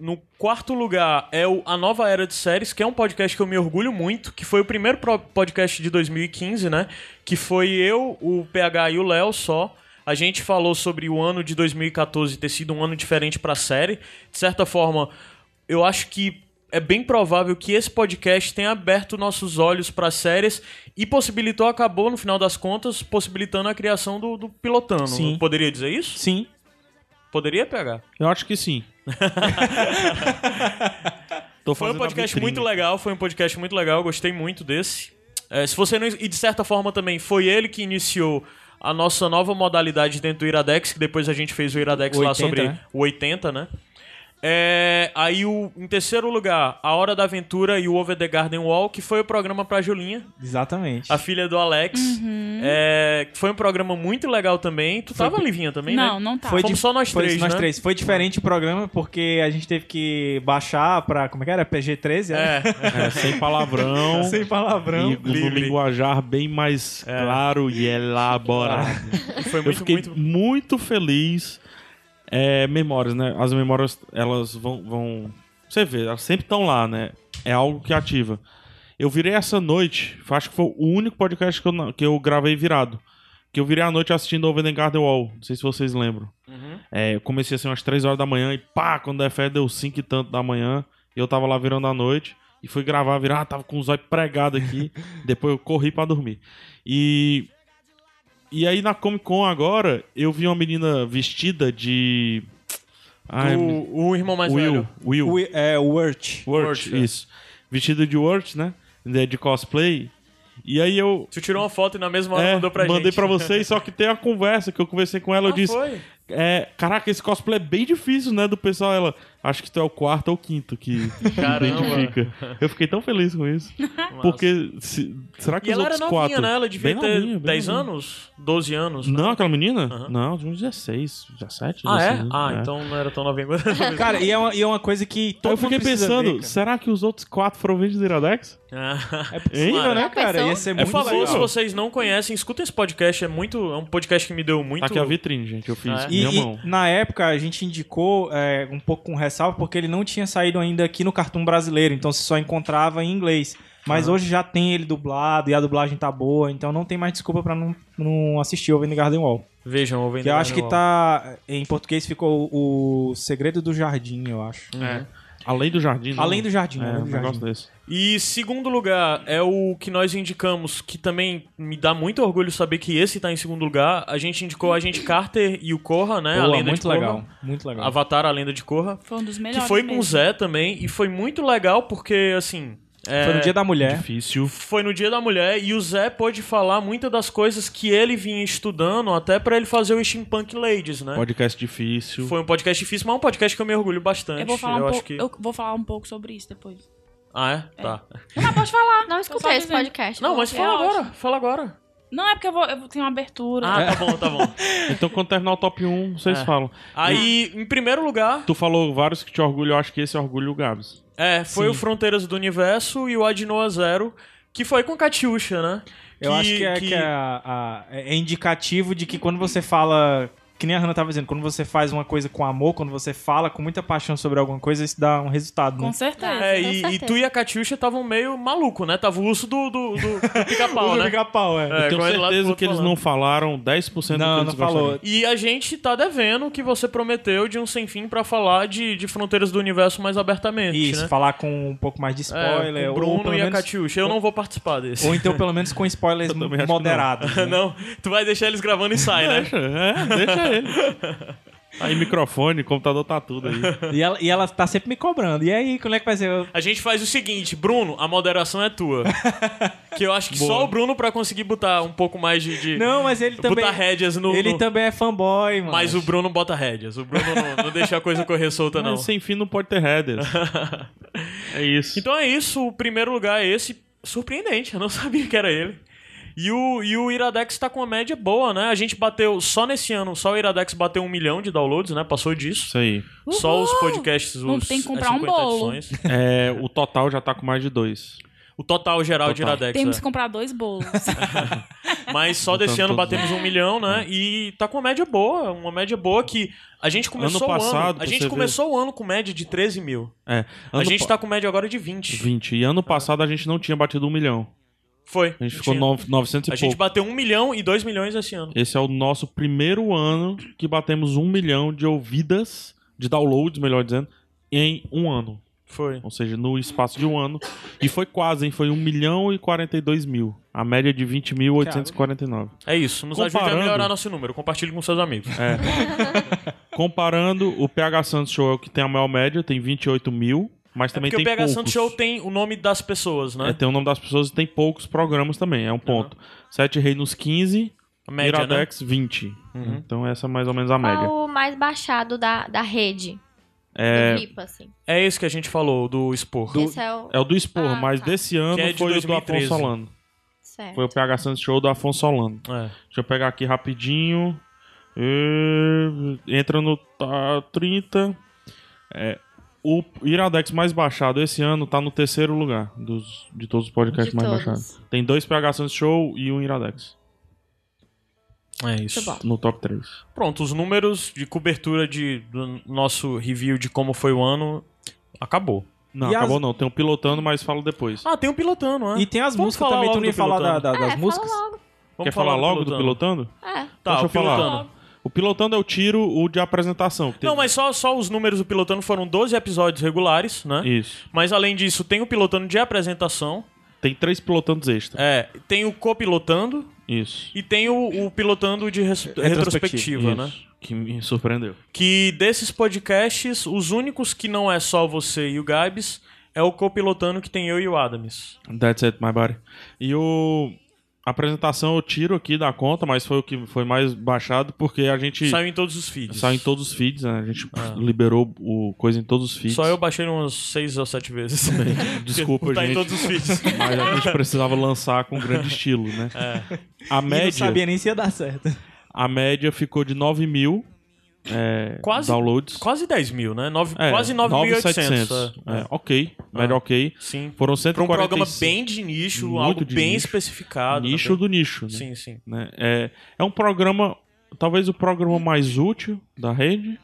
no quarto lugar, é o A Nova Era de Séries, que é um podcast que eu me orgulho muito, que foi o primeiro pro- podcast de 2015, né? Que foi eu, o PH e o Léo só. A gente falou sobre o ano de 2014 ter sido um ano diferente pra série. De certa forma, eu acho que é bem provável que esse podcast tenha aberto nossos olhos para séries e possibilitou, acabou no final das contas, possibilitando a criação do, do Pilotando. Sim. Eu Poderia dizer isso? Sim, Poderia pegar? eu acho que sim. Tô Foi um fazendo a podcast vitrine. muito legal, foi um podcast muito legal, eu gostei muito desse. É, se você não, e de certa forma também foi ele que iniciou a nossa nova modalidade dentro do Iradex, que depois a gente fez o Iradex O lá 80, sobre né? o 80, né? É, aí o, em terceiro lugar, A Hora da Aventura e o Over the Garden Wall, que foi o programa pra Julinha, Exatamente. a filha do Alex. É, que foi um programa muito legal também. Tu tava, Livinha, também, né? Não, não tá. Foi- Fomos di- só nós foi três, nós né? três. Foi diferente o programa porque a gente teve que baixar pra. Como é que era? PG-13? É, É, sem palavrão. Sem palavrão. E no linguajar bem mais É. claro e elaborado. foi Eu muito, fiquei muito... muito, feliz. É, memórias, né? As memórias, elas vão, vão. Você vê, elas sempre estão lá, né? É algo que ativa. Eu virei essa noite, acho que foi o único podcast que eu, não- que eu gravei virado. Que eu virei à noite assistindo Over the Garden Wall. Não sei se vocês lembram. É, eu comecei assim umas 3 horas da manhã e pá, quando der fé deu 5 e tanto da manhã. E eu tava lá virando à noite. E fui gravar, virar, ah, tava com os olhos pregados aqui. depois eu corri pra dormir. E. E aí na Comic Con agora, eu vi uma menina vestida de. Ai, me- O, o irmão mais Will. velho. Will. O, é, o Wurt. Wirt, Wirt, é. isso. Vestida de Wirt, né? De de cosplay. E aí eu. Tu tirou uma foto e na mesma hora é, mandou pra gente. mandei pra vocês, só que tem a conversa que eu conversei com ela, eu Ah, disse. foi? É, caraca, esse cosplay é bem difícil, né? Do pessoal, ela. Acho que tu é o quarto ou quinto que Caramba. identifica. Eu fiquei tão feliz com isso. Porque. se- será que E os ela era outros novinha, quatro. né? Ela devia Bem ter novinha, bem 10 novinha. anos? 12 anos? né? Não, aquela menina? Aham. Não, tinha uns 16, 17. Ah, é? 16, Ah, é. então não era tão novinha. Cara, e é, uma, e é uma coisa que todo Aí Então eu fiquei mundo precisa pensando, ver, cara. será que os outros quatro foram vídeos do Iradex? é Ainda, né, Já Cara, pensou? ia ser É muito Por favor, legal. se vocês não conhecem, escutem esse podcast. É muito. É um podcast que me deu muito. Tá aqui a vitrine, gente. Eu fiz É. com E, minha e mão. na época a gente indicou é, um pouco com ressalva porque ele não tinha saído ainda aqui no cartoon brasileiro, então se só encontrava em inglês. Mas hoje já tem ele dublado e a dublagem tá boa, então não tem mais desculpa pra não, não assistir o Vendo Garden Wall. Vejam, ouvindo. Que eu acho que tá. Em português ficou o Segredo do Jardim, eu acho. Além do jardim. não. Além do jardim, É, além um do jardim. negócio desse. E segundo lugar é o que nós indicamos, que também me dá muito orgulho saber que esse tá em segundo lugar. A gente indicou a gente Carter e o Corra, né? a Boa, lenda de muito Korra. legal. Muito legal. Avatar, a lenda de Corra. Foi um dos Que melhores. foi com o mesmo. Zé também. E foi muito legal porque, assim. é, Foi no Dia da Mulher. Difícil. foi no Dia da Mulher e o Zé pôde falar muitas das coisas que ele vinha estudando até pra ele fazer o Steampunk Ladies, né? Podcast difícil. Foi um podcast difícil, mas é um podcast que eu me orgulho bastante. Eu vou falar, um acho pouco, que. eu vou falar um pouco sobre isso depois. Ah, é? Tá. Não, pode falar. Não Tô só escutei esse dizendo. podcast. Não, mas É fala ótimo. agora. Fala agora. Não, é porque eu vou, eu vou- tenho uma abertura. Ah, tá bom, tá bom. É. Então quando terminar o top 1, vocês É. falam. Aí, em primeiro lugar, Tu falou vários que te orgulham, eu acho que esse orgulha o Gabs. é, foi Sim. o Fronteiras do Universo e o Adnoa Zero, que foi com Katiusha, né? Eu acho que, é, que é a- a- é indicativo de que quando você fala. Que nem a Hannah tava dizendo, quando você faz uma coisa com amor, quando você fala com muita paixão sobre alguma coisa, isso dá um resultado, Com né? certeza. É, com e, e certeza. tu e a Katiusha estavam meio maluco, né? Tava o urso do, do, do, do pica-pau, O né? pica-pau, é. É, eu tenho corre lá pro certeza outro que eles falando. não falaram Não, 10% do que não eles falou. E a gente tá devendo o que você prometeu de um sem fim pra falar de, de fronteiras do universo mais abertamente, Isso, né? falar com um pouco mais de spoiler. é, com o ou Bruno pelo e a menos- Catiuxa. Eu não vou participar desse. Ou então, pelo menos, com spoilers Eu também acho que não. moderados. né? não, tu vai deixar eles gravando e sai, né? gostariam. É, deixa ele. Aí microfone, computador tá tudo aí. E ela, e ela tá sempre me cobrando. E aí, como é que vai ser? Eu- A gente faz o seguinte, Bruno, a moderação é tua. que eu acho que só o Bruno pra conseguir botar um pouco mais de. de- Não, mas ele Botar também. rédeas no- Ele no- também é fanboy, mano. Mas o Bruno bota rédeas. O Bruno não, não deixa a coisa correr solta, não. Mas sem fim não pode ter header. é isso. Então é isso, o primeiro lugar é esse. Surpreendente, eu não sabia que era ele. E o, e o Iradex tá com uma média boa, né? A gente bateu, só nesse ano, só o Iradex bateu um milhão de downloads, né? Passou disso. é Isso aí. Só os podcasts, os Não tem que comprar as um 50 bolo. edições. É, o total já tá com mais de dois. O total geral de Total. Iradex. Temos é. que comprar dois bolos. Mas só desse Botando ano todos É. batemos um milhão, né? E tá com uma média boa, uma média boa que a gente começou Ano o passado, ano. A pra gente você começou o ano com média de 13 mil. É. a gente tá com média agora de 20. 20. E ano passado a gente não tinha batido um milhão. Foi. A gente ficou Tinha. nove- 900 e A pouco. gente bateu um milhão e dois milhões esse ano. Esse é o nosso primeiro ano que batemos um milhão de ouvidas, de downloads, melhor dizendo, em um ano. Foi. Ou seja, no espaço de um ano. E foi quase, hein? Foi 1 milhão e 42 mil. A média de 20.849. É isso. Nos ajude Comparando- É, a melhorar nosso número. Compartilhe com seus amigos. Comparando, o PH Santos Show é o que tem a maior média, tem 28 mil, mas também É Porque o tem PH poucos. Santos Show tem o nome das pessoas, né? É, tem o nome das pessoas e tem poucos programas também, é um ponto. Sete Reinos 15, A média, né? Uhum. Iradex 20. Então essa é mais ou menos a média. Qual Ah, o mais baixado da, da rede? É, Do Ripa, assim. né? É isso que a gente falou do expor. Esse é o... é o do Expor, Ah, mas tá. desse ano Que é de foi o do 2013. Afonso Solano. Certo. Foi o PH Santos Show do Afonso Solano. É. Deixa eu pegar aqui rapidinho. Eh, Entra no tá, 30. É, o Iradex mais baixado esse ano tá no terceiro lugar dos, de todos os podcasts De mais todos. baixados. Tem dois PH Santos Show e um Iradex É isso. Muito bom. no top 3. Pronto, os números de cobertura de, do nosso review de como foi o ano acabou. Não, E as- acabou não. Tem um pilotando, mas falo depois. Ah, tem um pilotando, né? E tem as Vamos músicas falar também, tu logo não ia do então. falar da- pilotando. da- das é, músicas? fala logo. Quer falar, logo do pilotando? Então, É. Tá, Deixa o eu falar. pilotando. O pilotando é o tiro, o de apresentação. que teve- Não, mas só, só os números do pilotando foram 12 episódios regulares, né? Isso. Mas além disso, tem o pilotando de apresentação, Tem três pilotandos extra. é, tem o copilotando Isso. e tem o, o pilotando de res- retrospectiva, né? É, Isso. Que me surpreendeu. Que desses podcasts, os únicos que não é só você e o Gabs é o copilotando que tem eu e o Adams. That's it, my body. E o. A apresentação eu tiro aqui da conta, mas foi o que foi mais baixado, porque a gente saiu, Saiu em todos os feeds. em todos os feeds, né? A gente liberou o coisa em todos os feeds. Só eu baixei umas seis ou sete vezes. Desculpa, tá gente. em todos os feeds. Mas a gente precisava lançar com grande estilo, né? É. A E média. não sabia nem se ia dar certo. A média ficou de 9 mil é, Quase- downloads. Quase 10 mil, né? Nove, É, quase 9.800. 9.700. É, ok, média ok. Sim. Foram Ah. Pra um 145. programa bem de nicho, Muito algo de bem nicho. especificado. Nicho também. do nicho, né? Sim, sim. né? É, é um programa, talvez o programa mais útil da rede,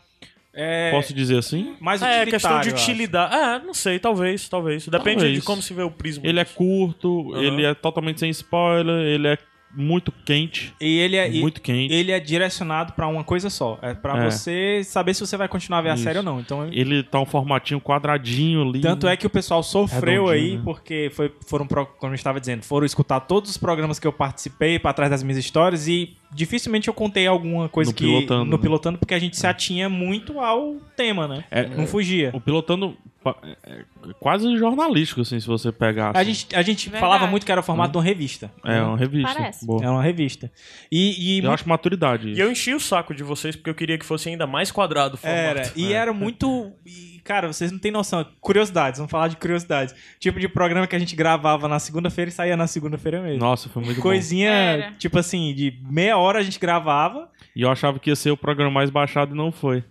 É, posso dizer assim. mais É, questão utilitário, de eu acho. utilidade. É, não sei, talvez, talvez. Depende Talvez. de como se vê o prisma. Ele é curto, ele é totalmente sem spoiler, ele é muito quente. E ele é, e- muito quente. ele é direcionado pra uma coisa só. É pra É. você saber se você vai continuar a ver Isso. a série ou não. Então, Ele tá um formatinho quadradinho ali. tanto é que o pessoal sofreu Redondinho, aí, né? porque foi, foram, pro- como eu estava dizendo, foram escutar todos os programas que eu participei pra trás das minhas histórias e dificilmente eu contei alguma coisa No que pilotando, no né? pilotando, porque a gente se atinha muito ao tema, né? É, não fugia. O pilotando pa- é quase jornalístico, assim, se você pegar. A assim. gente, a gente Verdade. falava muito que era o formato de uma revista. É uma revista. Parece. Boa. É uma revista. E, e Eu acho maturidade. E eu enchi o saco de vocês porque eu queria que fosse ainda mais quadrado o formato. É. Era, e é- era muito. e, cara, vocês não têm noção. Curiosidades, vamos falar de curiosidades. Tipo de programa que a gente gravava na segunda-feira e saía na segunda-feira mesmo. Nossa, foi muito Coisinha, Era. tipo assim, de meia hora a gente gravava. bom. E eu achava que ia ser o programa mais baixado e não foi.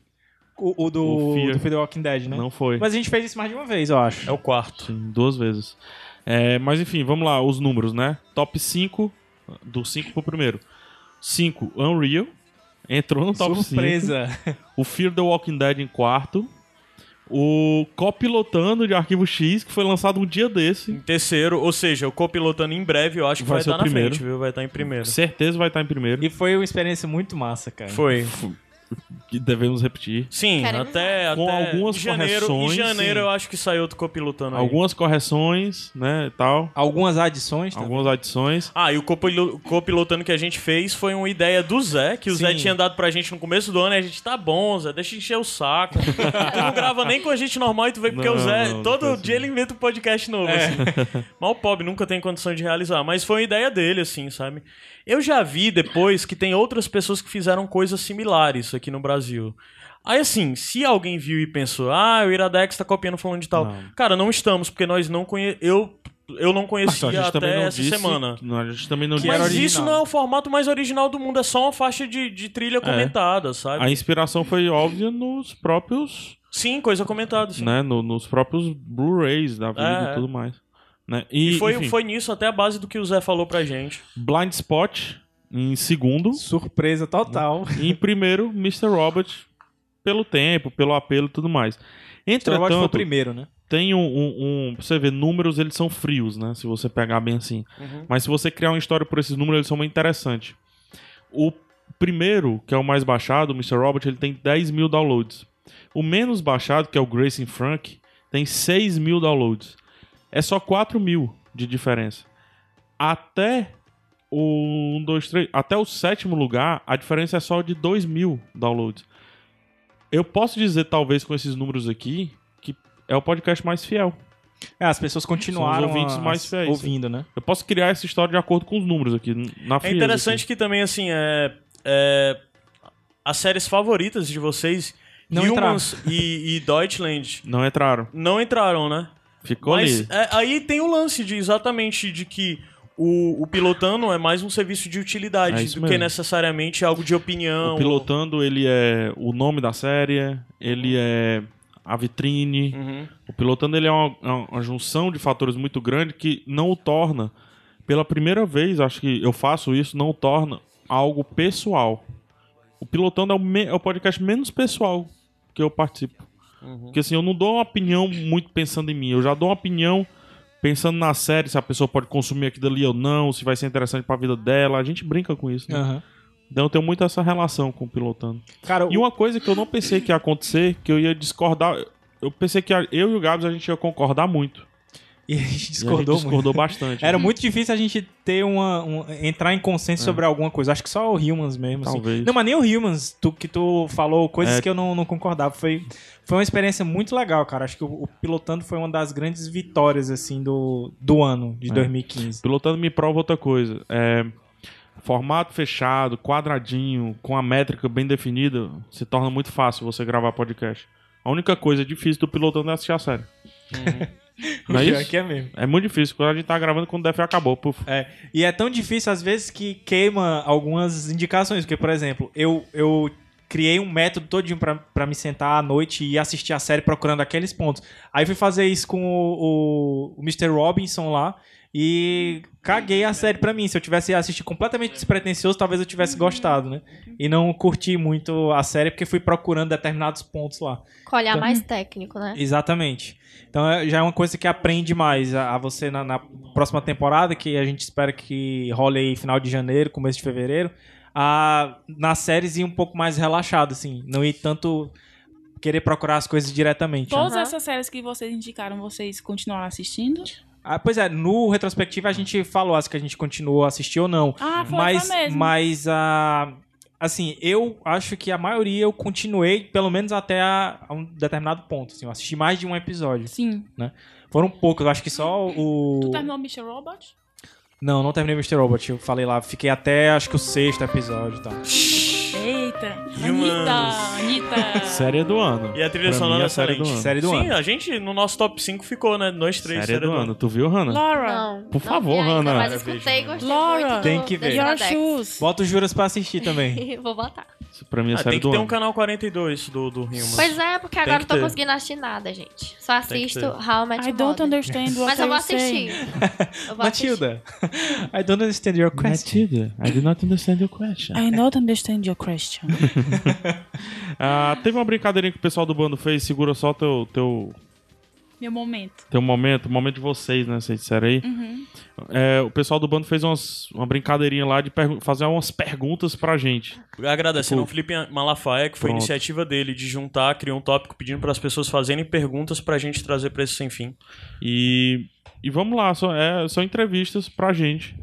O, o do, O Fear. do Fear the Walking Dead, né? Não foi. Mas a gente fez isso mais de uma vez, eu acho. É o quarto. Sim, duas vezes. É, mas enfim, vamos lá, os números, né? Top 5, do 5 pro primeiro. 5, Unreal. Entrou no um top 5. Surpresa. O Fear the Walking Dead em quarto. O Copilotando de Arquivo X, que foi lançado um dia desse. Em terceiro, ou seja, o copilotando em breve, eu acho que Vai vai, ser estar o na primeiro. frente, viu? Vai estar em primeiro. Certeza vai estar em primeiro. E foi uma experiência muito massa, cara. Foi. que devemos repetir. Sim, Queremos até, Com até algumas em janeiro, correções, Em janeiro sim. eu acho que saiu do copilotando aí. Algumas correções, né, e tal. Algumas adições também. Algumas adições. Ah, e o copilo- copilotando que a gente fez foi uma ideia do Zé, que o Zé Sim. tinha dado pra gente no começo do ano, e a gente, tá bom, Zé, deixa de encher o saco. tu não grava nem com a gente normal e tu vem porque Não, o Zé, não, É. não todo foi assim. dia ele inventa um podcast novo, assim. Mal pobre, nunca tem condição de realizar, mas foi uma ideia dele, assim, sabe? Eu já vi depois que tem outras pessoas que fizeram coisas similares aqui no Brasil. Aí, assim, se alguém viu e pensou, ah, o Iradex tá copiando falando de tal. Cara, não estamos, porque nós não conhe... eu, eu não Mas conhecia a gente também até não essa disse- semana. não, a gente também não disse. Mas isso não é o formato mais original do mundo, é só uma faixa de, de trilha É. comentada, sabe? A inspiração foi óbvia nos próprios, Sim, coisa comentada, sim. né, no- nos próprios Blu-rays da vida É, é. e tudo mais. Né? E, E, foi, enfim, foi nisso até a base do que o Zé falou pra gente. Blind Spot em segundo. Surpresa total. E em primeiro, Mr. Robot, pelo tempo, pelo apelo e tudo mais. Mr. Robot foi o Entretanto, primeiro, né? tem um, um, um- Pra você ver, números eles são frios, né? Se você pegar bem assim. Mas se você criar uma história por esses números, eles são muito interessantes. O primeiro, que é o mais baixado, o Mr. Robot, ele tem 10 mil downloads. O menos baixado, que é o Grayson Frank, tem 6 mil downloads. É só 4 mil de diferença. Até o 1, 2, 3, até o sétimo lugar, a diferença é só de 2 mil downloads. Eu posso dizer, talvez, com esses números aqui, que é o podcast mais fiel. É, as pessoas continuaram ouvintes a- mais fiéis, ouvindo, né? Eu posso criar essa história de acordo com os números aqui, n- na É frieza, interessante assim. que também, assim, é, é, as séries favoritas de vocês, Não Humans e, e Deutschland, Não entraram. não entraram, né? Ficou Mas ali. é, aí tem o lance de exatamente de que o, o pilotando é mais um serviço de É utilidade isso do que mesmo. necessariamente algo de opinião. O Pilotando, ele é o nome da série, ele é a vitrine. Uhum. O Pilotando, ele é uma, é uma junção de fatores muito grande que não o torna, pela primeira vez, acho que eu faço isso, não o torna algo pessoal. O Pilotando é o, me- é o podcast menos pessoal que eu participo. Porque assim, eu não dou uma opinião muito pensando em mim, eu já dou uma opinião pensando na série, se a pessoa pode consumir aquilo ali ou não, se vai ser interessante pra vida dela, a gente brinca com isso, né? Aham. Então eu tenho muito essa relação com o pilotando. Cara, E uma coisa que eu não pensei que ia acontecer, que eu ia discordar. Eu pensei que a- eu e o Gabs a gente ia concordar muito. e a gente E a gente discordou muito. discordou bastante. Era muito difícil a gente ter uma. um- entrar em consenso sobre alguma coisa. Acho que só o Humans mesmo. assim. É. Talvez. Não, mas nem o Humans, tu, que tu falou coisas É. que eu não, não concordava. Foi, foi uma experiência muito legal, cara. Acho que o, o pilotando foi uma das grandes vitórias, assim, do, do ano de É. 2015. Pilotando me prova outra coisa. É, formato fechado, quadradinho, com a métrica bem definida, se torna muito fácil você gravar podcast. A única coisa difícil do pilotando é assistir a série. Não é Pior isso? que é mesmo. É muito difícil. Quando a gente tá gravando, quando o DF acabou, puf. E é tão difícil, às vezes, que queima algumas indicações. Porque, por exemplo, eu, eu criei um método todinho pra, pra me sentar à noite e assistir a série procurando aqueles pontos. Aí fui fazer isso com o, o, o Mr. Robinson lá e caguei a série pra mim. Se eu tivesse assistido completamente despretensioso, talvez eu tivesse gostado, né? E não curti muito a série porque fui procurando determinados pontos lá. Com olhar Tá. mais técnico, né? Exatamente. Então é- já é uma coisa que aprende mais a, a você na, na próxima temporada, que a gente espera que role aí final de janeiro, começo de fevereiro, a, nas séries ir um pouco mais relaxado, assim, não ir tanto querer procurar as coisas diretamente. né? Todas Aham. essas séries que vocês indicaram, vocês continuaram assistindo? Ah, pois é, no retrospectivo a gente falou as que a gente continuou a assistir ou não. Ah, foi mas, essa mesmo. mas a. Assim, eu acho que a maioria eu continuei, pelo menos até a, a um determinado ponto. Assim, eu assisti mais de um episódio. Sim. Foram poucos, eu acho que só o. Tu terminou Mr. Robot? Não, não terminei Mr. Robot. Eu falei lá, fiquei até acho que o sexto episódio e tal. Eita. Humans. Anitta, Anitta. Série do ano. E a Pra mim, trilha é sonora é a série do excelente. ano. Série do Sim, ano. a gente no nosso top 5 ficou, né? Nós três, Série do ano. Tu viu, Hannah? Laura. Não. Por não favor, vi ainda, Hannah. Mas escutei e gostei Laura. muito do- Tem que do ver. Your Iradex. Shoes. Bota os juras pra assistir também. Vou botar. Isso Pra mim é Ah, série tem que do ter ano. um canal 42 do, do Rimas. Pois é, porque Tem agora que eu tô ter. conseguindo assistir nada, gente. Só Tem que assisto ter. How I Met I Your don't Mother. understand what Mas eu vou you're saying. assistir. Eu vou assistir. Matilda, I don't understand your question. Matilda, Né, I do not understand your question. I don't understand your question. Ah, teve uma brincadeirinha que o pessoal do bando fez, segura só teu, teu Meu momento. Tem um momento, um momento de vocês, né? Vocês disseram aí. É, o pessoal do bando fez umas- uma brincadeirinha lá de pergu- fazer umas perguntas pra gente. é. Agradecendo ao Felipe Malafaia, que foi Pronto. iniciativa dele de juntar, criou um tópico pedindo para as pessoas fazerem perguntas pra gente trazer pra esse sem fim. E, e vamos lá, só- é, são entrevistas pra gente.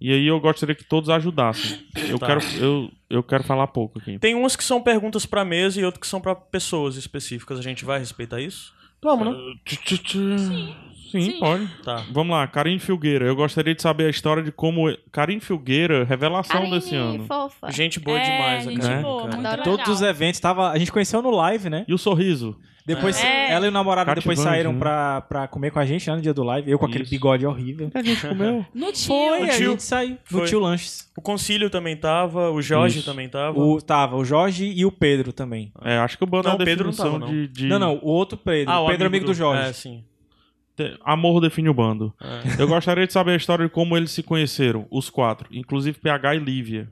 E aí eu gostaria que todos ajudassem. Eu, Tá. quero, eu, eu quero falar pouco aqui. Tem umas que são perguntas pra mesa e outras que são pra pessoas específicas. A gente vai respeitar isso? Vamos, né? Sim, Sim. pode. Tá. Vamos lá, Karine Filgueira. Eu gostaria de saber a história de como. Karine Filgueira, revelação desse ano. fofa. Gente boa É, demais, né? gente cara. boa, Cara. muito Adoro. legal. Todos é os eventos, tava, a gente conheceu no live, né? E o sorriso? Depois É. ela e o namorado depois Cativante, saíram né? pra, pra comer com a gente né, no dia do live. Eu com aquele Isso. bigode horrível. A gente comeu? No tio. Foi, a tio. gente saiu. Foi. No tio Lanches. O Concílio também tava, o Jorge Isso. também tava. O, tava o Jorge e o Pedro também. É, acho que o Bando é Não, a o Pedro não definição tava, não. de, de- Não, não, o outro Ah, Pedro. Ah, o Pedro amigo do, Jorge. É, sim. Te- Amor define o bando. É. Eu gostaria de saber a história de como eles se conheceram, os quatro, inclusive PH e Lívia.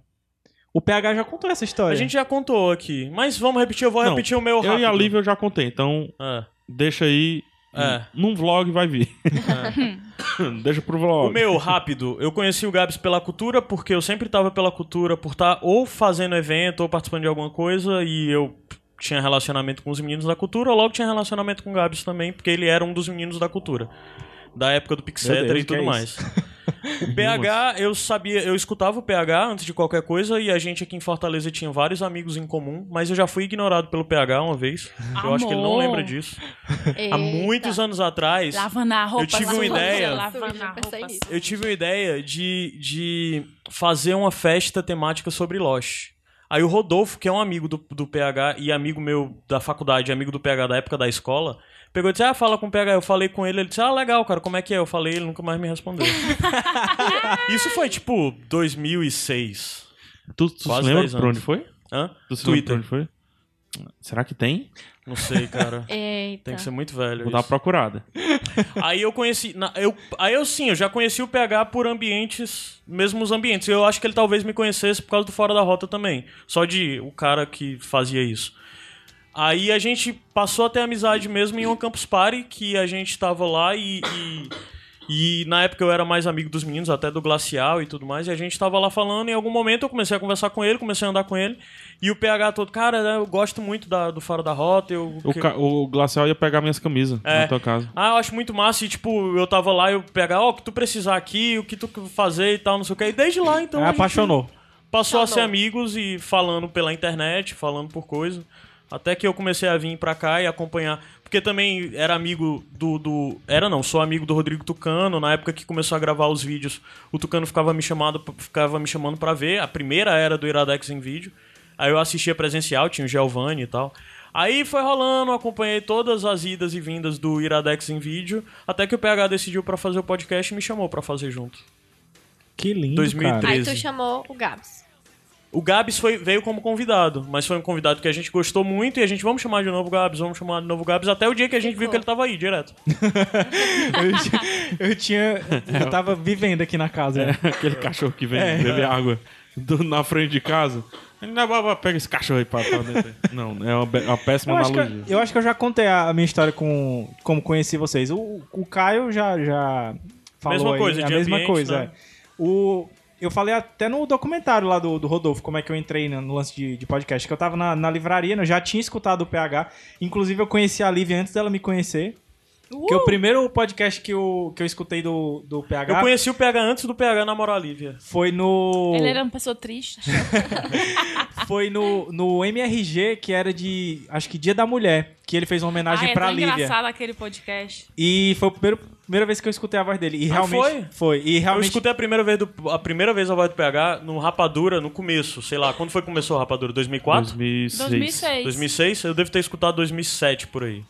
O PH já contou essa história. A gente já contou aqui, mas vamos repetir, eu vou Não, repetir o meu rápido. Eu e a Lívia eu já contei, então Ah. É. deixa aí. É. Num vlog vai vir. deixa pro vlog. O meu, rápido, eu conheci o Gabs pela cultura, porque eu sempre tava pela cultura, por estar ou fazendo evento ou participando de alguma coisa, e eu tinha relacionamento com os meninos da cultura, logo tinha relacionamento com o Gabs também, porque ele era um dos meninos da cultura. Da época do Meu Pixeter Deus, e que é tudo isso? mais. O PH, eu sabia, eu escutava o PH antes de qualquer coisa, e a gente aqui em Fortaleza tinha vários amigos em comum, mas eu já fui ignorado pelo PH uma vez. Eu acho que ele não Amor. lembra disso. Há muitos anos atrás. Lavando a roupa. Eu tive uma suja, ideia. Lavando a Pensei roupa. nisso. suja. Eu tive uma ideia de, de fazer uma festa temática sobre Lost. Aí o Rodolfo, que é um amigo do, do PH e amigo meu da faculdade, amigo do PH da época da escola, pegou e disse: Ah, fala com o PH. Eu falei com ele, ele disse: Ah, legal, cara, como é que é? Eu falei, ele nunca mais me respondeu. Isso foi tipo 2006. Tu, tu se Quase lembra 10 pra anos. onde foi? Hã? Tu se Twitter. lembra pra onde foi? Será que tem? Não sei, cara. Eita. Tem que ser muito velho. Vou dar uma isso. procurada. Aí eu conheci. na- eu, aí eu sim, eu já conheci o PH por ambientes, mesmos ambientes. Eu acho que ele talvez me conhecesse por causa do Fora da Rota também. Só de o cara que fazia isso. Aí a gente passou a ter amizade mesmo em um campus party que a gente tava lá e. e... e na época eu era mais amigo dos meninos, até do Glacial e tudo mais, e a gente tava lá falando, em algum momento eu comecei a conversar com ele, comecei a andar com ele, e o PH todo, cara, né, eu gosto muito da- do Fora da Rota, eu... O, ca- o Glacial ia pegar minhas camisas É. na tua casa. Ah, eu acho muito massa. E, tipo, eu tava lá, eu pegava, ó, o que tu precisar aqui, o que tu fazer e tal, não sei o que. E desde lá, então. Ah, a gente apaixonou. Passou a ser amigos e falando pela internet, falando por coisa. Até que eu comecei a vir pra cá e acompanhar. Porque também era amigo do. do- era não, sou amigo do Rodrigo Tucano. Na época que começou a gravar os vídeos, o Tucano ficava me, chamado, ficava me chamando pra ver. A primeira era do Iradex em vídeo. Aí eu assistia presencial, tinha o Giovanni e tal. Aí foi rolando, acompanhei todas as idas e vindas do Iradex em vídeo. Até que o PH decidiu pra fazer o podcast e me chamou pra fazer junto. Que lindo, 2013. cara. Aí tu 13. chamou o Gabs. O Gabs foi- veio como convidado, mas foi um convidado que a gente gostou muito e a gente vamos chamar de novo o Gabs, vamos chamar de novo o Gabs, até o dia que a gente viu que ele tava aí, direto. Eu tinha- Eu tinha... É. Eu tava vivendo aqui na casa. né? Aquele cachorro que É. vem beber água do- na frente de casa. Ele não babá, pega esse cachorro aí pra, pra dentro. Não, é uma, be- uma péssima Eu acho, que, analogia. eu- eu acho que eu já contei a a minha história com como conheci vocês. O, o Caio já, já falou Mesma aí, coisa, a de mesma ambiente, coisa. né? é. O, eu falei até no documentário lá do, do Rodolfo, como é que eu entrei no, no lance de, de podcast, que eu tava na, na livraria, né, eu já tinha escutado o PH. Inclusive, eu conheci a Lívia antes dela me conhecer. Que o primeiro podcast que eu, que eu escutei do, do PH Eu conheci o PH antes do PH namorar a Lívia. foi no. Ele era uma pessoa triste. Foi no, no MRG, que era de. Acho que Dia da Mulher, que ele fez uma homenagem Ah, Ai, é pra tão Lívia. engraçado aquele podcast. E foi a primeira, primeira vez que eu escutei a voz dele. E Ah, realmente. foi? E Eu realmente. escutei a primeira vez do- a primeira vez a voz do PH no Rapadura, no começo, sei lá, quando foi que começou o Rapadura? 2004? 2006. 2006. 2006? Eu devo ter escutado 2007 por aí.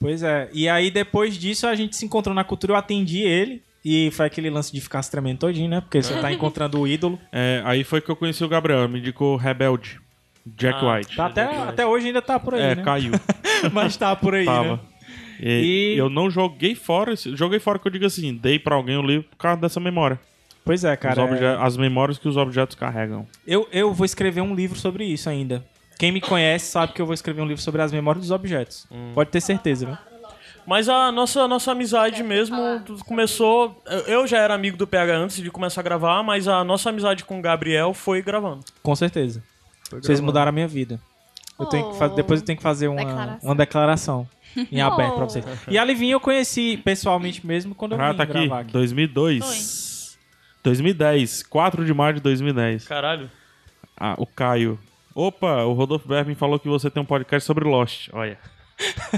Pois é. E aí, depois disso, a gente se encontrou na cultura, eu atendi ele. E foi aquele lance de ficar se tremendo todinho, né? Porque você tá encontrando o ídolo. É, aí foi que eu conheci o Gabriel, ele me indicou Rebelde. Jack Ah, White. Tá até, verdade. até hoje ainda tá por aí, é, né? caiu. Mas tá por aí, Tava. né? E, E- eu não joguei fora. esse- Joguei fora que eu digo assim, dei pra alguém o livro por causa dessa memória. Pois é, Os cara. obje- é- As memórias que os objetos carregam. Eu, eu vou escrever um livro sobre isso Hum. ainda. Quem me conhece sabe que eu vou escrever um livro sobre as memórias dos objetos. Pode ter certeza, né? Mas a nossa, nossa amizade Quer mesmo falar? começou. Eu já era amigo do PH antes de começar a gravar, mas a nossa amizade com o Gabriel foi gravando. Com certeza. Foi Vocês gravando. mudaram a minha vida. Eu tenho que fa- Oh. depois eu tenho que fazer uma Declaração. declaração, uma declaração em aberto pra Oh. vocês. E a Livinha eu conheci pessoalmente mesmo quando eu Ah, vim tá aqui. gravar aqui. 2002. 2010. 4 de maio de 2010. Caralho. Ah, o Caio. Opa, o Rodolfo Bermin falou que você tem um podcast sobre Lost. Olha.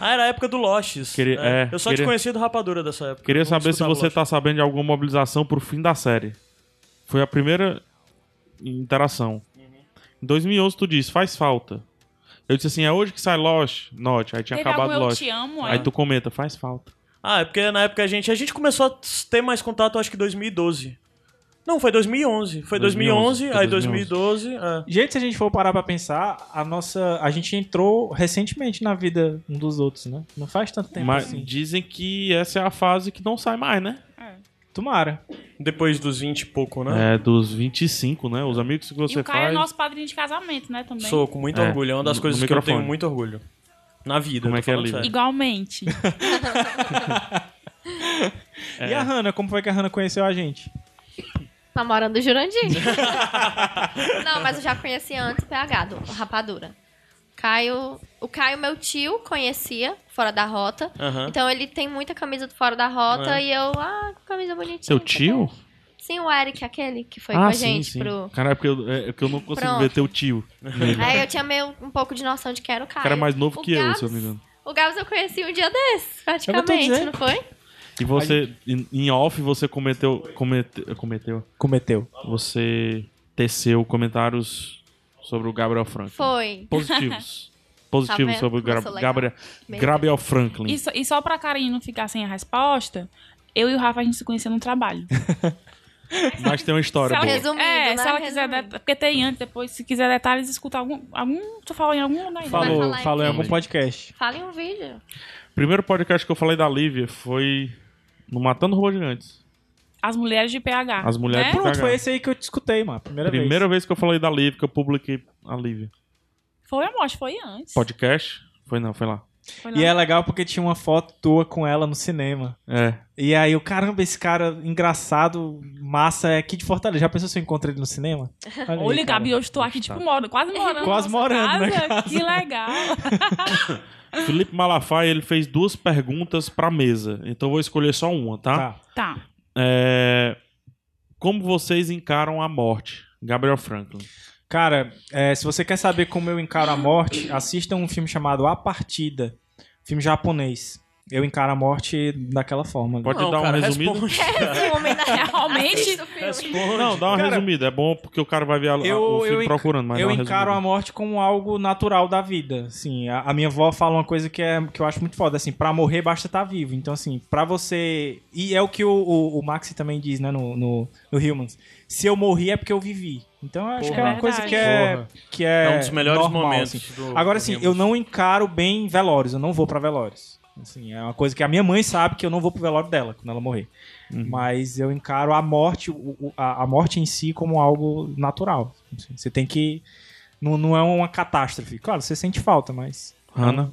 Ah, era a época do Lostes. Queria- né? é, eu só te queria- conhecia do Rapadura dessa época. Queria Eu não saber se escutava você Lost. tá sabendo de alguma mobilização pro fim da série. Foi a primeira interação. Em 2011 tu disse, faz falta. Eu disse assim, é hoje que sai Lost? Note, aí tinha Teve acabado algum Eu Lost. Te Amo, é. Aí tu comenta, faz falta. Ah, é porque na época a gente, a gente começou a ter mais contato, acho que em 2012. Não, foi 2011. Foi 2011, 2011, aí foi 2012. é. Gente, se a gente for parar pra pensar, a nossa. A gente entrou recentemente na vida um dos outros, né? Não faz tanto tempo Mas assim. dizem que essa é a fase que não sai mais, né? É. Tomara. Depois dos 20 e pouco, né? É, dos 25, né? Os amigos que você E o Caio faz. é nosso padrinho de casamento, né, também. Sou com muito É, orgulho. É uma das no- coisas no que eu microfone. tenho muito orgulho. Na vida. Como eu tô é que é, falando Lívia? sério. Igualmente. é. E a Hannah, como foi que a Hannah conheceu a gente? Namorando o Tá Jurandir. não, mas eu já conheci antes o PH, do Rapadura. Caio, o Caio, meu tio, conhecia Fora da Rota. Aham. Então ele tem muita camisa do Fora da Rota É. e eu, ah, que camisa bonitinha. Seu tá tio? bom. Sim, o Eric, aquele que foi com ah, a sim, gente sim. pro. Cara, é porque eu, é porque eu não consigo Pronto. ver teu tio. nele. Aí eu tinha meio um pouco de noção de que era o O Caio. é. cara é mais novo O que eu, Gabs- se eu não me engano. É, O Gabs eu conheci um dia desses, tô praticamente, dizendo. não foi? E você, em em off, você cometeu. Cometeu. cometeu Cometeu. você teceu comentários sobre o Gabriel Franklin. Foi. Tá Positivos. Positivos vendo? sobre o Gra- Começou legal. Gabriel, Bem Gabriel Franklin. E só, e só pra Karine não ficar sem a resposta, eu e o Rafa a gente se conheceu no trabalho. Mas tem uma história Se ela- boa. Resumindo, é, né? se ela quiser, Resumindo. de- porque tem antes, depois, se quiser detalhes, escuta algum. algum tu falou em algum lugar. né? Vai Falou, falar em falou em quem? algum podcast. Fala em um vídeo. Primeiro podcast que eu falei da Lívia foi no Matando Robôs Gigantes. As mulheres de PH. As mulheres É? né? de Pronto, PH. foi esse aí que eu te escutei, mano. Primeira, Primeira vez que eu falei da Lívia, que eu publiquei a Lívia. Foi a morte, foi antes. Podcast? Foi não, foi lá. Foi vez. lá. E é legal porque tinha uma foto tua com ela no cinema. É. E aí, o caramba, esse cara engraçado, massa, é aqui de Fortaleza. Já pensou se eu encontro ele no cinema? Olha, aí, Olha, cara. Gabi, hoje tô aqui, tipo, moro, quase morando. Tá. Quase na nossa morando na casa. Que legal. Felipe Malafaia, ele fez duas perguntas pra mesa. Então eu vou escolher só uma, tá? Tá. Tá. É, Como vocês encaram a morte? Gabriel Franklin. Cara, é, se você quer saber como eu encaro a morte, assista um filme chamado A Partida. Filme japonês. Eu encaro a morte daquela forma. Pode Não, dar um cara, resumido? responde. Resume, né? Realmente? Assista o filme. Não, dá uma Cara, resumida. É bom porque o cara vai ver a, a- eu- o filme eu enc- procurando, mas eu dá uma encaro a resumida. morte como algo natural da vida. Assim, a, a minha avó fala uma coisa que, é, que eu acho muito foda. Assim, pra morrer basta estar vivo. Então, assim, pra você. E é o que o, o, o Maxi também diz, né, no, no, no Humans. Se eu morri é porque eu vivi. Então, eu acho Porra. que é uma coisa que é, Porra. que é. É um dos melhores normal, momentos assim. do- Agora, do assim, Rimos. eu não encaro bem velórios. Eu não vou pra velórios. Assim, é uma coisa que a minha mãe sabe que eu não vou pro velório dela quando ela morrer. Uhum. Mas eu encaro a morte, o- o- a, a morte em si como algo natural. Assim, Você tem que. Não, não é uma catástrofe. Claro, você sente falta, mas. Hannah,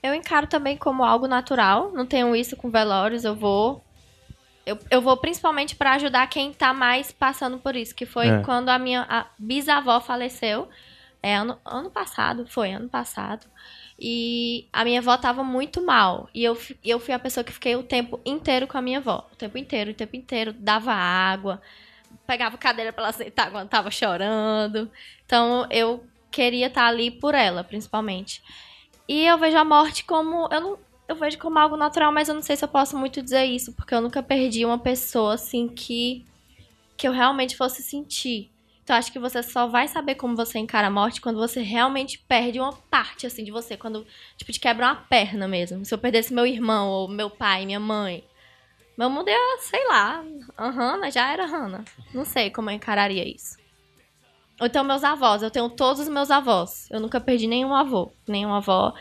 Eu encaro também como algo natural. Não tenho isso com velórios, eu vou. Eu, eu vou principalmente pra ajudar quem tá mais passando por isso, que foi É. quando a minha a bisavó faleceu. É, ano, ano passado, foi ano passado. E a minha avó tava muito mal. E eu, fi- eu fui a pessoa que fiquei o tempo inteiro com a minha avó. O tempo inteiro, o tempo inteiro. Dava água, pegava cadeira pra ela sentar quando tava chorando. Então eu queria estar ali por ela, principalmente. E eu vejo a morte como. Eu, não, eu vejo como algo natural, mas eu não sei se eu posso muito dizer isso, porque eu nunca perdi uma pessoa assim que. que eu realmente fosse sentir. Então acho que você só vai saber como você encara a morte quando você realmente perde uma parte assim de você, quando tipo te quebra uma perna mesmo. Se eu perdesse meu irmão ou meu pai, minha mãe, meu mundo ia, sei lá, a Hannah já era Hannah. Não sei como eu encararia isso. Ou então meus avós, eu tenho todos os meus avós. Eu nunca perdi nenhum avô, nenhuma avó.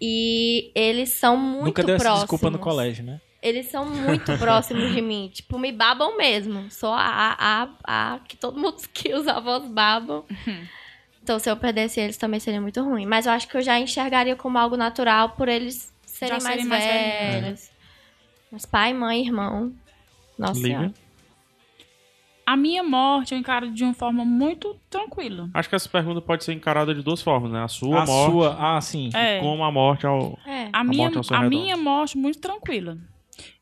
E eles são muito nunca deu próximos. essa desculpa no colégio, né? Eles são muito próximos de mim. Tipo, me babam mesmo. Sou a, a, a, a que todo mundo que os avós babam. Então, se eu perdesse eles também seria muito ruim. Mas eu acho que eu já enxergaria como algo natural por eles serem, Já mais, serem mais velhos. velhos. Mas pai, mãe, irmão. Nossa Lívia? Senhora. A minha morte eu encaro de uma forma muito tranquila. Acho que essa pergunta pode ser encarada de duas formas, né? A sua a morte sua. Ah, sim. É. e como a morte ao. É. A, minha, morte ao seu a redor. minha morte muito tranquila.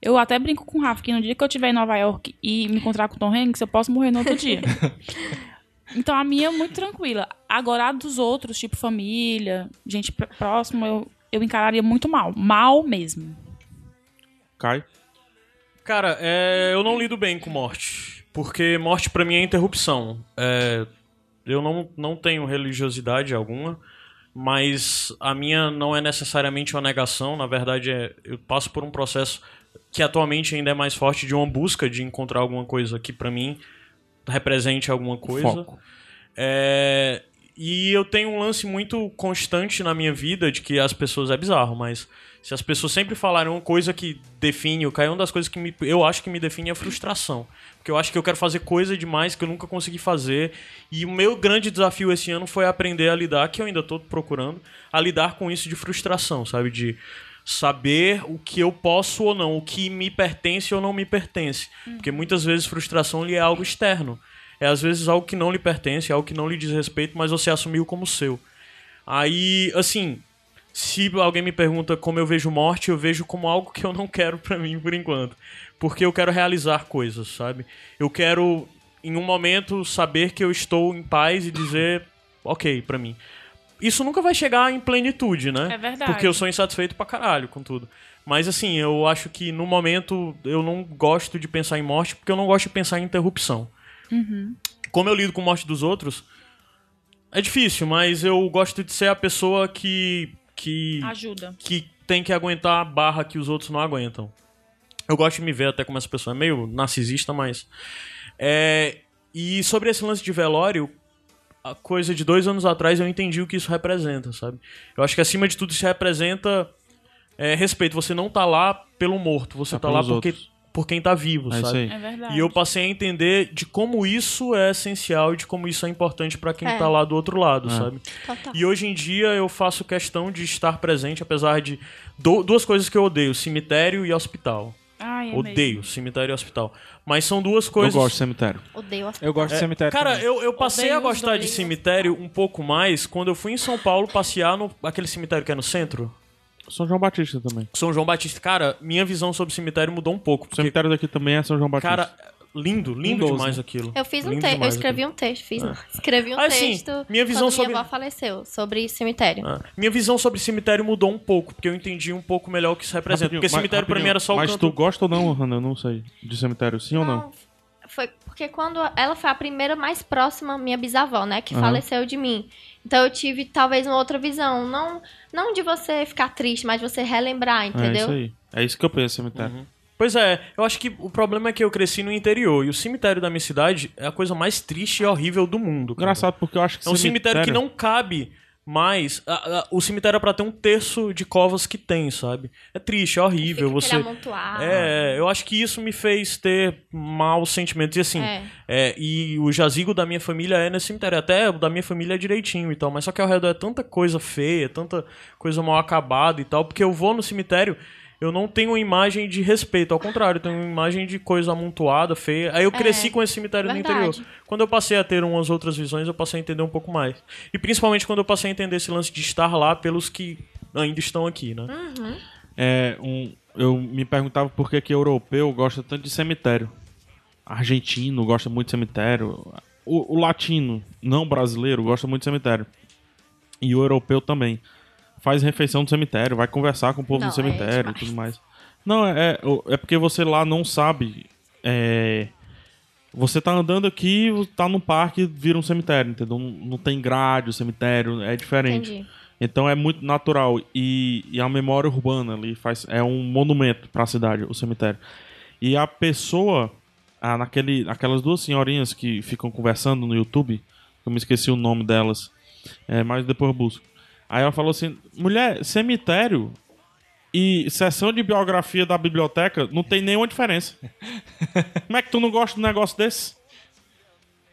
Eu até brinco com o Rafa que no dia que eu estiver em Nova York e me encontrar com o Tom Hanks, eu posso morrer no outro dia. então a minha é muito tranquila. Agora a dos outros, tipo família, gente pr- próxima, eu, eu encararia muito mal. Mal mesmo. Cai. Cara, é, eu não lido bem com morte. Porque morte pra mim é interrupção. É, eu não, não tenho religiosidade alguma, mas a minha não é necessariamente uma negação. Na verdade, é, eu passo por um processo que atualmente ainda é mais forte de uma busca de encontrar alguma coisa que pra mim represente alguma coisa. Foco. É, e eu tenho um lance muito constante na minha vida de que as pessoas é bizarro, mas se as pessoas sempre falarem uma coisa que define o Caio, uma das coisas que me- eu acho que me define é a frustração. Porque eu acho que eu quero fazer coisa demais que eu nunca consegui fazer. E o meu grande desafio esse ano foi aprender a lidar, que eu ainda tô procurando, a lidar com isso de frustração, sabe? De saber o que eu posso ou não, o que me pertence ou não me pertence. Porque muitas vezes frustração lhe é algo externo. É às vezes algo que não lhe pertence, algo que não lhe diz respeito, mas você assumiu como seu. Aí, assim, se alguém me pergunta como eu vejo morte, eu vejo como algo que eu não quero pra mim por enquanto. Porque eu quero realizar coisas, sabe? Eu quero, em um momento, saber que eu estou em paz e dizer, ok, pra mim. Isso nunca vai chegar em plenitude, né? É verdade. Porque eu sou insatisfeito pra caralho com tudo. Mas assim, eu acho que no momento eu não gosto de pensar em morte porque eu não gosto de pensar em interrupção. Como eu lido com morte dos outros, é difícil, mas eu gosto de ser a pessoa que. que Ajuda. que tem que aguentar a barra que os outros não aguentam. Eu gosto de me ver até como essa pessoa é meio narcisista, mas. É, e sobre esse lance de velório, a coisa de dois anos atrás eu entendi o que isso representa, sabe? Eu acho que acima de tudo isso representa é, respeito. Você não tá lá pelo morto, você Tá tá, lá pelos porque, outros. por quem tá vivo, É isso sabe? aí. É verdade. E eu passei a entender de como isso é essencial e de como isso é importante pra quem É. Tá. tá lá do outro lado, É. sabe? Total. E hoje em dia eu faço questão de estar presente, apesar de do- duas coisas que eu odeio: cemitério e hospital. Ai, é odeio mesmo. cemitério e hospital. Mas são duas coisas. Eu gosto de cemitério. Odeio as Eu gosto de cemitério. Cara, também. eu, eu passei Odeio a os gostar de dois. cemitério um pouco mais quando eu fui em São Paulo passear no aquele cemitério que é no centro. São João Batista também. São João Batista. Cara, minha visão sobre cemitério mudou um pouco. O Porque, cemitério daqui também é São João Batista. cara, lindo, lindo Lindoso. demais aquilo. Eu fiz um Lindo texto, eu demais escrevi aquilo. um texto, fiz, não. escrevi um Ah, sim, texto. minha visão quando sobre- minha avó faleceu, sobre cemitério. É. Ah, Minha visão sobre cemitério mudou um pouco, porque eu entendi um pouco melhor o que isso representa. Rapidinho, porque mas- cemitério pra rapidinho. mim era só o Mas canto tu gosta ou não, Hannah? Eu não sei. De cemitério, sim ou não? Foi porque quando ela foi a primeira mais próxima minha bisavó, né, que Aham. faleceu de mim. Então eu tive talvez uma outra visão, não não de você ficar triste, mas de você relembrar, É entendeu? isso aí. É isso que eu penso, cemitério. Pois é, eu acho que o problema é que eu cresci no interior e o cemitério da minha cidade é a coisa mais triste e horrível do mundo. cara. Engraçado, porque eu acho que É um cemitério, que não cabe mais. a- a- o cemitério é pra ter um terço de covas que tem, sabe? É triste, é Fica horrível. aquele Você. amontoado. É, eu acho que isso me fez ter maus sentimentos. E assim, É. é, e o jazigo da minha família é nesse cemitério. Até o da minha família é direitinho e tal. Mas só que ao redor é tanta coisa feia, é tanta coisa mal acabada e tal. Porque eu vou no cemitério, eu não tenho uma imagem de respeito. Ao contrário, eu tenho uma imagem de coisa amontoada, feia. Aí eu cresci com esse cemitério verdade. no interior. Quando eu passei a ter umas outras visões, eu passei a entender um pouco mais. E principalmente quando eu passei a entender esse lance de estar lá pelos que ainda estão aqui, né? É, um, eu me perguntava por que, que europeu gosta tanto de cemitério. Argentino gosta muito de cemitério. O, o latino, não brasileiro, gosta muito de cemitério. E o europeu também. Faz refeição do cemitério, vai conversar com o povo Não, do cemitério é e tudo mais. Não, é, é, o- é porque você lá não sabe. é, você tá andando aqui, tá num parque, vira um cemitério, entendeu? Não, não tem grade, o cemitério, é diferente. Entendi. Então é muito natural. E, e a memória urbana ali faz, é um monumento para a cidade, o cemitério. E a pessoa, ah, naquele, aquelas duas senhorinhas que ficam conversando no YouTube, eu me esqueci o nome delas, é, mas depois eu busco. Aí ela falou assim: mulher, cemitério e sessão de biografia da biblioteca não tem nenhuma diferença. Como é que tu não gosta de um negócio desse?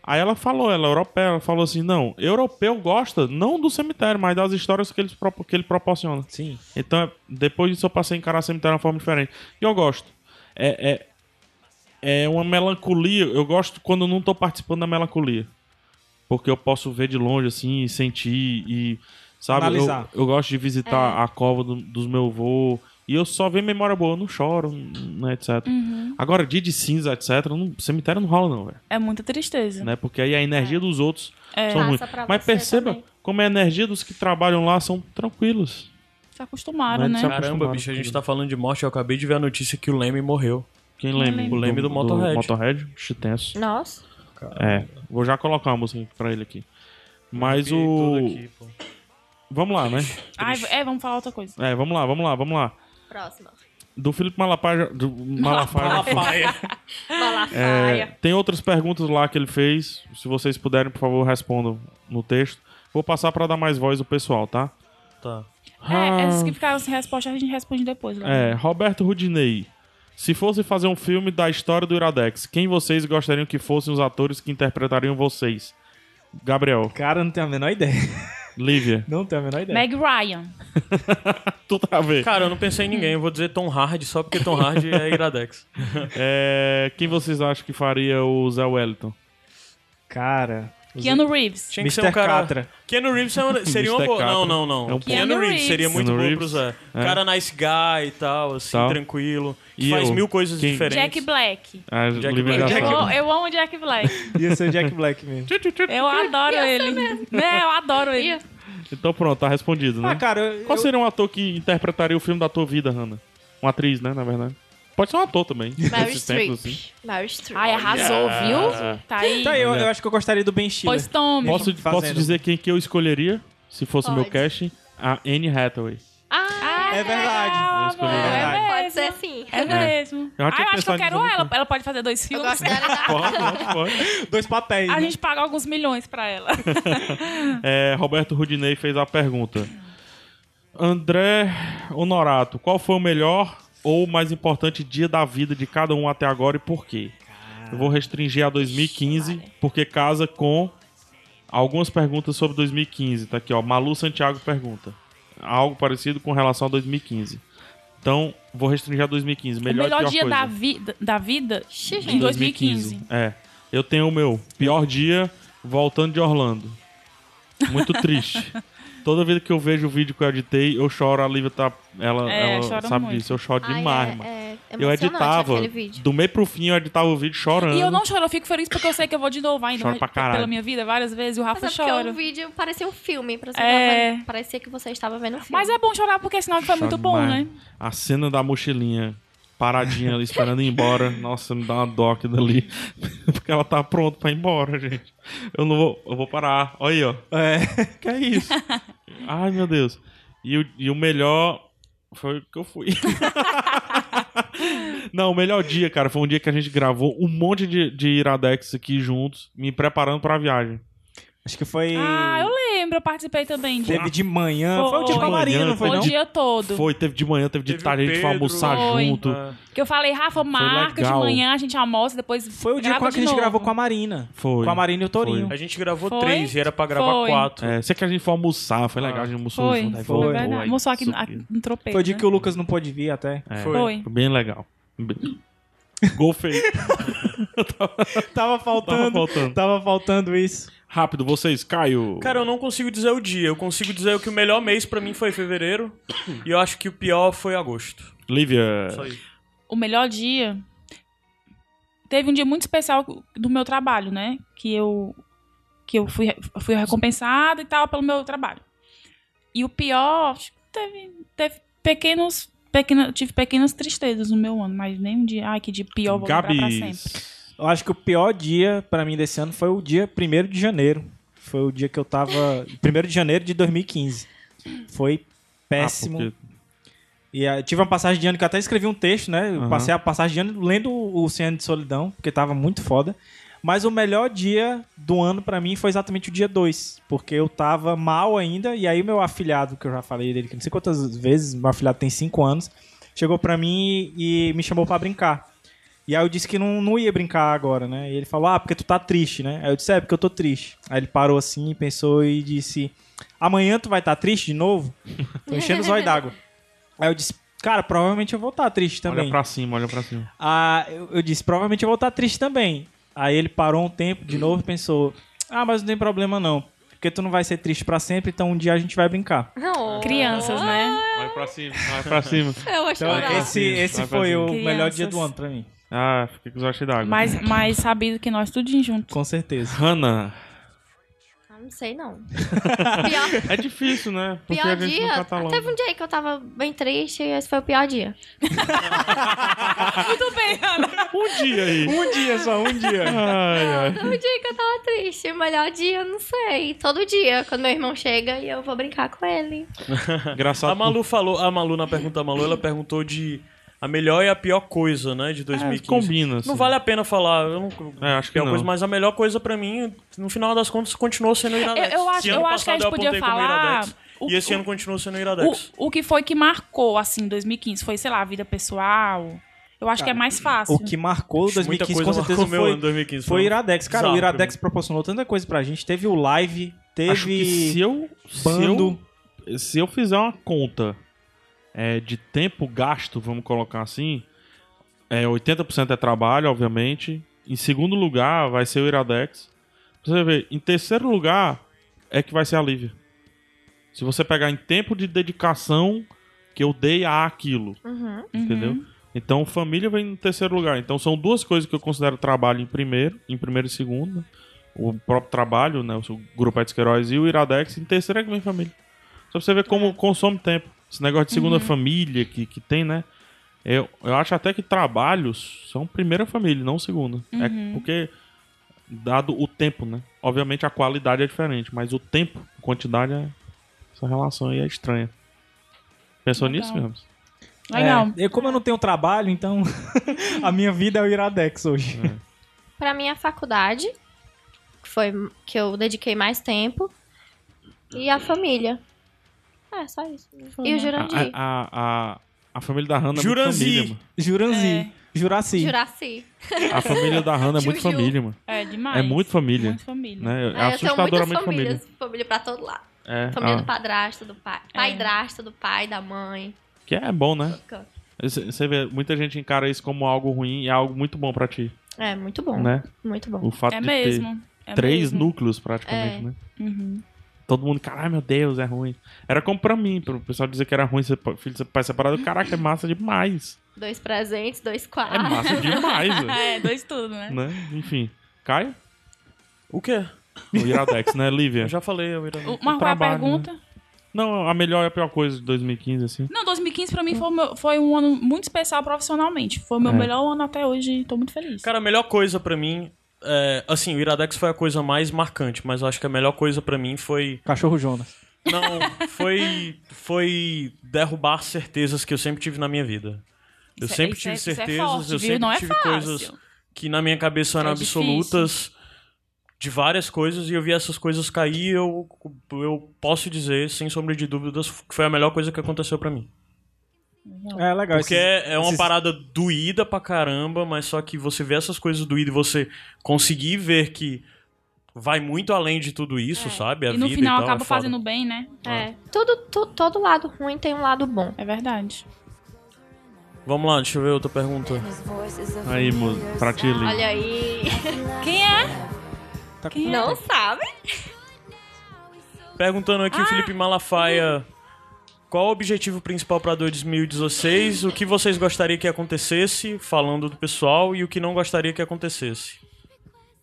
Aí ela falou, ela é europeia, ela falou assim: não, europeu gosta não do cemitério, mas das histórias que ele, que ele proporciona. Sim. Então, é- depois disso, eu passei a encarar cemitério de uma forma diferente. E eu gosto. É, é, é uma melancolia. Eu gosto quando eu não tô participando da melancolia. Porque eu posso ver de longe, assim, e sentir e. Sabe? Eu, Analisar. eu gosto de visitar a cova do- dos meus avôs. E eu só vejo memória boa, eu não choro, né, etc. Agora, dia de cinza, etc., não- cemitério não rola, não, velho. É muita tristeza. Né? Porque aí a energia dos outros É. são ruins. Passa pra Mas você perceba também. como a energia dos que trabalham lá são tranquilos. Se acostumaram, Mas né? isso é- Caramba, acostumado bicho, a com gente ele. tá falando de morte. Eu acabei de ver a notícia que o Leme morreu. Quem lembra? lembro. O leme do, Motorhead. Motorhead? Chitenso. Nossa. É. Vou já colocar uma música pra ele aqui. Mas o. Vamos lá, né? Ai, é, vamos falar outra coisa. É, vamos lá, vamos lá, vamos lá. Próxima. Do Felipe Malafaia. Do Malafaia. né? Malafaia. É, tem outras perguntas lá que ele fez. Se vocês puderem, por favor, respondam no texto. Vou passar pra dar mais voz ao pessoal, tá? Tá. É, essas que ficaram sem resposta, a gente responde depois. né? Lá. É, Roberto Rudinei. Se fosse fazer um filme da história do Iradex, quem vocês gostariam que fossem os atores que interpretariam vocês? Gabriel, Cara, não tenho a menor ideia. Lívia, Não tenho a menor ideia. Meg Ryan. tudo a ver. Cara, eu não pensei em ninguém. Eu vou dizer Tom Hardy só porque Tom Hardy é Iradex. É, quem vocês acham que faria o Zé Wellington? Cara. Keanu Reeves. Tinha que ser Mr. um cara. Catra. Keanu Reeves é uma- seria uma Mr. boa. Não, Catra. não, não. É um Keanu, Keanu Reeves seria Reeves. muito Keanu bom pro Reeves. Zé. É. Cara nice guy e tal, assim, Tal. tranquilo. Que E faz eu? mil coisas Quem? diferentes. Jack Black. A Jack Lívia já Black. Eu, sabe. amo- eu amo Jack Black. Ia ser Jack Black mesmo. Eu adoro ele. Né, eu adoro ele. Então pronto, tá respondido, né? Ah, cara, eu, Qual seria um ator que interpretaria o filme da tua vida, Hannah? Uma atriz, né, na verdade. Pode ser um ator também. Mary nesses tempos, assim. Streep. Mary Streep. é Ai, arrasou, viu? Tá aí. Tá, eu, eu acho que eu gostaria do Ben Stiller. Pois tome. Posso, Fazendo. posso dizer quem que eu escolheria, se fosse o meu Pode. casting? A Anne Hathaway. Ah, Ah, É verdade. legal, Eu escolhi amor, verdade. né? é pode mesmo. ser sim. É mesmo. Eu já tinha ah, eu acho que pensado eu quero nisso. ela. Ela pode fazer dois Eu filmes. gosto dela da Pode, pode, pode. Dois papéis. A né? gente paga alguns milhões pra ela. É, Roberto Rudinei fez a pergunta. André Honorato, qual foi o melhor ou mais importante dia da vida de cada um até agora e por quê? Eu vou restringir a 2015, porque casa com algumas perguntas sobre 2015. Tá aqui, ó. Malu Santiago pergunta. Algo parecido com relação a 2015. Então, vou restringir a 2015. o Melhor, e melhor pior dia coisa. da, vida da vida em Xixi. 2015. É. Eu tenho o meu. Pior dia voltando de Orlando. Muito triste. Toda vez que eu vejo o vídeo que eu editei, eu choro. A Lívia tá. Ela, É, ela chora sabe muito. disso. Eu choro Ai, demais, é, mano. é eu emocionante editava. aquele vídeo. Do meio pro fim eu editava o vídeo chorando. E eu não choro, eu fico feliz porque eu sei que eu vou de novo ainda. Choro pra caralho. Pela minha vida, várias vezes, e o Rafa Mas é porque chora. o vídeo parecia um filme. Parecia, É. que, parecia que você estava vendo um filme. Mas é bom chorar porque é sinal que foi Choro muito bom, demais. né? A cena da mochilinha paradinha ali, esperando ir embora. Nossa, me dá uma dó aqui dali. Porque ela tá pronta pra ir embora, gente. Eu não vou. Eu vou parar. Olha aí, ó. É. Que é isso? Ai, meu Deus. E o, e o melhor foi o que eu fui. Não, o melhor dia, cara, foi um dia que a gente gravou um monte de, de Iradex aqui juntos, me preparando pra viagem. Acho que foi. Ah, eu lembro, eu participei também. de- Teve de manhã. Foi. Foi, o dia De com a Marina, manhã, não foi, o não? dia todo. Foi, teve de manhã, teve de Teve tarde, a gente foi Pedro. Ah. almoçar Foi. junto. É, Que eu falei, Rafa, marca de legal. manhã, a gente almoça, depois Foi o dia grava com a que de a gente novo. gravou com a Marina. Foi. Com a Marina e o Torinho. A gente gravou Foi? três e era pra gravar Foi. quatro. É, sei que a gente foi almoçar, foi legal, a gente almoçou Ah, Foi, junto. foi, aí né? foi. verdade. aí Almoçou aqui subiu. no, aqui no tropeiro, Foi o dia né? que o Lucas não pôde vir até. É, Foi. Foi. foi Bem legal. Bem- Gol feito. Tava Tava faltando. Tá faltando. Tava faltando isso. Rápido, vocês, Caio. Cara, eu não consigo dizer o dia. Eu consigo dizer que o melhor mês pra mim foi fevereiro. e eu acho que o pior foi agosto. Lívia. Só isso. o melhor dia. Teve um dia muito especial do meu trabalho, né? Que eu, que eu fui, fui recompensada e tal pelo meu trabalho. E o pior, acho que teve, teve pequenos. Pequena, tive pequenas tristezas no meu ano, mas nem um dia. Ai, que dia pior, vou lembrar pra sempre. Gabs. Eu acho que o pior dia pra mim desse ano foi o dia 1 de janeiro. Foi o dia que eu tava. 1 de janeiro de 2015. Foi péssimo. Ah, porque- E ah, tive uma passagem de ano que eu até escrevi um texto, né? Eu Aham. Passei a passagem de ano lendo o Oceano de Solidão, porque tava muito foda. Mas o melhor dia do ano pra mim foi exatamente o dia 2, porque eu tava mal ainda. E aí, meu afilhado, que eu já falei dele que não sei quantas vezes, meu afilhado tem 5 anos, chegou pra mim e, e me chamou pra brincar. E aí eu disse que não, não ia brincar agora, né? E ele falou, ah, porque tu tá triste, né? Aí eu disse, é, porque eu tô triste. Aí ele parou assim, pensou e disse, amanhã tu vai estar triste de novo? tô enchendo os olhos d'água. Aí eu disse, cara, provavelmente eu vou estar triste também. Olha pra cima, olha pra cima. Ah, eu, eu disse, provavelmente eu vou estar triste também. Aí ele parou um tempo de novo e pensou, ah, mas não tem problema não, porque tu não vai ser triste pra sempre, então um dia a gente vai brincar. Oh, é Crianças, né? Olha pra cima, olha pra cima. Eu vou Então chorar. esse, esse Vai foi fazer. o melhor dia Crianças. do ano pra mim, Ah, fiquei com os olhos cheios d'água. Mas, mas sabido que nós tudinho junto. com certeza. Hannah, Ah, Não sei, não. Pior, é difícil, né? Porque pior a gente dia. nunca tá longe. Teve um dia aí que eu tava bem triste e esse foi o pior dia. Ah. Muito bem, Ana. Um dia aí. Um dia só, um dia. Ai, ai. Teve um dia que eu tava triste. O melhor dia, eu não sei. Todo dia, quando meu irmão chega e eu vou brincar com ele. Engraçado. Tá A Malu falou, a Malu na pergunta da Malu, ela perguntou de a melhor e a pior coisa, né, de porque- É, 2015. combina, assim. Não vale a pena falar, eu não, É, acho que pior não. coisa, mas a melhor coisa pra mim, no final das contas, continuou sendo o Iradex. É, Eu- eu acho- Esse ano eu acho que a passado gente podia apontei como falar Iradex, o- e esse o- ano continuou sendo o Iradex. O, o que foi que marcou, assim, 2015? Foi, sei lá, a vida pessoal? Eu acho que é mais fácil. O que marcou Muita 2015 com coisa certeza marcou meu foi, ano 2015, foi o foi Iradex. Cara, o bizarro pra Iradex proporcionou tanta coisa pra gente. Teve o live, teve... Acho que se eu, se bando. eu, se eu fizer uma conta é, de tempo gasto, vamos colocar assim, é, 80% é trabalho, obviamente. Em segundo lugar vai ser o Iradex. Pra Você vê, em terceiro lugar é que vai ser a Lívia. Se você pegar em tempo de dedicação que eu dei a aquilo, Uhum. entendeu? Então família vem no terceiro lugar. Então são duas coisas que eu considero trabalho em primeiro, em primeiro e segundo. né? O próprio trabalho, né? O grupo Etos Queiroz e o Iradex. Em terceiro é que vem família. Só pra você ver como consome tempo. Esse negócio de segunda família que, que tem, né? Eu, eu acho até que trabalhos são primeira família, não segunda. É porque, dado o tempo, né? Obviamente a qualidade é diferente, mas o tempo, quantidade, é... essa relação aí é estranha. Pensou Legal. nisso, meu amor? Legal. É, eu, como eu não tenho trabalho, então a minha vida é o Iradex hoje. É. Pra mim, a faculdade, que foi que eu dediquei mais tempo, e a família. É, só isso. E o Jurandir. A, a, a, a família da Hannah Juranzi. é muito família, Juranzi, É. Juraci. Juraci. mano. A família da Hannah é muito Juju. família, mano. É demais. É muito família. Muito família. Né? É Ah, eu tenho muitas assustadoramente família. famílias. Família, pra todo lado. É, Família do ah, padrasto, do pai. Paidrasto, do pai, da mãe. que é bom, né? Fica- Você você vê, muita gente encara isso como algo ruim e é algo muito bom pra ti, É, muito bom. né? Muito bom. O fato É de mesmo. é ter três mesmo. núcleos, praticamente, É. né? Uhum. Todo mundo, caralho, meu Deus, é ruim. Era como pra mim, pro pessoal dizer que era ruim ser pa- filho de pai separado. Caraca, é massa demais. Dois presentes, dois É quartos. massa demais, velho. É, dois tudo, né? né? Enfim. Caio? O quê? O Iradex, né, Lívia? Eu já falei, é o Iradex. O Marco, a trabalho, pergunta. Não, a melhor e a pior coisa de 2015, assim. Não, 2015 pra mim foi, o meu- foi um ano muito especial profissionalmente. Foi o meu É. melhor ano até hoje e tô muito feliz. Cara, a melhor coisa pra mim, é, assim, o Iradex foi a coisa mais marcante, mas eu acho que a melhor coisa pra mim foi Cachorro Jonas. Não, foi foi derrubar certezas que eu sempre tive na minha vida. Eu Isso é- sempre isso é- tive isso é certezas, forte, eu viu? sempre Não é tive fácil. coisas que na minha cabeça eram É difícil. absolutas de várias coisas e eu vi essas coisas cair, eu eu posso dizer sem sombra de dúvidas que foi a melhor coisa que aconteceu pra mim. É legal. Porque esses- é uma esses- parada doída pra caramba, mas só que você vê essas coisas doídas e você conseguir ver que vai muito além de tudo isso, sabe? A É. e no vida final e tal, acaba é foda. fazendo bem, né? É. Tudo, tu- todo lado ruim tem um lado bom. É verdade. Vamos lá, deixa eu ver outra pergunta. Aí, moço, pra ti, Lívia. Olha aí. Quem é? Tá- Quem é? Não sabe? Perguntando aqui Ah, o Felipe uhum. Malafaia. Qual o objetivo principal pra 2016? O que vocês gostariam que acontecesse, falando do pessoal, e o que não gostaria que acontecesse?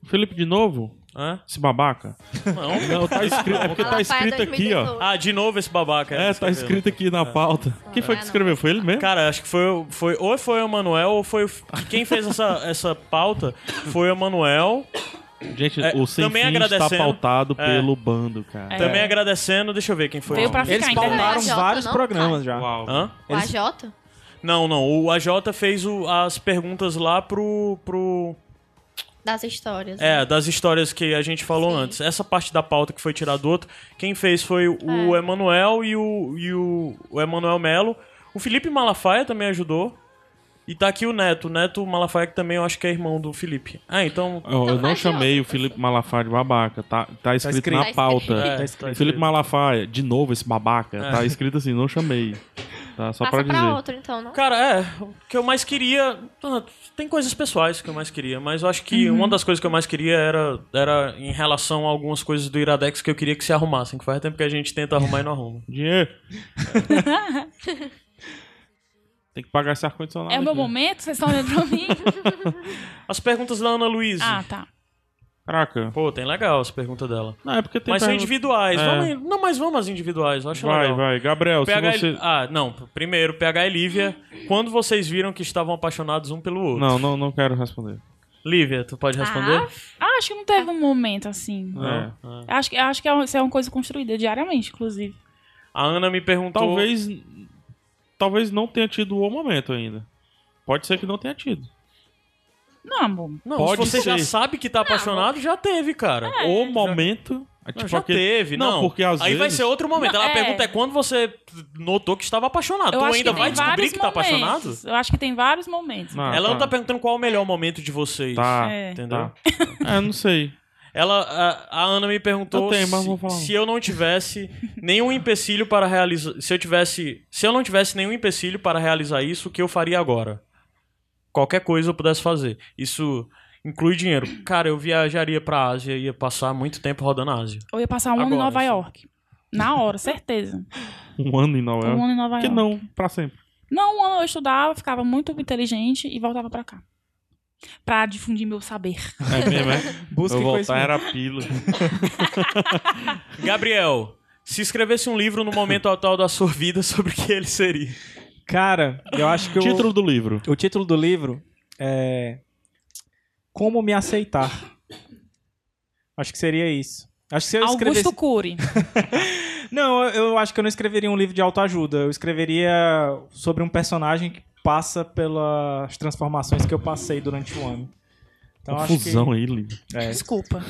Felipe, de novo? Hã? Esse babaca? Não. Não, tá escrito, é porque tá Malafaia escrito aqui, ó. 2018. Ah, de novo esse babaca. É, tá escrevendo. escrito aqui na pauta. Quem foi que escreveu? Foi ele mesmo? Cara, acho que foi, o- foi ou foi o Emanuel ou foi o, que quem fez essa, essa pauta foi o Emanuel. Gente, É, o Sem também Fim está agradecendo. pautado É. pelo bando, cara. Também agradecendo, deixa eu ver quem foi. um Veio o- pra Eles ficar, pautaram entendeu? internet. vários Não, não programas já. Uau. Hã? O Eles- AJ? Não, não, o AJ fez o- as perguntas lá pro pro Das histórias. é, das histórias que a gente falou antes. Essa parte da pauta que foi tirada do outro, quem fez foi o Emanuel e o e o, o Emanuel Melo. O Felipe Malafaia também ajudou. E tá aqui o Neto. O Neto Malafaia, que também eu acho que é irmão do Felipe. Ah, então. Ó, eu Então não faz de chamei o outra Felipe Malafaia de babaca, tá, tá escrito escrito. na Tá pauta. escrito. É, tá Felipe escrito. Malafaia, de novo esse babaca, É. tá escrito assim, não chamei. Tá, só pra Passa pra, dizer. outro, então, não? Cara, é. O que eu mais queria. ah, Tem coisas pessoais que eu mais queria, mas eu acho que uma das coisas que eu mais queria era, era em relação a algumas coisas do Iradex que eu queria que se arrumassem, que faz tempo que a gente tenta arrumar e não arruma. Dinheiro. Tem que pagar esse ar-condicionado. É o meu aqui. momento? Vocês estão olhando pra mim? As perguntas da Ana Luísa. ah, tá. Caraca. Pô, tem legal as perguntas dela. Não, é porque tem mas são pergunta- individuais. É. Vamos em- não, mas vamos às individuais, eu acho Vai, legal. vai. Gabriel, se PH e- você. Ah, não. Primeiro, PH e Lívia. Quando vocês viram que estavam apaixonados um pelo outro? Não, não, não quero responder. Lívia, tu pode responder? Ah, acho que não teve um momento assim. É. Acho, que- acho que é um- isso é uma coisa construída diariamente, inclusive. A Ana me perguntou. Talvez. Talvez não tenha tido o momento ainda. Pode ser que não tenha tido. Não, amor. Não, Pode se você já ser. sabe que tá apaixonado, já teve, cara. É. o momento. é É, Não, tipo já aquele- teve, não. porque às Aí vai vezes. ser outro momento. Não, Ela é. pergunta é quando você notou que estava apaixonado. Eu Ah, tu acho ainda que vai tem descobrir vários que tá apaixonado? momentos. Eu acho que tem vários momentos. Ah, Ela não tá perguntando qual é o melhor momento de vocês. Tá, É. Entendeu? tá. É, não sei. Ela, a, a Ana me perguntou Eu tenho, mas se, vou falar. um. se eu não tivesse nenhum empecilho para realizar, se eu tivesse, se eu não tivesse nenhum empecilho para realizar isso, o que eu faria agora? Qualquer coisa eu pudesse fazer. Isso inclui dinheiro. Cara, eu viajaria para Ásia, ia passar muito tempo rodando a Ásia. Eu ia passar um ano em Agora, Nova sim. York. Na hora, certeza. Um ano em Nova Um York. ano em Nova Por que York. não? Pra sempre. Não, um ano eu estudava, ficava muito inteligente e voltava pra cá. Pra difundir meu saber. É mesmo, é? Busque Eu voltar conhecimento. era pila. Gabriel, se escrevesse um livro no momento atual da sua vida sobre o que ele seria. Cara, eu acho que eu- Título do livro. o título do livro é Como Me Aceitar. Acho que seria isso. Acho que se eu escrevesse... Augusto Cury. Não, eu eu acho que eu não escreveria um livro de autoajuda. Eu escreveria sobre um personagem que passa pelas transformações que eu passei durante o ano. Então Uma acho fusão aí, livro. que. É, Desculpa.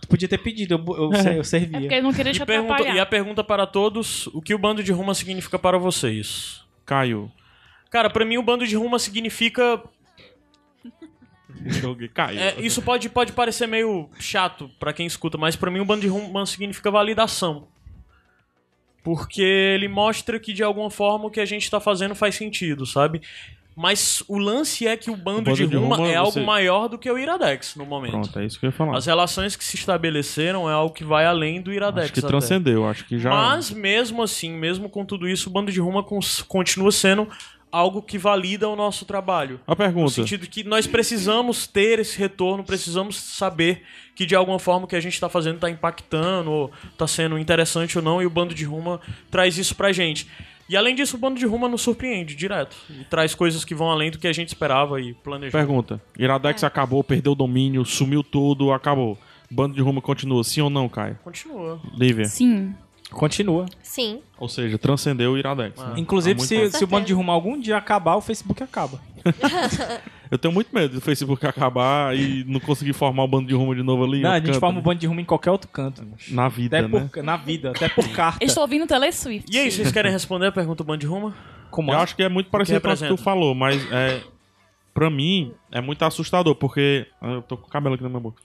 tu podia ter pedido, eu, eu, eu É servia. porque ele não queria te E, pergunta- atrapalhar. e a pergunta para todos: o que o bando de Roma significa para vocês? Caiu. Cara, pra mim o bando de Roma significa Joguei. Caiu. É, isso pode, pode parecer meio chato pra quem escuta, mas pra mim o bando de romance significa validação. Porque ele mostra que de alguma forma o que a gente tá fazendo faz sentido, sabe? Mas o lance é que o bando, de, Roma, é algo você- maior do que o Iradex no momento. Pronto, é isso que eu ia falar. As relações que se estabeleceram é algo que vai além do Iradex. Acho que até. transcendeu, acho que já. Mas mesmo assim, mesmo com tudo isso, o bando de Roma cons- continua sendo algo que valida o nosso trabalho. A No pergunta. sentido que nós precisamos ter esse retorno, precisamos saber que de alguma forma o que a gente tá fazendo tá impactando, ou tá sendo interessante ou não, e o bando de Ruma traz isso pra gente. E além disso, o bando de Ruma nos surpreende direto. E traz coisas que vão além do que a gente esperava e planejou. Pergunta. Iradex acabou, perdeu o domínio, sumiu tudo, acabou. Bando de Roma continua, sim ou não, Caio? Continua. Lívia. Sim. Continua. Sim. Ou seja, transcendeu o Iradex. É. né? Há Inclusive, Tá, muito se, tempo. se o bando de rumo algum dia acabar, o Facebook acaba. Eu tenho muito medo do Facebook acabar e não conseguir formar o bando de Roma de novo ali. Não, eu a gente canto, forma o né? bando de rumo em qualquer outro canto. bicho. Na vida, Até né? por- Na vida, até por carta. Eu estou ouvindo Taylor Swift. Tá. E aí, vocês querem responder a pergunta do bando de Ruma? Como Eu é? acho que é muito parecido com o que tu representa? falou, mas é, pra mim é muito assustador, porque. Ah, Eu tô com o cabelo aqui na minha boca.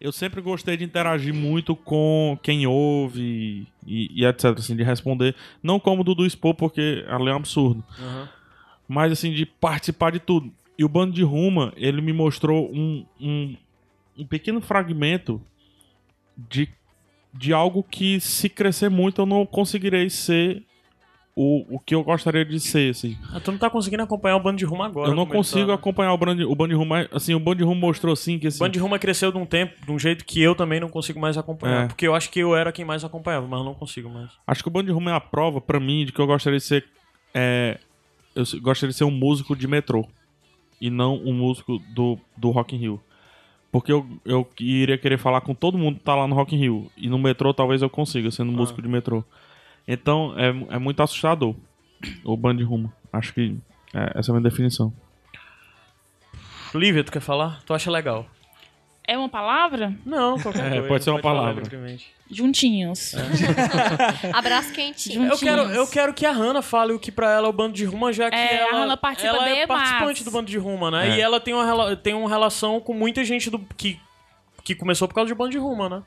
Eu sempre gostei de interagir muito com quem ouve e, e etc, assim, de responder. Não como o Dudu expor, porque ali é um absurdo. Mas, assim, de participar de tudo. E o Bando de Ruma, ele me mostrou um, um, um pequeno fragmento de, de algo que, se crescer muito, eu não conseguirei ser o, o que eu gostaria de ser, assim. Ah, tu não tá conseguindo acompanhar o bando de Ruma agora. eu não como ele tá, consigo né? acompanhar o Band, o Band Room, mas, assim, o Band Room mostrou assim que assim, O bando de Ruma cresceu de um tempo, de um jeito que eu também não consigo mais acompanhar. É. Porque eu acho que eu era quem mais acompanhava, mas eu não consigo mais. acho que o Band Room é a prova pra mim de que eu gostaria de ser é, eu se- gostaria de ser um músico de metrô e não um músico do, do Rock in Rio. Porque eu, eu iria querer falar com todo mundo que tá lá no Rock in Rio e no metrô talvez eu consiga sendo músico de metrô. Então é, mu- é muito assustador o Band Room. Acho que é, essa é a minha definição. Lívia, tu quer falar? Tu acha legal? É uma palavra? Não, qualquer É, coisa. pode ser uma falar palavra. livremente. Juntinhos. Abraço quentinho. Eu quero, eu Juntinhos. quero que a Hanna fale o que pra ela é o bando de Ruma, já que É, a ela, Hannah participa ela é demais. participante do bando de Ruma, né? É. E ela tem uma, rela- tem uma relação com muita gente do que, que começou por causa do bando de Ruma, né?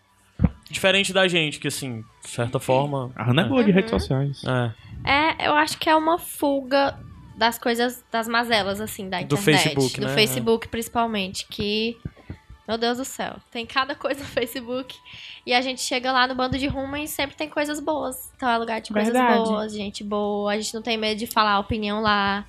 Diferente da gente, que assim, de certa forma. A Hannah é boa de redes sociais. É. É, eu acho que é uma fuga das coisas, das mazelas, assim, da Do internet. Facebook, Do né? Facebook, principalmente, que... Meu Deus do céu, tem cada coisa no Facebook. E a gente chega lá no bando de rumo e sempre tem coisas boas. Então é lugar de coisas Verdade. boas, gente boa. A gente não tem medo de falar a opinião lá.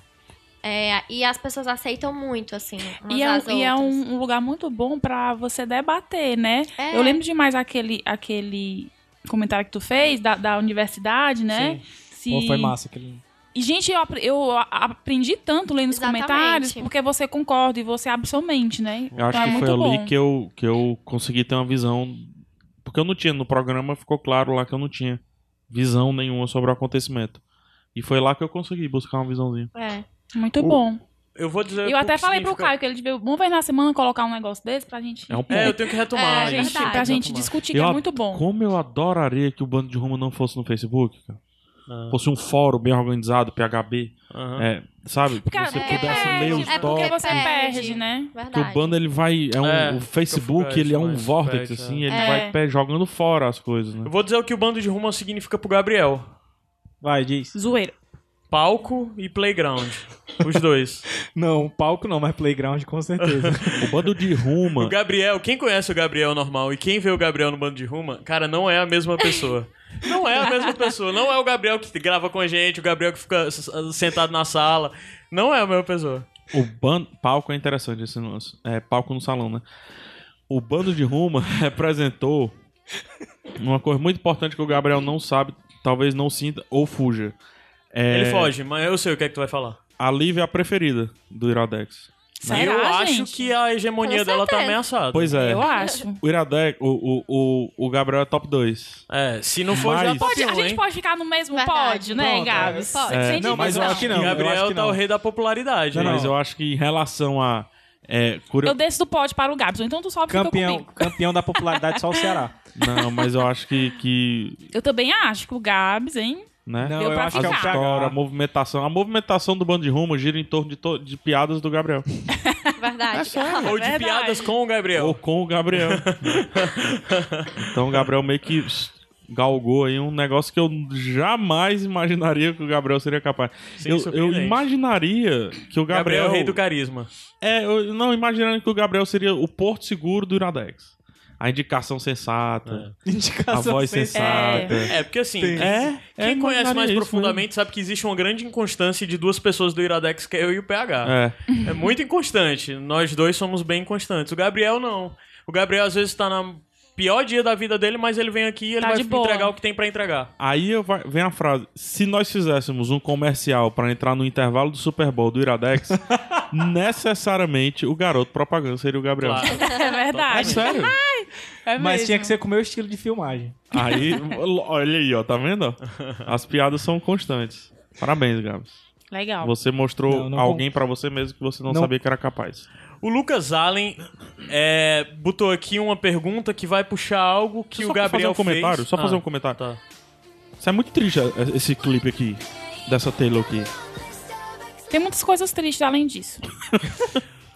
É, e as pessoas aceitam muito, assim. Umas E é, um- às e é outras. um, um lugar muito bom pra você debater, né? É. Eu lembro demais aquele, aquele comentário que tu fez da, da universidade, né? Se- Pô, foi massa aquele. E, gente, eu, apre- eu a- aprendi tanto lendo os Exatamente. comentários, porque você concorda e você abre sua mente, né? Eu acho então é que muito foi ali bom. que eu, que eu consegui ter uma visão. Porque eu não tinha, no programa ficou claro lá que eu não tinha visão nenhuma sobre o acontecimento. E foi lá que eu consegui buscar uma visãozinha. É. Muito O- bom. Eu vou dizer. Eu, o até que falei pro significa- Caio que ele devia uma vez na semana colocar um negócio desse pra gente. É um É, eu ponto. tenho que retomar. É, pra isso. gente, verdade. pra gente Retomar. discutir, que é Eu- muito bom. Como eu adoraria que o bando de rumo não fosse no Facebook, cara. Ah. Fosse um fórum bem organizado, PHB, Aham. é, sabe? Que Porque- você é, pudesse perde, ler os porque é tópicos. você perde. perde, né? Porque Verdade. o bando ele vai. É um, É, o Facebook, fica- ele é um fica- vórtex, fica- assim, ele É. vai pé- jogando fora as coisas, né? Eu vou dizer o que o bando de Ruma significa pro Gabriel: Vai, diz. Zoeira. palco e playground. Os dois. Não, palco não, mas playground com certeza. É. O bando de ruma. O Gabriel, quem conhece o Gabriel normal e quem vê o Gabriel no bando de ruma, cara, não é a mesma pessoa. Não é a mesma pessoa. Não é o Gabriel que grava com a gente, o Gabriel que fica s- s- sentado na sala. Não é a mesma pessoa. O bando. Palco é interessante esse nosso. É palco no salão, né? O bando de Ruma representou uma coisa muito importante que o Gabriel não sabe, talvez não sinta ou fuja. É, Ele foge, mas eu sei o que é que tu vai falar. A Liv é a preferida do Iradex. Será, eu gente? acho é. que a hegemonia Com dela tá certeza. ameaçada. Pois é. Eu acho. O Iradex, o, o, o, o Gabriel é top 2. É, se não for, Mas- já tá Pode- a pior, gente hein? pode ficar no mesmo Verdade. pódio, né, Pronto, Gabs? então, é. Pode. Sem É, não, mas eu divisão. acho que não. o eu acho Gabriel que tá não. o rei da popularidade. Não, né? Mas eu acho que em relação a. É, curio- Eu desço do pódio para o Gabs, ou então tu sobe e fica campeão, comigo. campeão da popularidade só o Ceará. Não, mas eu acho que. que Eu também acho que o Gabs, hein? né? Não, Deu eu pra acho que é a o ficar. história, a PH. movimentação. A movimentação do bando de Ruma gira em torno de, to- de piadas do Gabriel. É Verdade. Ou de Verdade. piadas com o Gabriel. Ou com o Gabriel. então o Gabriel meio que galgou aí um negócio que eu jamais imaginaria que o Gabriel seria capaz. Sim, eu, eu surpreendente. imaginaria que o Gabriel, é Gabriel. rei do carisma. É, eu não imaginaria que o Gabriel seria o porto seguro do Iradex. A indicação sensata, a Indicação voz sensata. sensata. É, porque assim, É, é, Quem conhece mais imaginaria isso né? profundamente sabe que existe uma grande inconstância de duas pessoas do Iradex, que é eu e o mesmo. PH. É. É, muito inconstante. Nós dois somos bem inconstantes. O Gabriel não. O Gabriel às vezes tá na pior dia da vida dele, mas ele vem aqui e ele Tá vai de boa. entregar o que tem pra entregar. Aí eu vai- vem a frase: se nós fizéssemos um comercial pra entrar no intervalo do Super Bowl do Iradex, necessariamente o garoto propaganda seria o Gabriel. Claro. É É verdade. sério? É Mas mesmo. tinha que ser com o meu estilo de filmagem. Aí, olha aí, ó, tá vendo? ó? As piadas são constantes. Parabéns, Gabs. Legal. Você mostrou Não, não alguém pra você mesmo que você não, Não. sabia que era capaz. O Lucas Allen é, botou aqui uma pergunta que vai puxar algo que Só o pra Gabriel fazer um comentário, fez. só fazer Ah, um comentário. Tá. Isso é muito triste é, esse clipe aqui dessa Taylor aqui. Tem muitas coisas tristes além disso.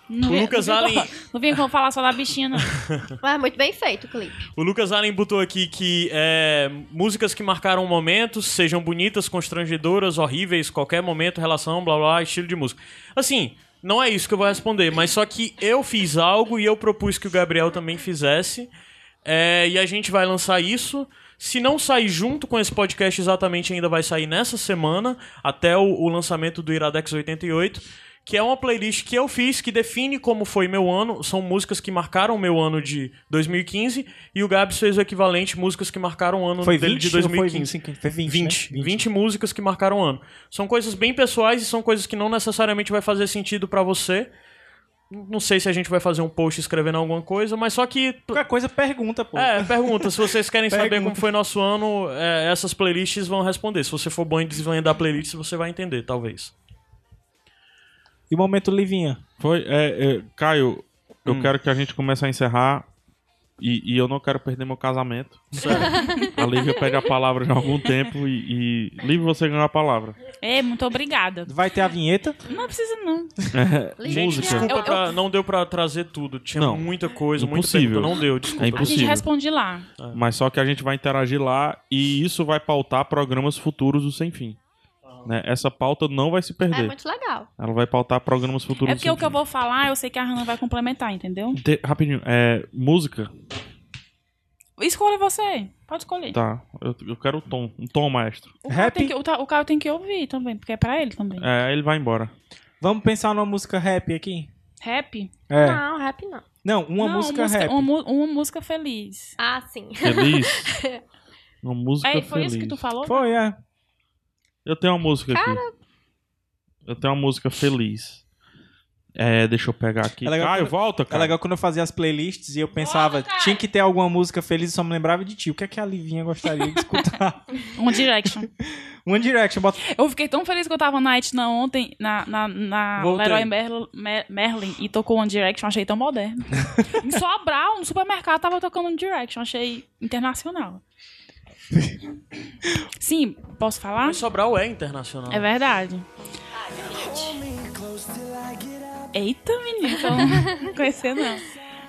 Não O vem- Lucas não vem Allen- com- Não vem como falar só da bichinha, não. Mas é muito bem feito o clipe. O Lucas Allen botou aqui que é, músicas que marcaram momentos, sejam bonitas, constrangedoras, horríveis, qualquer momento, relação, blá blá, estilo de música. Assim, não é isso que eu vou responder, mas só que eu fiz algo e eu propus que o Gabriel também fizesse. é, e a gente vai lançar isso. Se não sair junto com esse podcast exatamente, ainda vai sair nessa semana, até o, o lançamento do Iradex 88, que é uma playlist que eu fiz, que define como foi meu ano. São músicas que marcaram meu ano de 2015, e o Gabs fez o equivalente, músicas que marcaram o ano Foi dele 20 de ou foi 2015. 25? Foi 20, 20, né? 20. músicas que marcaram o ano. São coisas bem pessoais e são coisas que não necessariamente vai fazer sentido pra você. Não sei se a gente vai fazer um post escrevendo alguma coisa, mas só que Qualquer coisa pergunta, pô. é, pergunta. Se vocês querem saber Pergunta. como foi nosso ano, é, essas playlists vão responder. Se você for bom em desvendar playlists, você vai entender, talvez. E o momento Livinha? Foi, é, é, Caio, eu quero que a gente comece a encerrar E, e eu não quero perder meu casamento. A Lívia pede a palavra já há algum tempo e, e Lívia, você ganhou a palavra. É, muito obrigada. Vai ter a vinheta. Não precisa, não. Gente, Música. desculpa, né? Eu- eu- é pra- não deu pra trazer tudo. Tinha Não. muita coisa, muita Impossível. pergunta, Não deu, É desculpa. A gente impossível. responde lá. Mas só que a gente vai interagir lá e isso vai pautar programas futuros do Sem Fim. Né? Essa pauta não vai se É perder. muito legal. Ela vai pautar programas futuros É do porque Sem o que eu Fim. vou falar, eu sei que a Hannah vai complementar, entendeu? Te- rapidinho, é, música. Escolha você. Pode escolher. Tá, eu, eu quero o tom, um tom maestro. O, cara Rap. tem que, o, ta- o cara tem que ouvir também, porque é pra ele também. É, aí ele vai embora. Vamos pensar numa música rap aqui? Rap? É. Não, rap não. Não, uma Não, música rap. Uma, mu- uma música feliz. Ah, sim. Feliz. Uma música Aí, foi feliz. isso que tu falou? Foi, é. Eu tenho uma música aqui. Eu tenho uma música feliz. É, deixa eu pegar aqui. É legal Caio, quando- volta, É cara. legal quando eu fazia as playlists e eu pensava, tinha que ter alguma música feliz e só me lembrava de ti. O que é que a Livinha gostaria de escutar? One Direction. One Direction, bota. Eu fiquei tão feliz que eu tava na Etna ontem, na, na, na Voltei. Leroy Merl- Mer- Merlin, e tocou One Direction, achei tão moderno. em Sobral, no supermercado, tava tocando One Direction, achei internacional. Sim, posso falar? Mas Sobral é internacional. É verdade. Eita, menino, então não conhecia não.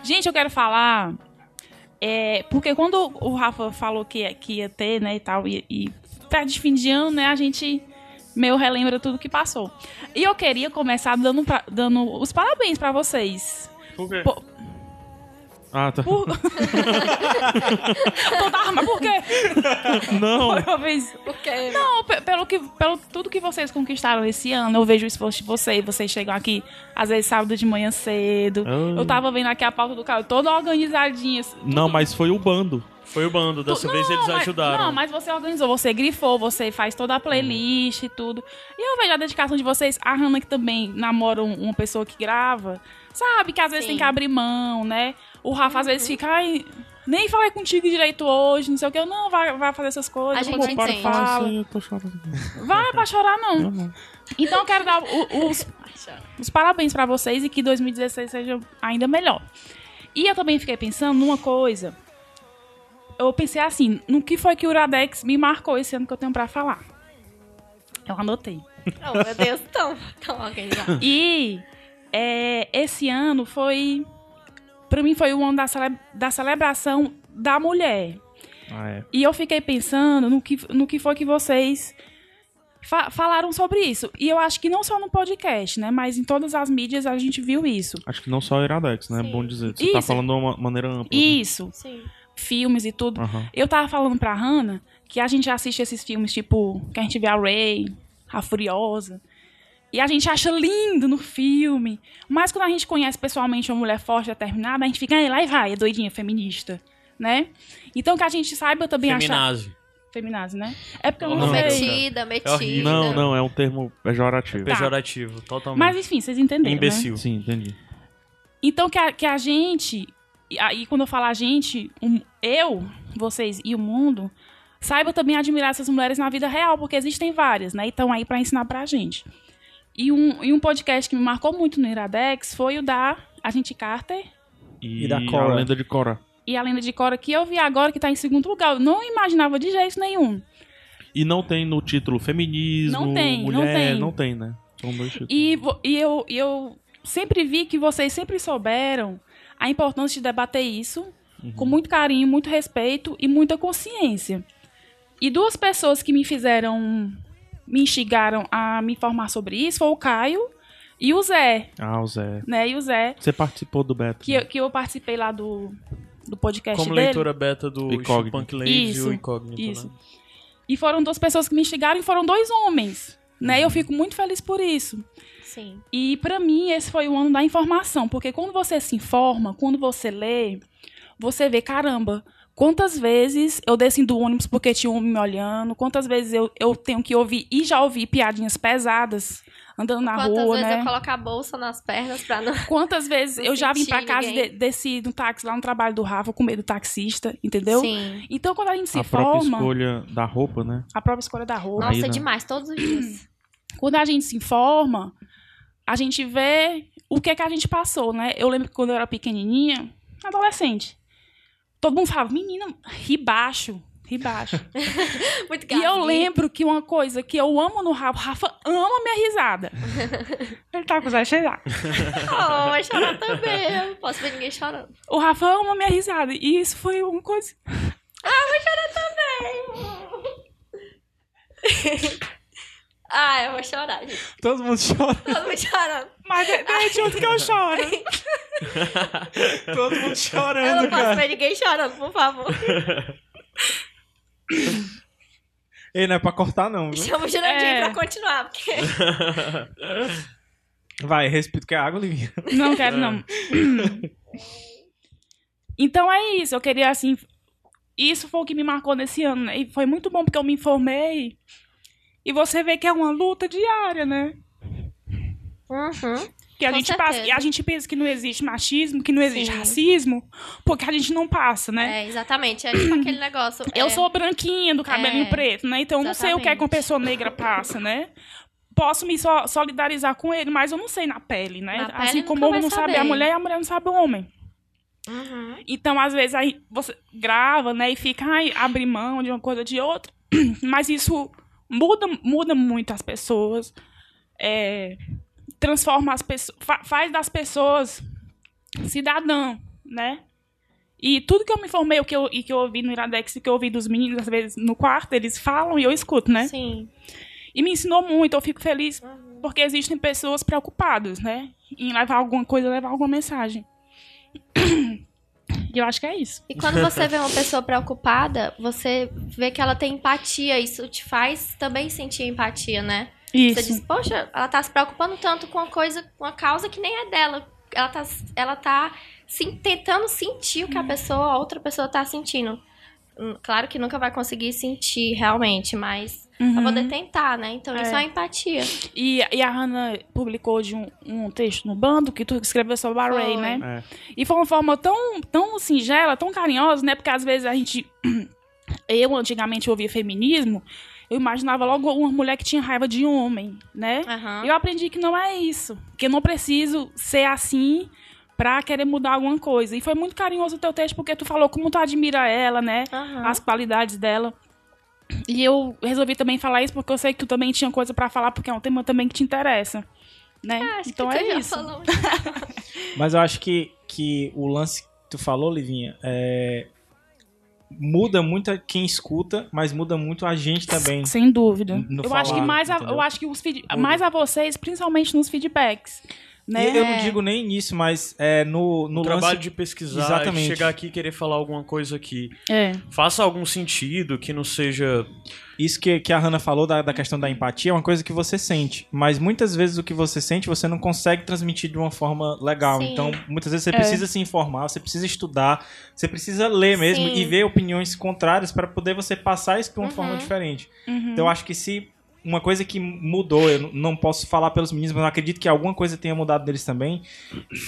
Gente, eu quero falar. é, porque quando o Rafa falou que, que ia ter, né, e tal, e, e perto de fim de ano, né, a gente meio relembra tudo que passou. E eu queria começar dando, pra- dando os parabéns pra vocês. Por quê? Pô- Ah, tá. Por... Toda arma, por quê? Não. Por vez. Porque Não, pe- pelo, que, pelo tudo que vocês conquistaram esse ano, eu vejo o esforço de vocês. Vocês chegam aqui, às vezes, sábado de manhã cedo. Ah. Eu tava vendo aqui a pauta do carro toda organizadinha. assim. Não, mas foi o bando. Foi o bando, dessa Tu- vez eles mas- ajudaram. Não, mas você organizou, você grifou, você faz toda a playlist e tudo. E eu vejo a dedicação de vocês. A Hannah, que também namora um- uma pessoa que grava, sabe que às vezes Sim. tem Uhum. que abrir mão, né? O Rafa às vezes fica, ai, nem falei contigo direito hoje, não sei o que. Eu, não, vai, vai fazer essas coisas. A gente depois eu paro, entende. fala. Ah, Sim, eu tô chorando. Vai pra chorar, não. Então eu quero dar o- os, os parabéns pra vocês e que 2016 seja ainda melhor. E eu também fiquei pensando numa coisa. Eu pensei assim, no que foi que o Uradex me marcou esse ano que eu tenho pra falar. Eu anotei. Oh, meu Deus, tão, tão organizado. E é, esse ano foi. Pra mim, foi o ano da, cele- da celebração da mulher. Ah, é. E eu fiquei pensando no que, no que foi que vocês fa- falaram sobre isso. E eu acho que não só no podcast, né? Mas em todas as mídias a gente viu isso. Acho que não só o Iradex, né? É Sim. bom dizer. Você tá Isso. falando de uma maneira ampla. Isso, Sim. filmes e tudo. Né? Aham. Eu tava falando pra Hannah que a gente assiste esses filmes, tipo, que a gente vê a Ray, a Furiosa. E a gente acha lindo no filme. Mas quando a gente conhece pessoalmente uma mulher forte determinada, a gente fica, "Ai, lá e vai, é doidinha, feminista. Né? Então que a gente saiba também achar. Feminazi. Feminazi, né? É porque eu não, Não, sei. Metida, metida. Não, não, é um termo pejorativo. Tá. Pejorativo, totalmente. Mas enfim, vocês entenderam. Né? Imbecil. Sim, entendi. Então que a, que a gente, e aí quando eu falar a gente, um- eu, vocês e o mundo, saiba também admirar essas mulheres na vida real, porque existem várias, né? E estão aí pra ensinar pra gente. E um, e um podcast que me marcou muito no Iradex foi o da A gente Carter E, E da a Cora. lenda de Cora. e a Lenda de Cora, que eu vi agora que tá em segundo lugar. Eu não imaginava de jeito nenhum. E não tem no título feminismo, Não tem, não mulher, tem. não tem, né? São dois títulos. E, vo- e eu, e eu sempre vi que vocês sempre souberam a importância de debater isso Uhum. com muito carinho, muito respeito e muita consciência. E duas pessoas que me fizeram, me instigaram a me informar sobre isso foi o Caio e o Zé, Ah, o Zé. né? E o Zé, Você participou do Beto. que eu, que eu participei lá do, do podcast Como dele. leitora beta do Incógnito. Punk Lady e Isso, o Incógnito, isso. né? E foram duas pessoas que me instigaram e foram dois homens, né? Uhum. E eu fico muito feliz por isso. Sim. E pra mim esse foi o ano da informação, porque quando você se informa, quando você lê, você vê, caramba, quantas vezes eu desci do ônibus porque tinha um homem me olhando, quantas vezes eu, eu tenho que ouvir e já ouvi piadinhas pesadas andando na Quantas rua, vezes né? eu coloco a bolsa nas pernas pra não. Quantas vezes Não eu já vim senti pra casa e de, ninguém. desci no táxi lá no trabalho do Rafa com medo do taxista, entendeu? Sim. Então quando a gente se a própria forma, escolha da roupa, né? a própria escolha da roupa, Nossa, né? é demais, todos os dias. quando a gente se informa, a gente vê o que é que a gente passou, né? Eu lembro que quando eu era pequenininha, adolescente, Todo mundo falava, menina, ri baixo, ri baixo. Muito E eu gasguinho. lembro que uma coisa que eu amo no Rafa, o Rafa ama minha risada. Ele tá com os olhos cheios d'água. Oh, vai chorar também. Eu não posso ver ninguém chorando. O Rafa ama minha risada. E isso foi uma coisa. Ah, eu vou chorar, gente. Todo mundo chora. Todo mundo chorando. Mas de, né, de jeito que eu choro. Todo mundo Eu chorando, não posso cara. ver ninguém chorando, por favor. Ei, não é pra cortar, não, viu? Chama o Jurandir É. pra continuar, porque Vai, respira, que é água, Livinha. Não quero, não. então é isso. Eu queria, assim. Isso foi o que me marcou nesse ano, né? E foi muito bom porque eu me informei. E você vê que é uma luta diária, né? Uhum. Que a Com gente, passa, certeza. e a gente pensa que não existe machismo, que não existe Sim. racismo, porque a gente não passa, né? É, exatamente. É tipo aquele negócio. Eu é, sou branquinha, do cabelinho É. preto, né? Então eu não sei o que, é que uma Exatamente. pessoa negra passa, né? Posso me so- solidarizar com ele, mas eu não sei na pele, né? Na assim pele como nunca o vai homem não sabe a saber. mulher, a mulher não sabe o homem. Uhum. Então, às vezes, aí você grava, né, e fica, ai, abre mão de uma coisa ou de outra. Mas isso muda, muda muito as pessoas. É, transforma as pessoas. faz das pessoas cidadão, né? E tudo que eu me informei o que eu, e que eu ouvi no Iradex e que eu ouvi dos meninos, às vezes, no quarto, eles falam e eu escuto, né? Sim. E me ensinou muito, eu fico feliz porque existem pessoas preocupadas, né? Em levar alguma coisa, levar alguma mensagem. E eu acho que é isso. E quando você vê uma pessoa preocupada, você vê que ela tem empatia. Isso te faz também sentir empatia, né? Você diz, Isso. poxa, ela tá se preocupando tanto com uma coisa, com uma causa que nem é dela. Ela tá, ela tá se- tentando sentir o que a pessoa, a outra pessoa tá sentindo. Hum, Claro que nunca vai conseguir sentir realmente, mas Uhum. vai poder tentar, né? Então isso É. é empatia. E, e a Hannah publicou de um, um texto no bando que tu escreveu sobre a Ray, Foi. né? E foi uma forma tão, tão singela, tão carinhosa, né? Porque às vezes a gente. Eu antigamente ouvia feminismo, eu imaginava logo uma mulher que tinha raiva de homem, né? Aham. Eu aprendi que não é isso. Que eu não preciso ser assim pra querer mudar alguma coisa. E foi muito carinhoso o teu texto, porque tu falou como tu admira ela, né? Aham. As qualidades dela. E eu resolvi também falar isso porque eu sei que tu também tinha coisa pra falar, porque é um tema também que te interessa. Né? Acho então que tu é já isso. falou. Mas eu acho que, que o lance que tu falou, Livinha, é... muda muito a quem escuta, mas muda muito a gente também. Sem dúvida. No eu acho falar, que mais a, entendeu? eu acho que os feed- Muda. mais a vocês, principalmente nos feedbacks. Né? E eu não digo nem nisso, mas é no, no o lance... trabalho de pesquisar, Exatamente. de chegar aqui e querer falar alguma coisa que É. faça algum sentido, que não seja. Isso que, que a Hannah falou da, da questão da empatia é uma coisa que você sente. Mas muitas vezes o que você sente, você não consegue transmitir de uma forma legal. Sim. É. Então, muitas vezes você precisa se informar, você precisa estudar, você precisa ler mesmo Sim. e ver opiniões contrárias para poder você passar isso de uma Uhum. forma diferente. Uhum. Então, eu acho que se. Uma coisa que mudou, eu n- não posso falar pelos meninos, mas eu acredito que alguma coisa tenha mudado deles também,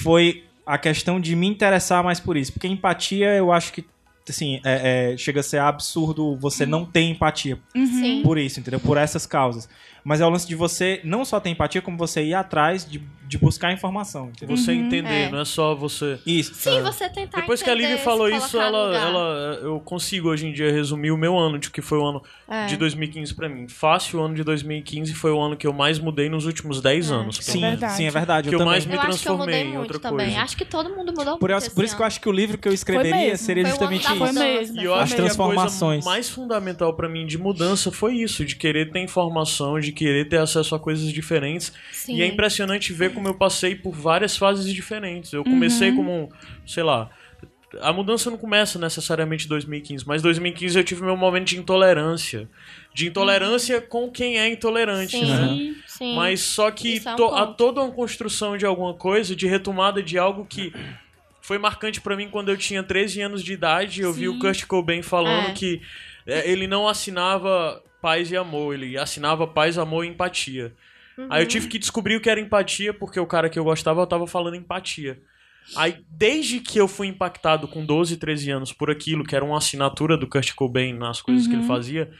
foi a questão de me interessar mais por isso. Porque empatia, eu acho que, assim, é- é- chega a ser absurdo Uhum. você não ter empatia Sim. Uhum. por isso, entendeu? Por essas causas. Mas é o lance de você não só ter empatia, como você ir atrás de, de buscar informação, entendeu? Você entender, É. não é só você. Isso. Sim, você tentar É. Depois que a entender, Lívia se falou colocar isso, no ela, lugar. ela, eu consigo hoje em dia resumir o meu ano, de que foi o ano É. de 2015 pra mim. Fácil, o ano de 2015 foi o ano que eu mais mudei nos últimos 10 anos. pelo Sim, É menos. verdade. sim, é verdade. tipo, Que eu eu também. mais me eu acho que eu transformei mudei em muito outra também. coisa. Acho que todo mundo mudou Por, muito. assim, isso- por isso que eu acho que o livro que eu escreveria mesmo. seria Foi o justamente ano da Foi isso. mudança. mesmo. E eu As acho que a coisa transformações. mais fundamental pra mim de mudança foi isso, de querer ter informação, de querer ter acesso a coisas diferentes. Sim. E é impressionante ver como eu passei por várias fases diferentes. Eu comecei Uhum. como, sei lá, a mudança não começa necessariamente em 2015, mas em 2015 eu tive meu momento de intolerância. De intolerância com quem é intolerante, Uhum. Sim. né? Sim. Sim. Mas só que Isso é um to- há ponto. toda uma construção de alguma coisa, de retomada de algo que foi marcante pra mim quando eu tinha 13 anos de idade. Eu vi o Kurt Cobain falando É. que é, ele não assinava paz e amor, ele assinava paz, amor e empatia. Aí eu tive que descobrir o que era empatia, porque o cara que eu gostava tava falando empatia. Aí, desde que eu fui impactado com 12, 13 anos por aquilo, que era uma assinatura do Kurt Cobain nas coisas que ele fazia,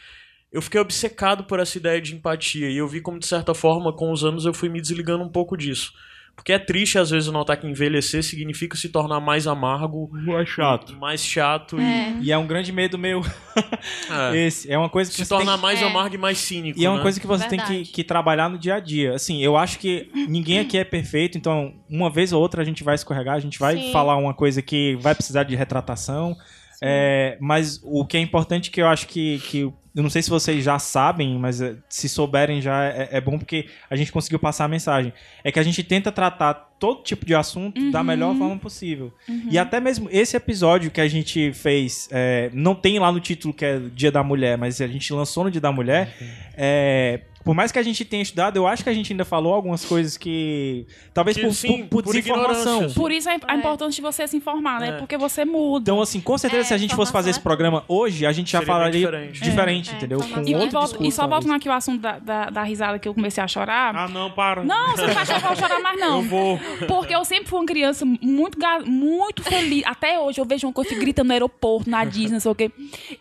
eu fiquei obcecado por essa ideia de empatia. E eu vi como, de certa forma, com os anos eu fui me desligando um pouco disso. Porque é triste, às vezes, notar que envelhecer significa se tornar mais amargo, É chato. mais chato É. E é um grande medo meu. e. É. Esse. É uma coisa que Se você tem tornar mais É. amargo e mais cínico. E é uma né? coisa que você tem Verdade. que, que trabalhar no dia a dia. Assim, eu acho que ninguém aqui é perfeito, então uma vez ou outra a gente vai escorregar, a gente vai Sim. falar uma coisa que vai precisar de retratação. É, mas o que é importante que eu acho que, que. Eu não sei se vocês já sabem, mas é, se souberem já é, é bom porque a gente conseguiu passar a mensagem. É que a gente tenta tratar todo tipo de assunto da Uhum. melhor forma possível. E até mesmo esse episódio que a gente fez, é, não tem lá no título que é Dia da Mulher, mas a gente lançou no Dia da Mulher. É, por mais que a gente tenha estudado, eu acho que a gente ainda falou algumas coisas que. Talvez Que, por, sim, por- por por desinformação. ignorância. Por isso a, a É. importância de você se informar, né? É. Porque você muda. Então, assim, com certeza, É, se a gente fosse informação fazer é esse programa hoje, a gente já Seria bem falaria diferente. diferente, É, entendeu? Com informação. E, e outro volta- discurso, e só talvez. voltando aqui o assunto da, da, da risada que eu comecei a chorar. Ah, não, para. Não, você não vai chorar, chorar mais, Eu não. vou. Porque eu sempre fui uma criança muito, ga- muito feliz. Até hoje eu vejo uma coisa que grita no aeroporto, na Disney, não sei o quê.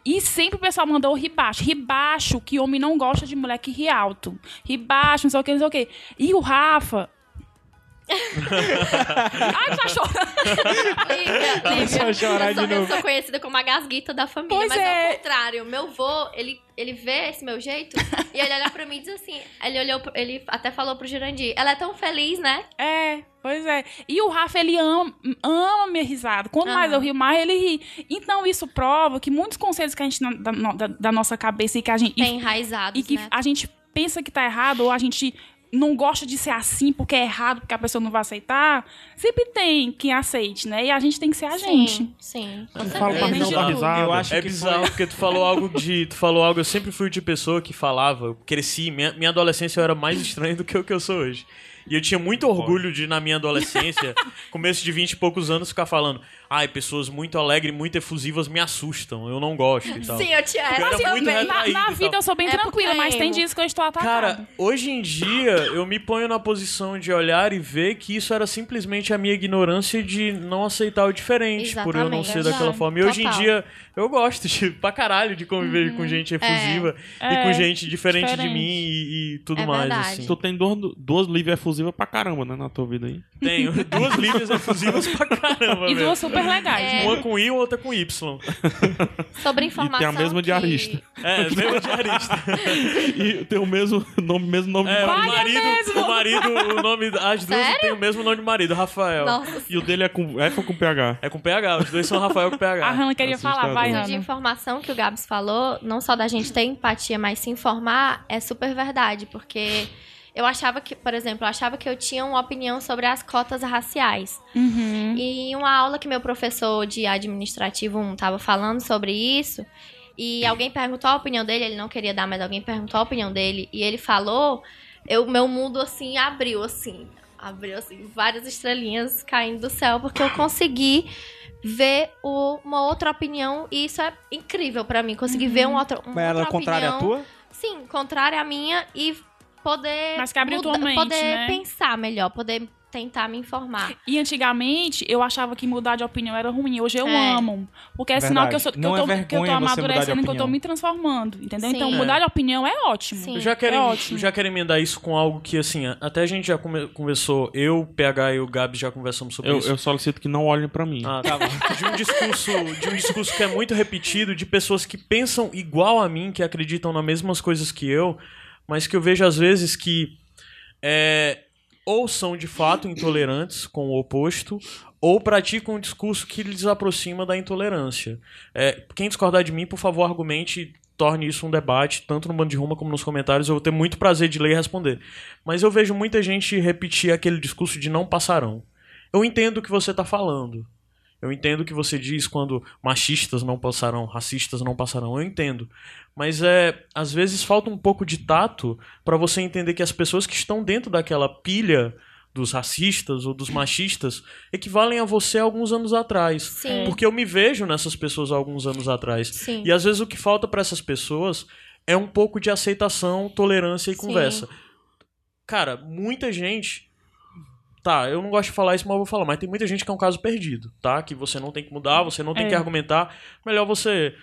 E sempre o pessoal mandou rir baixo. Rir baixo, que homem não gosta de moleque ri alto. Rir baixo, não sei o quê, não sei o quê. E o Rafa. Ai, tá chorando. Liga, Começou a chorar eu, sou, de eu novo. sou conhecida como a gasguita da família, Pois mas é. ao contrário, meu vô, ele, ele vê esse meu jeito e ele olha pra mim e diz assim, ele olhou, pro- ele até falou pro Jurandir, ela é tão feliz, né? É, pois é. E o Rafa, ele ama, ama minha risada. Quanto mais Aham. eu rio, mais ele ri. Então isso prova que muitos conselhos que a gente, na- da, no- da- da nossa cabeça e que a gente... Tem enraizados, e que né? a gente pensa que tá errado, ou a gente não gosta de ser assim porque é errado, porque a pessoa não vai aceitar, sempre tem quem aceite, né? E a gente tem que ser a gente. Sim, sim. com é, Fala pra certeza. mim não dar Exato. risada. Eu acho É que bizarro, porque tu falou algo de. Tu falou algo, eu sempre fui o tipo de pessoa que falava, eu cresci, minha, minha adolescência eu era mais estranho do que o que eu sou hoje. E eu tinha muito orgulho de, na minha adolescência, começo de 20 e poucos anos, ficar falando, ai, pessoas muito alegres, muito efusivas me assustam, eu não gosto e tal. Sim, eu te amo. Eu era Assim, eu- muito na- na, retraído e vida tal. eu sou bem É tranquila, porque mas é tem emo. dias que eu estou atacada. Cara, hoje em dia eu me ponho na posição de olhar e ver que isso era simplesmente a minha ignorância de não aceitar o diferente, por eu não Exatamente, ser verdade. daquela forma. E hoje em Total. dia eu gosto de, pra caralho de conviver com gente efusiva e É, com gente diferente, de diferente. mim e, e tudo É mais. verdade. Tu Assim. tem duas, duas livres efusivas pra caramba, né, na tua vida aí. Tenho duas linhas efusivas pra caramba, e velho. duas super legais, É. né? Uma com I, outra com Y. Sobre informação E tem a mesma que... diarista. É, mesmo diarista. E tem o mesmo nome, mesmo nome É, de o Vai, é marido, mesmo. o marido, o nome, as duas Sério? têm o mesmo nome de marido, Rafael. Nossa, E o dele é com F ou com PH? É com PH, os dois são Rafael com PH. A Hannah queria falar, vai, assustador. de Hannah. informação que o Gabs falou, não só da gente ter empatia, mas se informar, é super verdade, porque eu achava que, por exemplo, eu achava que eu tinha uma opinião sobre as cotas raciais. Uhum. E em uma aula que meu professor de administrativo 1 tava falando sobre isso, e alguém perguntou a opinião dele, ele não queria dar, mas alguém perguntou a opinião dele, e ele falou, eu, meu mundo assim abriu assim, abriu assim, várias estrelinhas caindo do céu, porque eu consegui ver o- uma outra opinião, e isso é incrível pra mim, conseguir ver Uhum. um outro, uma Mas ela é outra contrária à opinião. tua? Sim, contrária à minha e poder Mas que abriu tua mente, poder né? pensar melhor, poder tentar me informar. E antigamente eu achava que mudar de opinião era ruim. Hoje eu É. amo. Porque é Verdade. sinal que eu, sou, que, Não eu é tô, que eu tô vergonha você mudar de amadurecendo, que eu tô opinião. me transformando. Entendeu? Então Sim. mudar de opinião é ótimo. Sim. Eu já quero, É em- ótimo. já quero emendar isso com algo que, assim, até a gente já come- conversou, eu, PH e o Gabs já conversamos sobre Eu, isso. eu solicito que não olhem pra mim. Ah, tá. de um discurso de um discurso que é muito repetido de pessoas que pensam igual a mim que acreditam nas mesmas coisas que eu mas que eu vejo às vezes que é, ou são de fato intolerantes com o oposto ou praticam um discurso que lhes aproxima da intolerância É, quem discordar de mim por favor argumente e torne isso um debate tanto no bando de ruma como nos comentários eu vou ter muito prazer de ler e responder mas eu vejo muita gente repetir aquele discurso de não passarão eu entendo o que você tá falando. Eu entendo o que você diz quando machistas não passarão, racistas não passarão. Eu entendo. Mas é, às vezes falta um pouco de tato para você entender que as pessoas que estão dentro daquela pilha dos racistas ou dos machistas equivalem a você alguns anos atrás. Sim. Porque eu me vejo nessas pessoas há alguns anos atrás. Sim. E às vezes o que falta pra essas pessoas é um pouco de aceitação, tolerância e Sim. conversa. Cara, muita gente. Tá, eu não gosto de falar isso, mas eu vou falar. Mas tem muita gente que é um caso perdido, tá? Que você não tem que mudar, você não tem É. que argumentar. Melhor você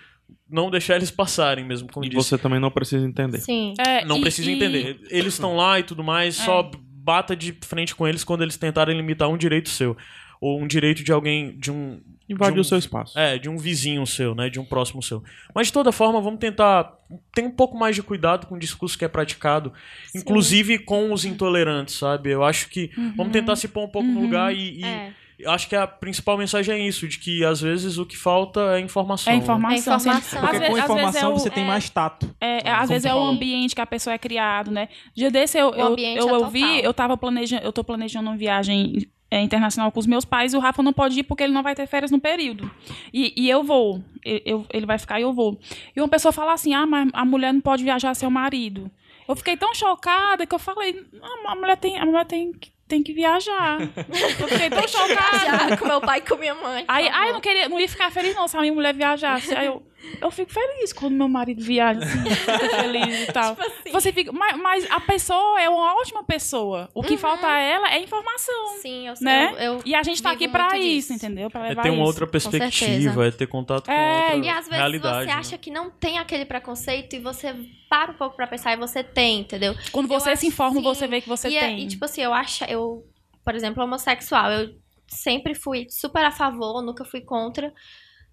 não deixar eles passarem mesmo, como E disse. você também não precisa entender. Sim. É, Não e- precisa e- entender. Eles estão lá e tudo mais, É. só bata de frente com eles quando eles tentarem limitar um direito seu. Ou um direito de alguém, de um. Invadiu de um- o seu espaço. É, de um vizinho seu, né? De um próximo seu. Mas de toda forma, vamos tentar ter um pouco mais de cuidado com o discurso que é praticado, inclusive com os intolerantes, sabe? Eu acho que vamos tentar se pôr um pouco no lugar e, e Uhum. É. acho que a principal mensagem é isso, de que às vezes o que falta é informação. É né? informação. É informação. Às Porque vezes- com às vezes informação é o- você tem mais tato. É, é, às vezes é o ambiente que a pessoa é criado, né? Dia desse eu, eu, ambiente eu, é eu vi, total. eu tava planejando, eu tô planejando uma viagem é, internacional com os meus pais e o Rafa não pode ir porque ele não vai ter férias no período. E, e eu vou. E- eu- ele vai ficar e eu vou. E uma pessoa fala assim: ah, mas a mulher não pode viajar sem o marido. Eu fiquei tão chocada que eu falei: "Não, a mulher tem, a mulher tem, que- tem que viajar. Eu fiquei tão chocada. Já com meu pai e com minha mãe. tá Aí, aí eu não, queria, não ia ficar feliz, não, se a minha mulher viajasse. Aí eu, eu fico feliz quando meu marido viaja, assim, fico feliz e Tipo tal. assim. Você fica. Mas, mas a pessoa é uma ótima pessoa. O Uhum. que falta a ela é informação. Sim, eu sei. Né? Eu, eu E a gente tá vivo aqui pra muito isso, disso. entendeu? Pra É levar ter uma isso. outra perspectiva, certeza. é ter contato com É, outra E às vezes realidade. você acha né? que não tem aquele preconceito e você para um pouco pra pensar e você tem, entendeu? Quando Eu você acho se informa, sim. você vê que você e, é- tem. e, tipo assim, eu acho, eu, por exemplo, homossexual, eu sempre fui super a favor, nunca fui contra.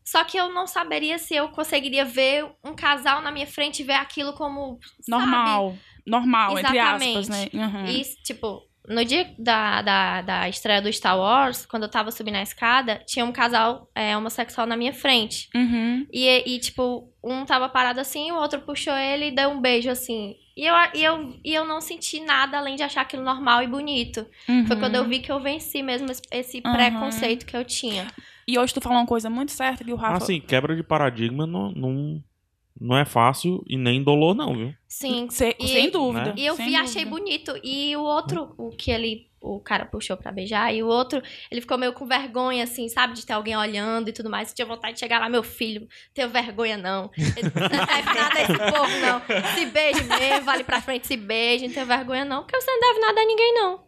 Só que eu não saberia se eu conseguiria ver um casal na minha frente e ver aquilo como sabe? normal. Normal, entre aspas, né? Exatamente. Uhum. E, tipo, no dia da, da, da estreia do Star Wars, quando eu tava subindo a escada, tinha um casal é, homossexual na minha frente. Uhum. E, e, tipo, um tava parado assim, o outro puxou ele e deu um beijo assim. E eu, e, eu, e eu não senti nada além de achar aquilo normal e bonito. Foi uhum. quando eu vi que eu venci mesmo esse, esse Uhum. preconceito que eu tinha. E hoje tu falou uma coisa muito certa que o Rafa. Ah, sim, quebra de paradigma não, não, não é fácil e nem dolor, não, viu? Sim. Se- E- sem dúvida. E eu sem vi, achei dúvida. bonito. E o outro, o que ele. O cara puxou pra beijar, e o outro, ele ficou meio com vergonha, assim, sabe? De ter alguém olhando e tudo mais. Eu tinha vontade de chegar lá, meu filho, tenho vergonha, não. Ele não deve nada a esse povo, não. Se beije mesmo, vale pra frente, se beije, não tenho vergonha, não. Porque você não deve nada a ninguém, não.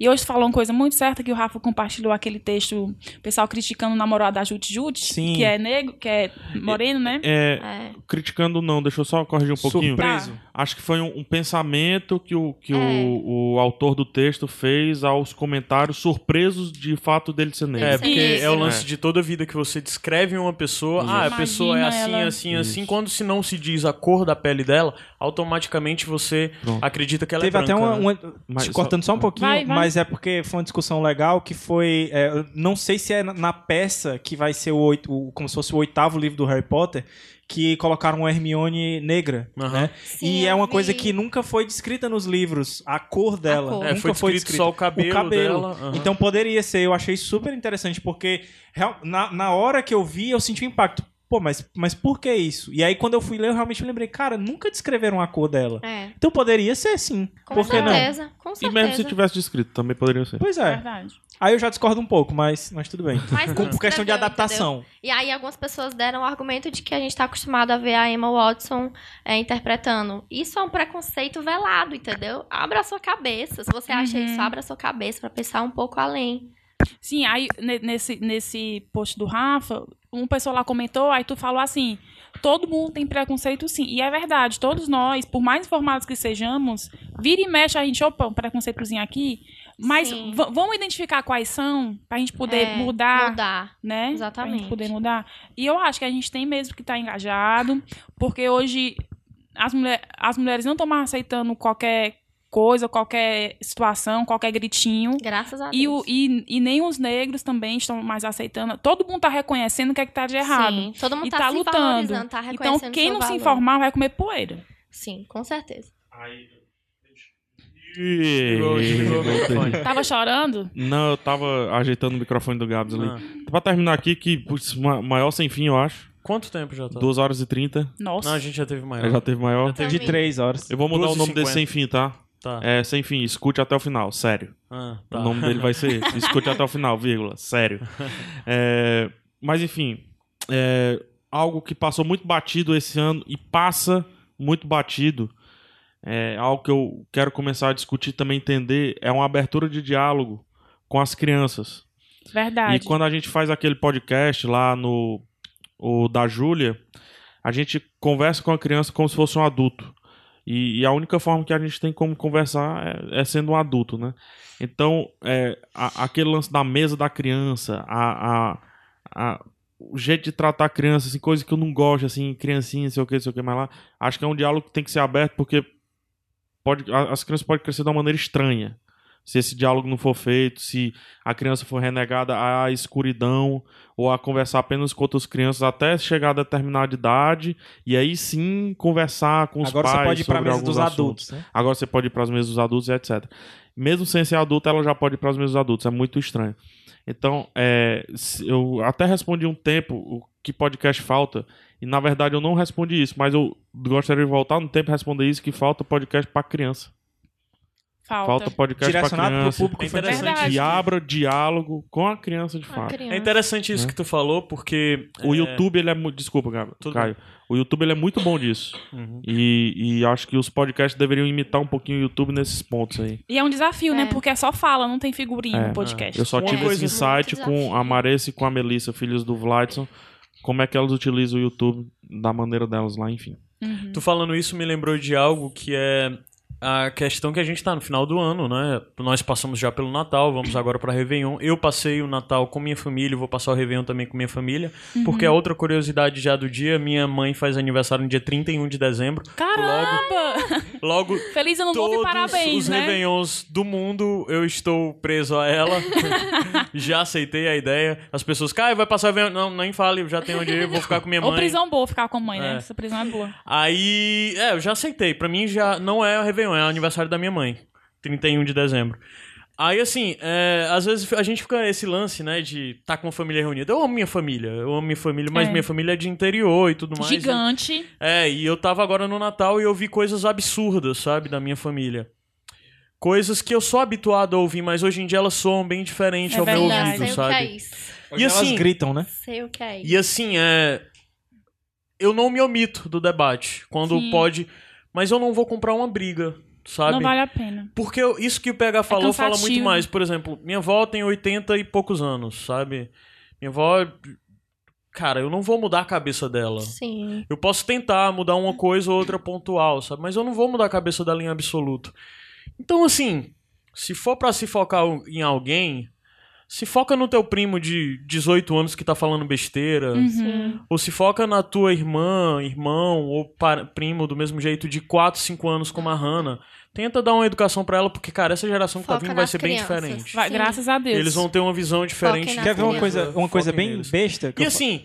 E hoje tu falou uma coisa muito certa que o Rafa compartilhou aquele texto, o pessoal criticando o namorado da Jute Jute, Sim. que é negro, que é moreno, né? É, É. criticando não, deixa eu só corrigir um pouquinho. Tá. Surpreso. Acho que foi um, um pensamento que, o, que É. o, o autor do texto fez aos comentários surpresos de fato dele ser negro. É, porque Isso. é o lance de toda vida que você descreve uma pessoa. Isso. Ah, a pessoa é Imagina assim, ela. assim, Isso. assim. Quando se não se diz a cor da pele dela, automaticamente você Pronto. acredita que ela Teve é branca. até uma. né? uma- Mas te só- cortando só um pouquinho, Vai, vai. mas é porque foi uma discussão legal que foi. é, eu não sei se é na- na peça que vai ser o, oito, o- como se fosse o oitavo livro do Harry Potter, que colocaram uma Hermione negra. Aham. né? Sim, e é eu uma coisa vi. que nunca foi descrita nos livros, a cor dela. cor. Nunca É, foi foi descrito descrita. só o cabelo, o cabelo. dela. aham. Então poderia ser, eu achei super interessante, porque real- na, na hora que eu vi, eu senti o impacto. Pô, mas, mas por que isso? E aí, quando eu fui ler, eu realmente me lembrei, cara, nunca descreveram a cor dela. É, Então poderia ser sim. com por que não? certeza, com E certeza. mesmo se tivesse descrito, também poderia ser. Pois é. Verdade. Aí eu já discordo um pouco, mas, mas tudo bem. Mas não Com- por questão de escreveu, adaptação. entendeu? E aí algumas pessoas deram o argumento de que a gente tá acostumado a ver a Emma Watson é, interpretando. Isso é um preconceito velado, entendeu? Abra a sua cabeça. Se você acha Uhum. isso, abra a sua cabeça pra pensar um pouco além. Sim, aí ne- nesse, nesse post do Rafa, um pessoal lá comentou, aí tu falou assim: todo mundo tem preconceito sim. E é verdade, todos nós, por mais informados que sejamos, vira e mexe a gente, opa, um preconceitozinho aqui. Mas Sim. va- vamos identificar quais são, pra gente poder É, mudar. Mudar. né? Pra Exatamente. gente poder mudar. E eu acho que a gente tem mesmo que estar engajado, porque hoje as, mulher, as mulheres não estão mais aceitando qualquer coisa, qualquer situação, qualquer gritinho. Graças a Deus. E, o, e, e nem os negros também estão mais aceitando. Todo mundo tá reconhecendo o que é que tá de errado. Sim, todo mundo E tá, tá se lutando. valorizando, tá reconhecendo Então, quem o seu não se valor. informar vai comer poeira. Sim, com certeza. Chegou, chegou o microfone. Tava chorando? Não, eu tava ajeitando o microfone do Gabs ali. Ah. Pra terminar aqui, que putz, ma- maior sem fim, eu acho. Quanto tempo já tá? É. 2 horas e 30. Nossa. Não, a gente já teve maior. Aí Já teve maior. De três horas. Eu vou mudar o nome 12,50. desse sem fim, tá? Tá. É, sem fim, escute até o final, sério. Ah, tá. O nome dele vai ser esse. Escute até o final, vírgula, sério. É, mas enfim, é, algo que passou muito batido esse ano e passa muito batido, é, algo que eu quero começar a discutir e também entender, é uma abertura de diálogo com as crianças. E Verdade. quando a gente faz aquele podcast lá no o da Júlia, a gente conversa com a criança como se fosse um adulto. E, e a única forma que a gente tem como conversar é, é sendo um adulto, né? Então, é, a- aquele lance da mesa da criança, a, a- a- o jeito de tratar a criança, assim, coisa que eu não gosto, assim, criancinha, sei o que, sei o que, mas lá. Acho que é um diálogo que tem que ser aberto, porque pode, a- as crianças podem crescer de uma maneira estranha. Se esse diálogo não for feito, se a criança for renegada à escuridão, ou a conversar apenas com outras crianças até chegar a determinada idade, e aí sim conversar com os Agora pais. você pode ir pra sobre mesa dos alguns assuntos. adultos, né? Agora você pode ir para as mesas dos adultos e etc. Mesmo sem ser adulta, ela já pode ir para as mesas dos adultos. É muito estranho. Então, é, se- eu até respondi um tempo o que podcast falta. E na verdade eu não respondi isso, mas eu gostaria de voltar no tempo e responder isso: que falta podcast para criança. Falta. Falta podcast para Direcionado pro criança. público É infantil. interessante. Verdade. Que abra diálogo com a criança de Uma fato. criança. É interessante Né? isso que tu falou, porque. O é, YouTube, ele é muito. Desculpa, Gabi, Tudo Caio. O YouTube, ele é muito bom disso. Uhum. E, e acho que os podcasts deveriam imitar um pouquinho o YouTube nesses pontos aí. E é um desafio, né? É. Porque é só fala, não tem figurinha É, no podcast. Eu só Uma tive coisa- esse insight Muito com a desafio. Maressa e com a Melissa, filhos do Vladson. Como é que elas utilizam o YouTube da maneira delas lá, enfim. Tu falando isso me lembrou de algo que é a questão que a gente tá no final do ano, né? Nós passamos já pelo Natal, vamos agora pra Réveillon. Eu passei o Natal com minha família, vou passar o Réveillon também com minha família, Uhum. porque a outra curiosidade já do dia, minha mãe faz aniversário no dia 31 de dezembro. Caramba! Logo Feliz ano novo todos e parabéns, os né? Réveillons do mundo, eu estou preso a ela. já aceitei a ideia. As pessoas, Caio, vai passar o Réveillon. Não, nem fale, eu já tenho onde ir, vou ficar com minha Ou mãe. prisão boa ficar com a mãe, né? É. Essa prisão é boa. Aí, é, eu já aceitei. Pra mim já não é o Réveillon, é o aniversário da minha mãe. 31 de dezembro. Aí, assim, é, às vezes a gente fica esse lance, né, de tá com a família reunida. Eu amo minha família, eu amo minha família, mas É. minha família é de interior e tudo mais. né? Gigante. É, e eu tava agora no Natal e eu vi coisas absurdas, sabe, da minha família. Coisas que eu sou habituado a ouvir, mas hoje em dia elas soam bem diferente É ao meu verdade. ouvido, sei sabe? o que é isso. Hoje assim- elas gritam, né? Sei o que é isso. E assim, é. Eu não me omito do debate. Quando Sim. pode. Mas eu não vou comprar uma briga, sabe? Não vale a pena. Porque eu- isso que o PH falou fala muito cansativo. mais. Por exemplo, minha avó tem 80 e poucos anos, sabe? Minha avó. Cara, eu não vou mudar a cabeça dela. Sim. Eu posso tentar mudar uma coisa ou outra pontual, sabe? Mas eu não vou mudar a cabeça da linha absoluto. Então, assim, se for pra se focar em alguém, se foca no teu primo de 18 anos que tá falando besteira. Uhum. Sim. Ou se foca na tua irmã, irmão ou par- primo do mesmo jeito de 4, 5 anos como a Hannah. Tenta dar uma educação pra ela, porque, cara, essa geração que tá Foca vindo vai nas ser crianças. bem diferente. Vai- Sim. graças a Deus. Eles vão ter uma visão diferente. Foquem na de Quer ver uma criança. tudo. coisa, uma coisa Foquem bem neles. besta? que E eu fa- assim,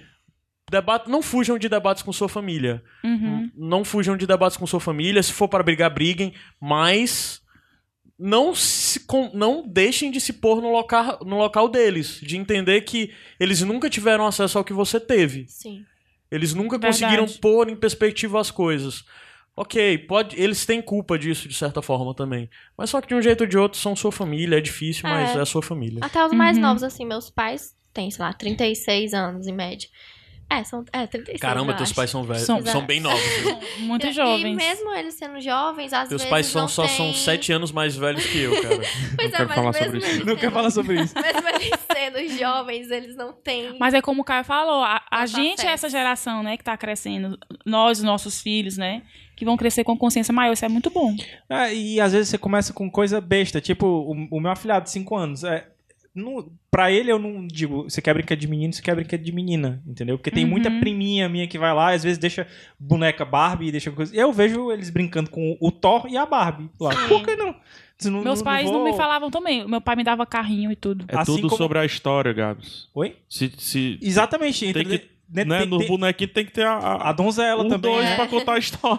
debate, não fujam de debates com sua família. Uhum. Não fujam de debates com sua família. Se for para brigar, briguem. Mas não, se, com- não deixem de se pôr no local, no local deles. De entender que eles nunca tiveram acesso ao que você teve. Sim. Eles nunca Verdade. conseguiram pôr em perspectiva as coisas. Ok, pode, eles têm culpa disso de certa forma também. Mas só que de um jeito ou de outro são sua família. É difícil, mas É. é sua família. Até os Uhum. mais novos, assim, meus pais têm, sei lá, 36 anos em média. É, são é, 36 Caramba, eu teus acho. pais são velhos. São- São bem novos. viu? Muito E- jovens. E mesmo eles sendo jovens, às Teus vezes pais são, não só tem... são sete anos mais velhos que eu, cara. Pois Não é, quero mas falar mesmo sobre isso. eles Não quer sendo- falar sobre isso. Mesmo eles sendo jovens, eles não têm... Mas é como o Caio falou, a, a Tá gente certo. é essa geração, né, que tá crescendo. Nós, os nossos filhos, né, que vão crescer com consciência maior. Isso é muito bom. É, e às vezes você começa com coisa besta, tipo o, o meu afilhado de 5 anos. É, não, pra ele eu não digo, você quer brincar de menino, você quer brincar de menina, entendeu? Porque tem muita Uhum. priminha minha que vai lá, às vezes deixa boneca Barbie, deixa coisa. Eu vejo eles brincando com o Thor e a Barbie lá. Sim. Por que não? Se não- Meus pais não vou- me falavam também. Meu pai me dava carrinho e tudo. É Assim tudo como- sobre a história, Gabs. Oi? Se, se, Exatamente. Tem entendeu? que- Né, né, tem- nos tem- bonequinhos tem que ter a, a, A donzela um também. dois né? pra contar a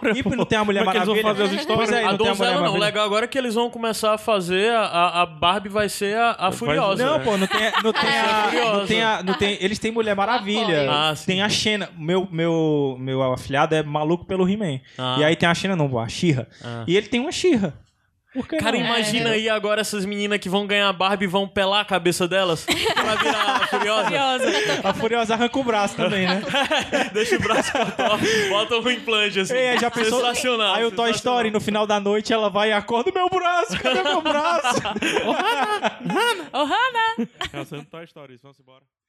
história. E pô. não tem a Mulher Como é que eles Maravilha. vão fazer as histórias? Pois é, a não tem a Mulher donzela não. O né? Maravilha. legal agora é que eles vão começar a fazer. A, a- a Barbie vai ser a, a Furiosa. Não, né? pô, não tem, a- não tem a. Furiosa. Não tem a não tem, eles têm Mulher Maravilha. Apoio. Ah, sim. tem a Xena. Meu, meu, meu afilhado é maluco pelo He-Man. Ah. E aí tem a Xena, não, a Xirra. Ah. E ele tem uma Xirra. Por que Cara, não? É. imagina aí agora essas meninas que vão ganhar a Barbie e vão pelar a cabeça delas pra virar a Furiosa. A Furiosa arranca o braço também, né? Deixa o braço pra top, bota um implante assim. Ei, aí É, já pensou? Sensacional. Aí o Toy sensacional. Story, no final da noite, ela vai e acorda o meu braço, cadê meu braço? Ô, Hannah! É, você não tá a história, isso, vamos embora.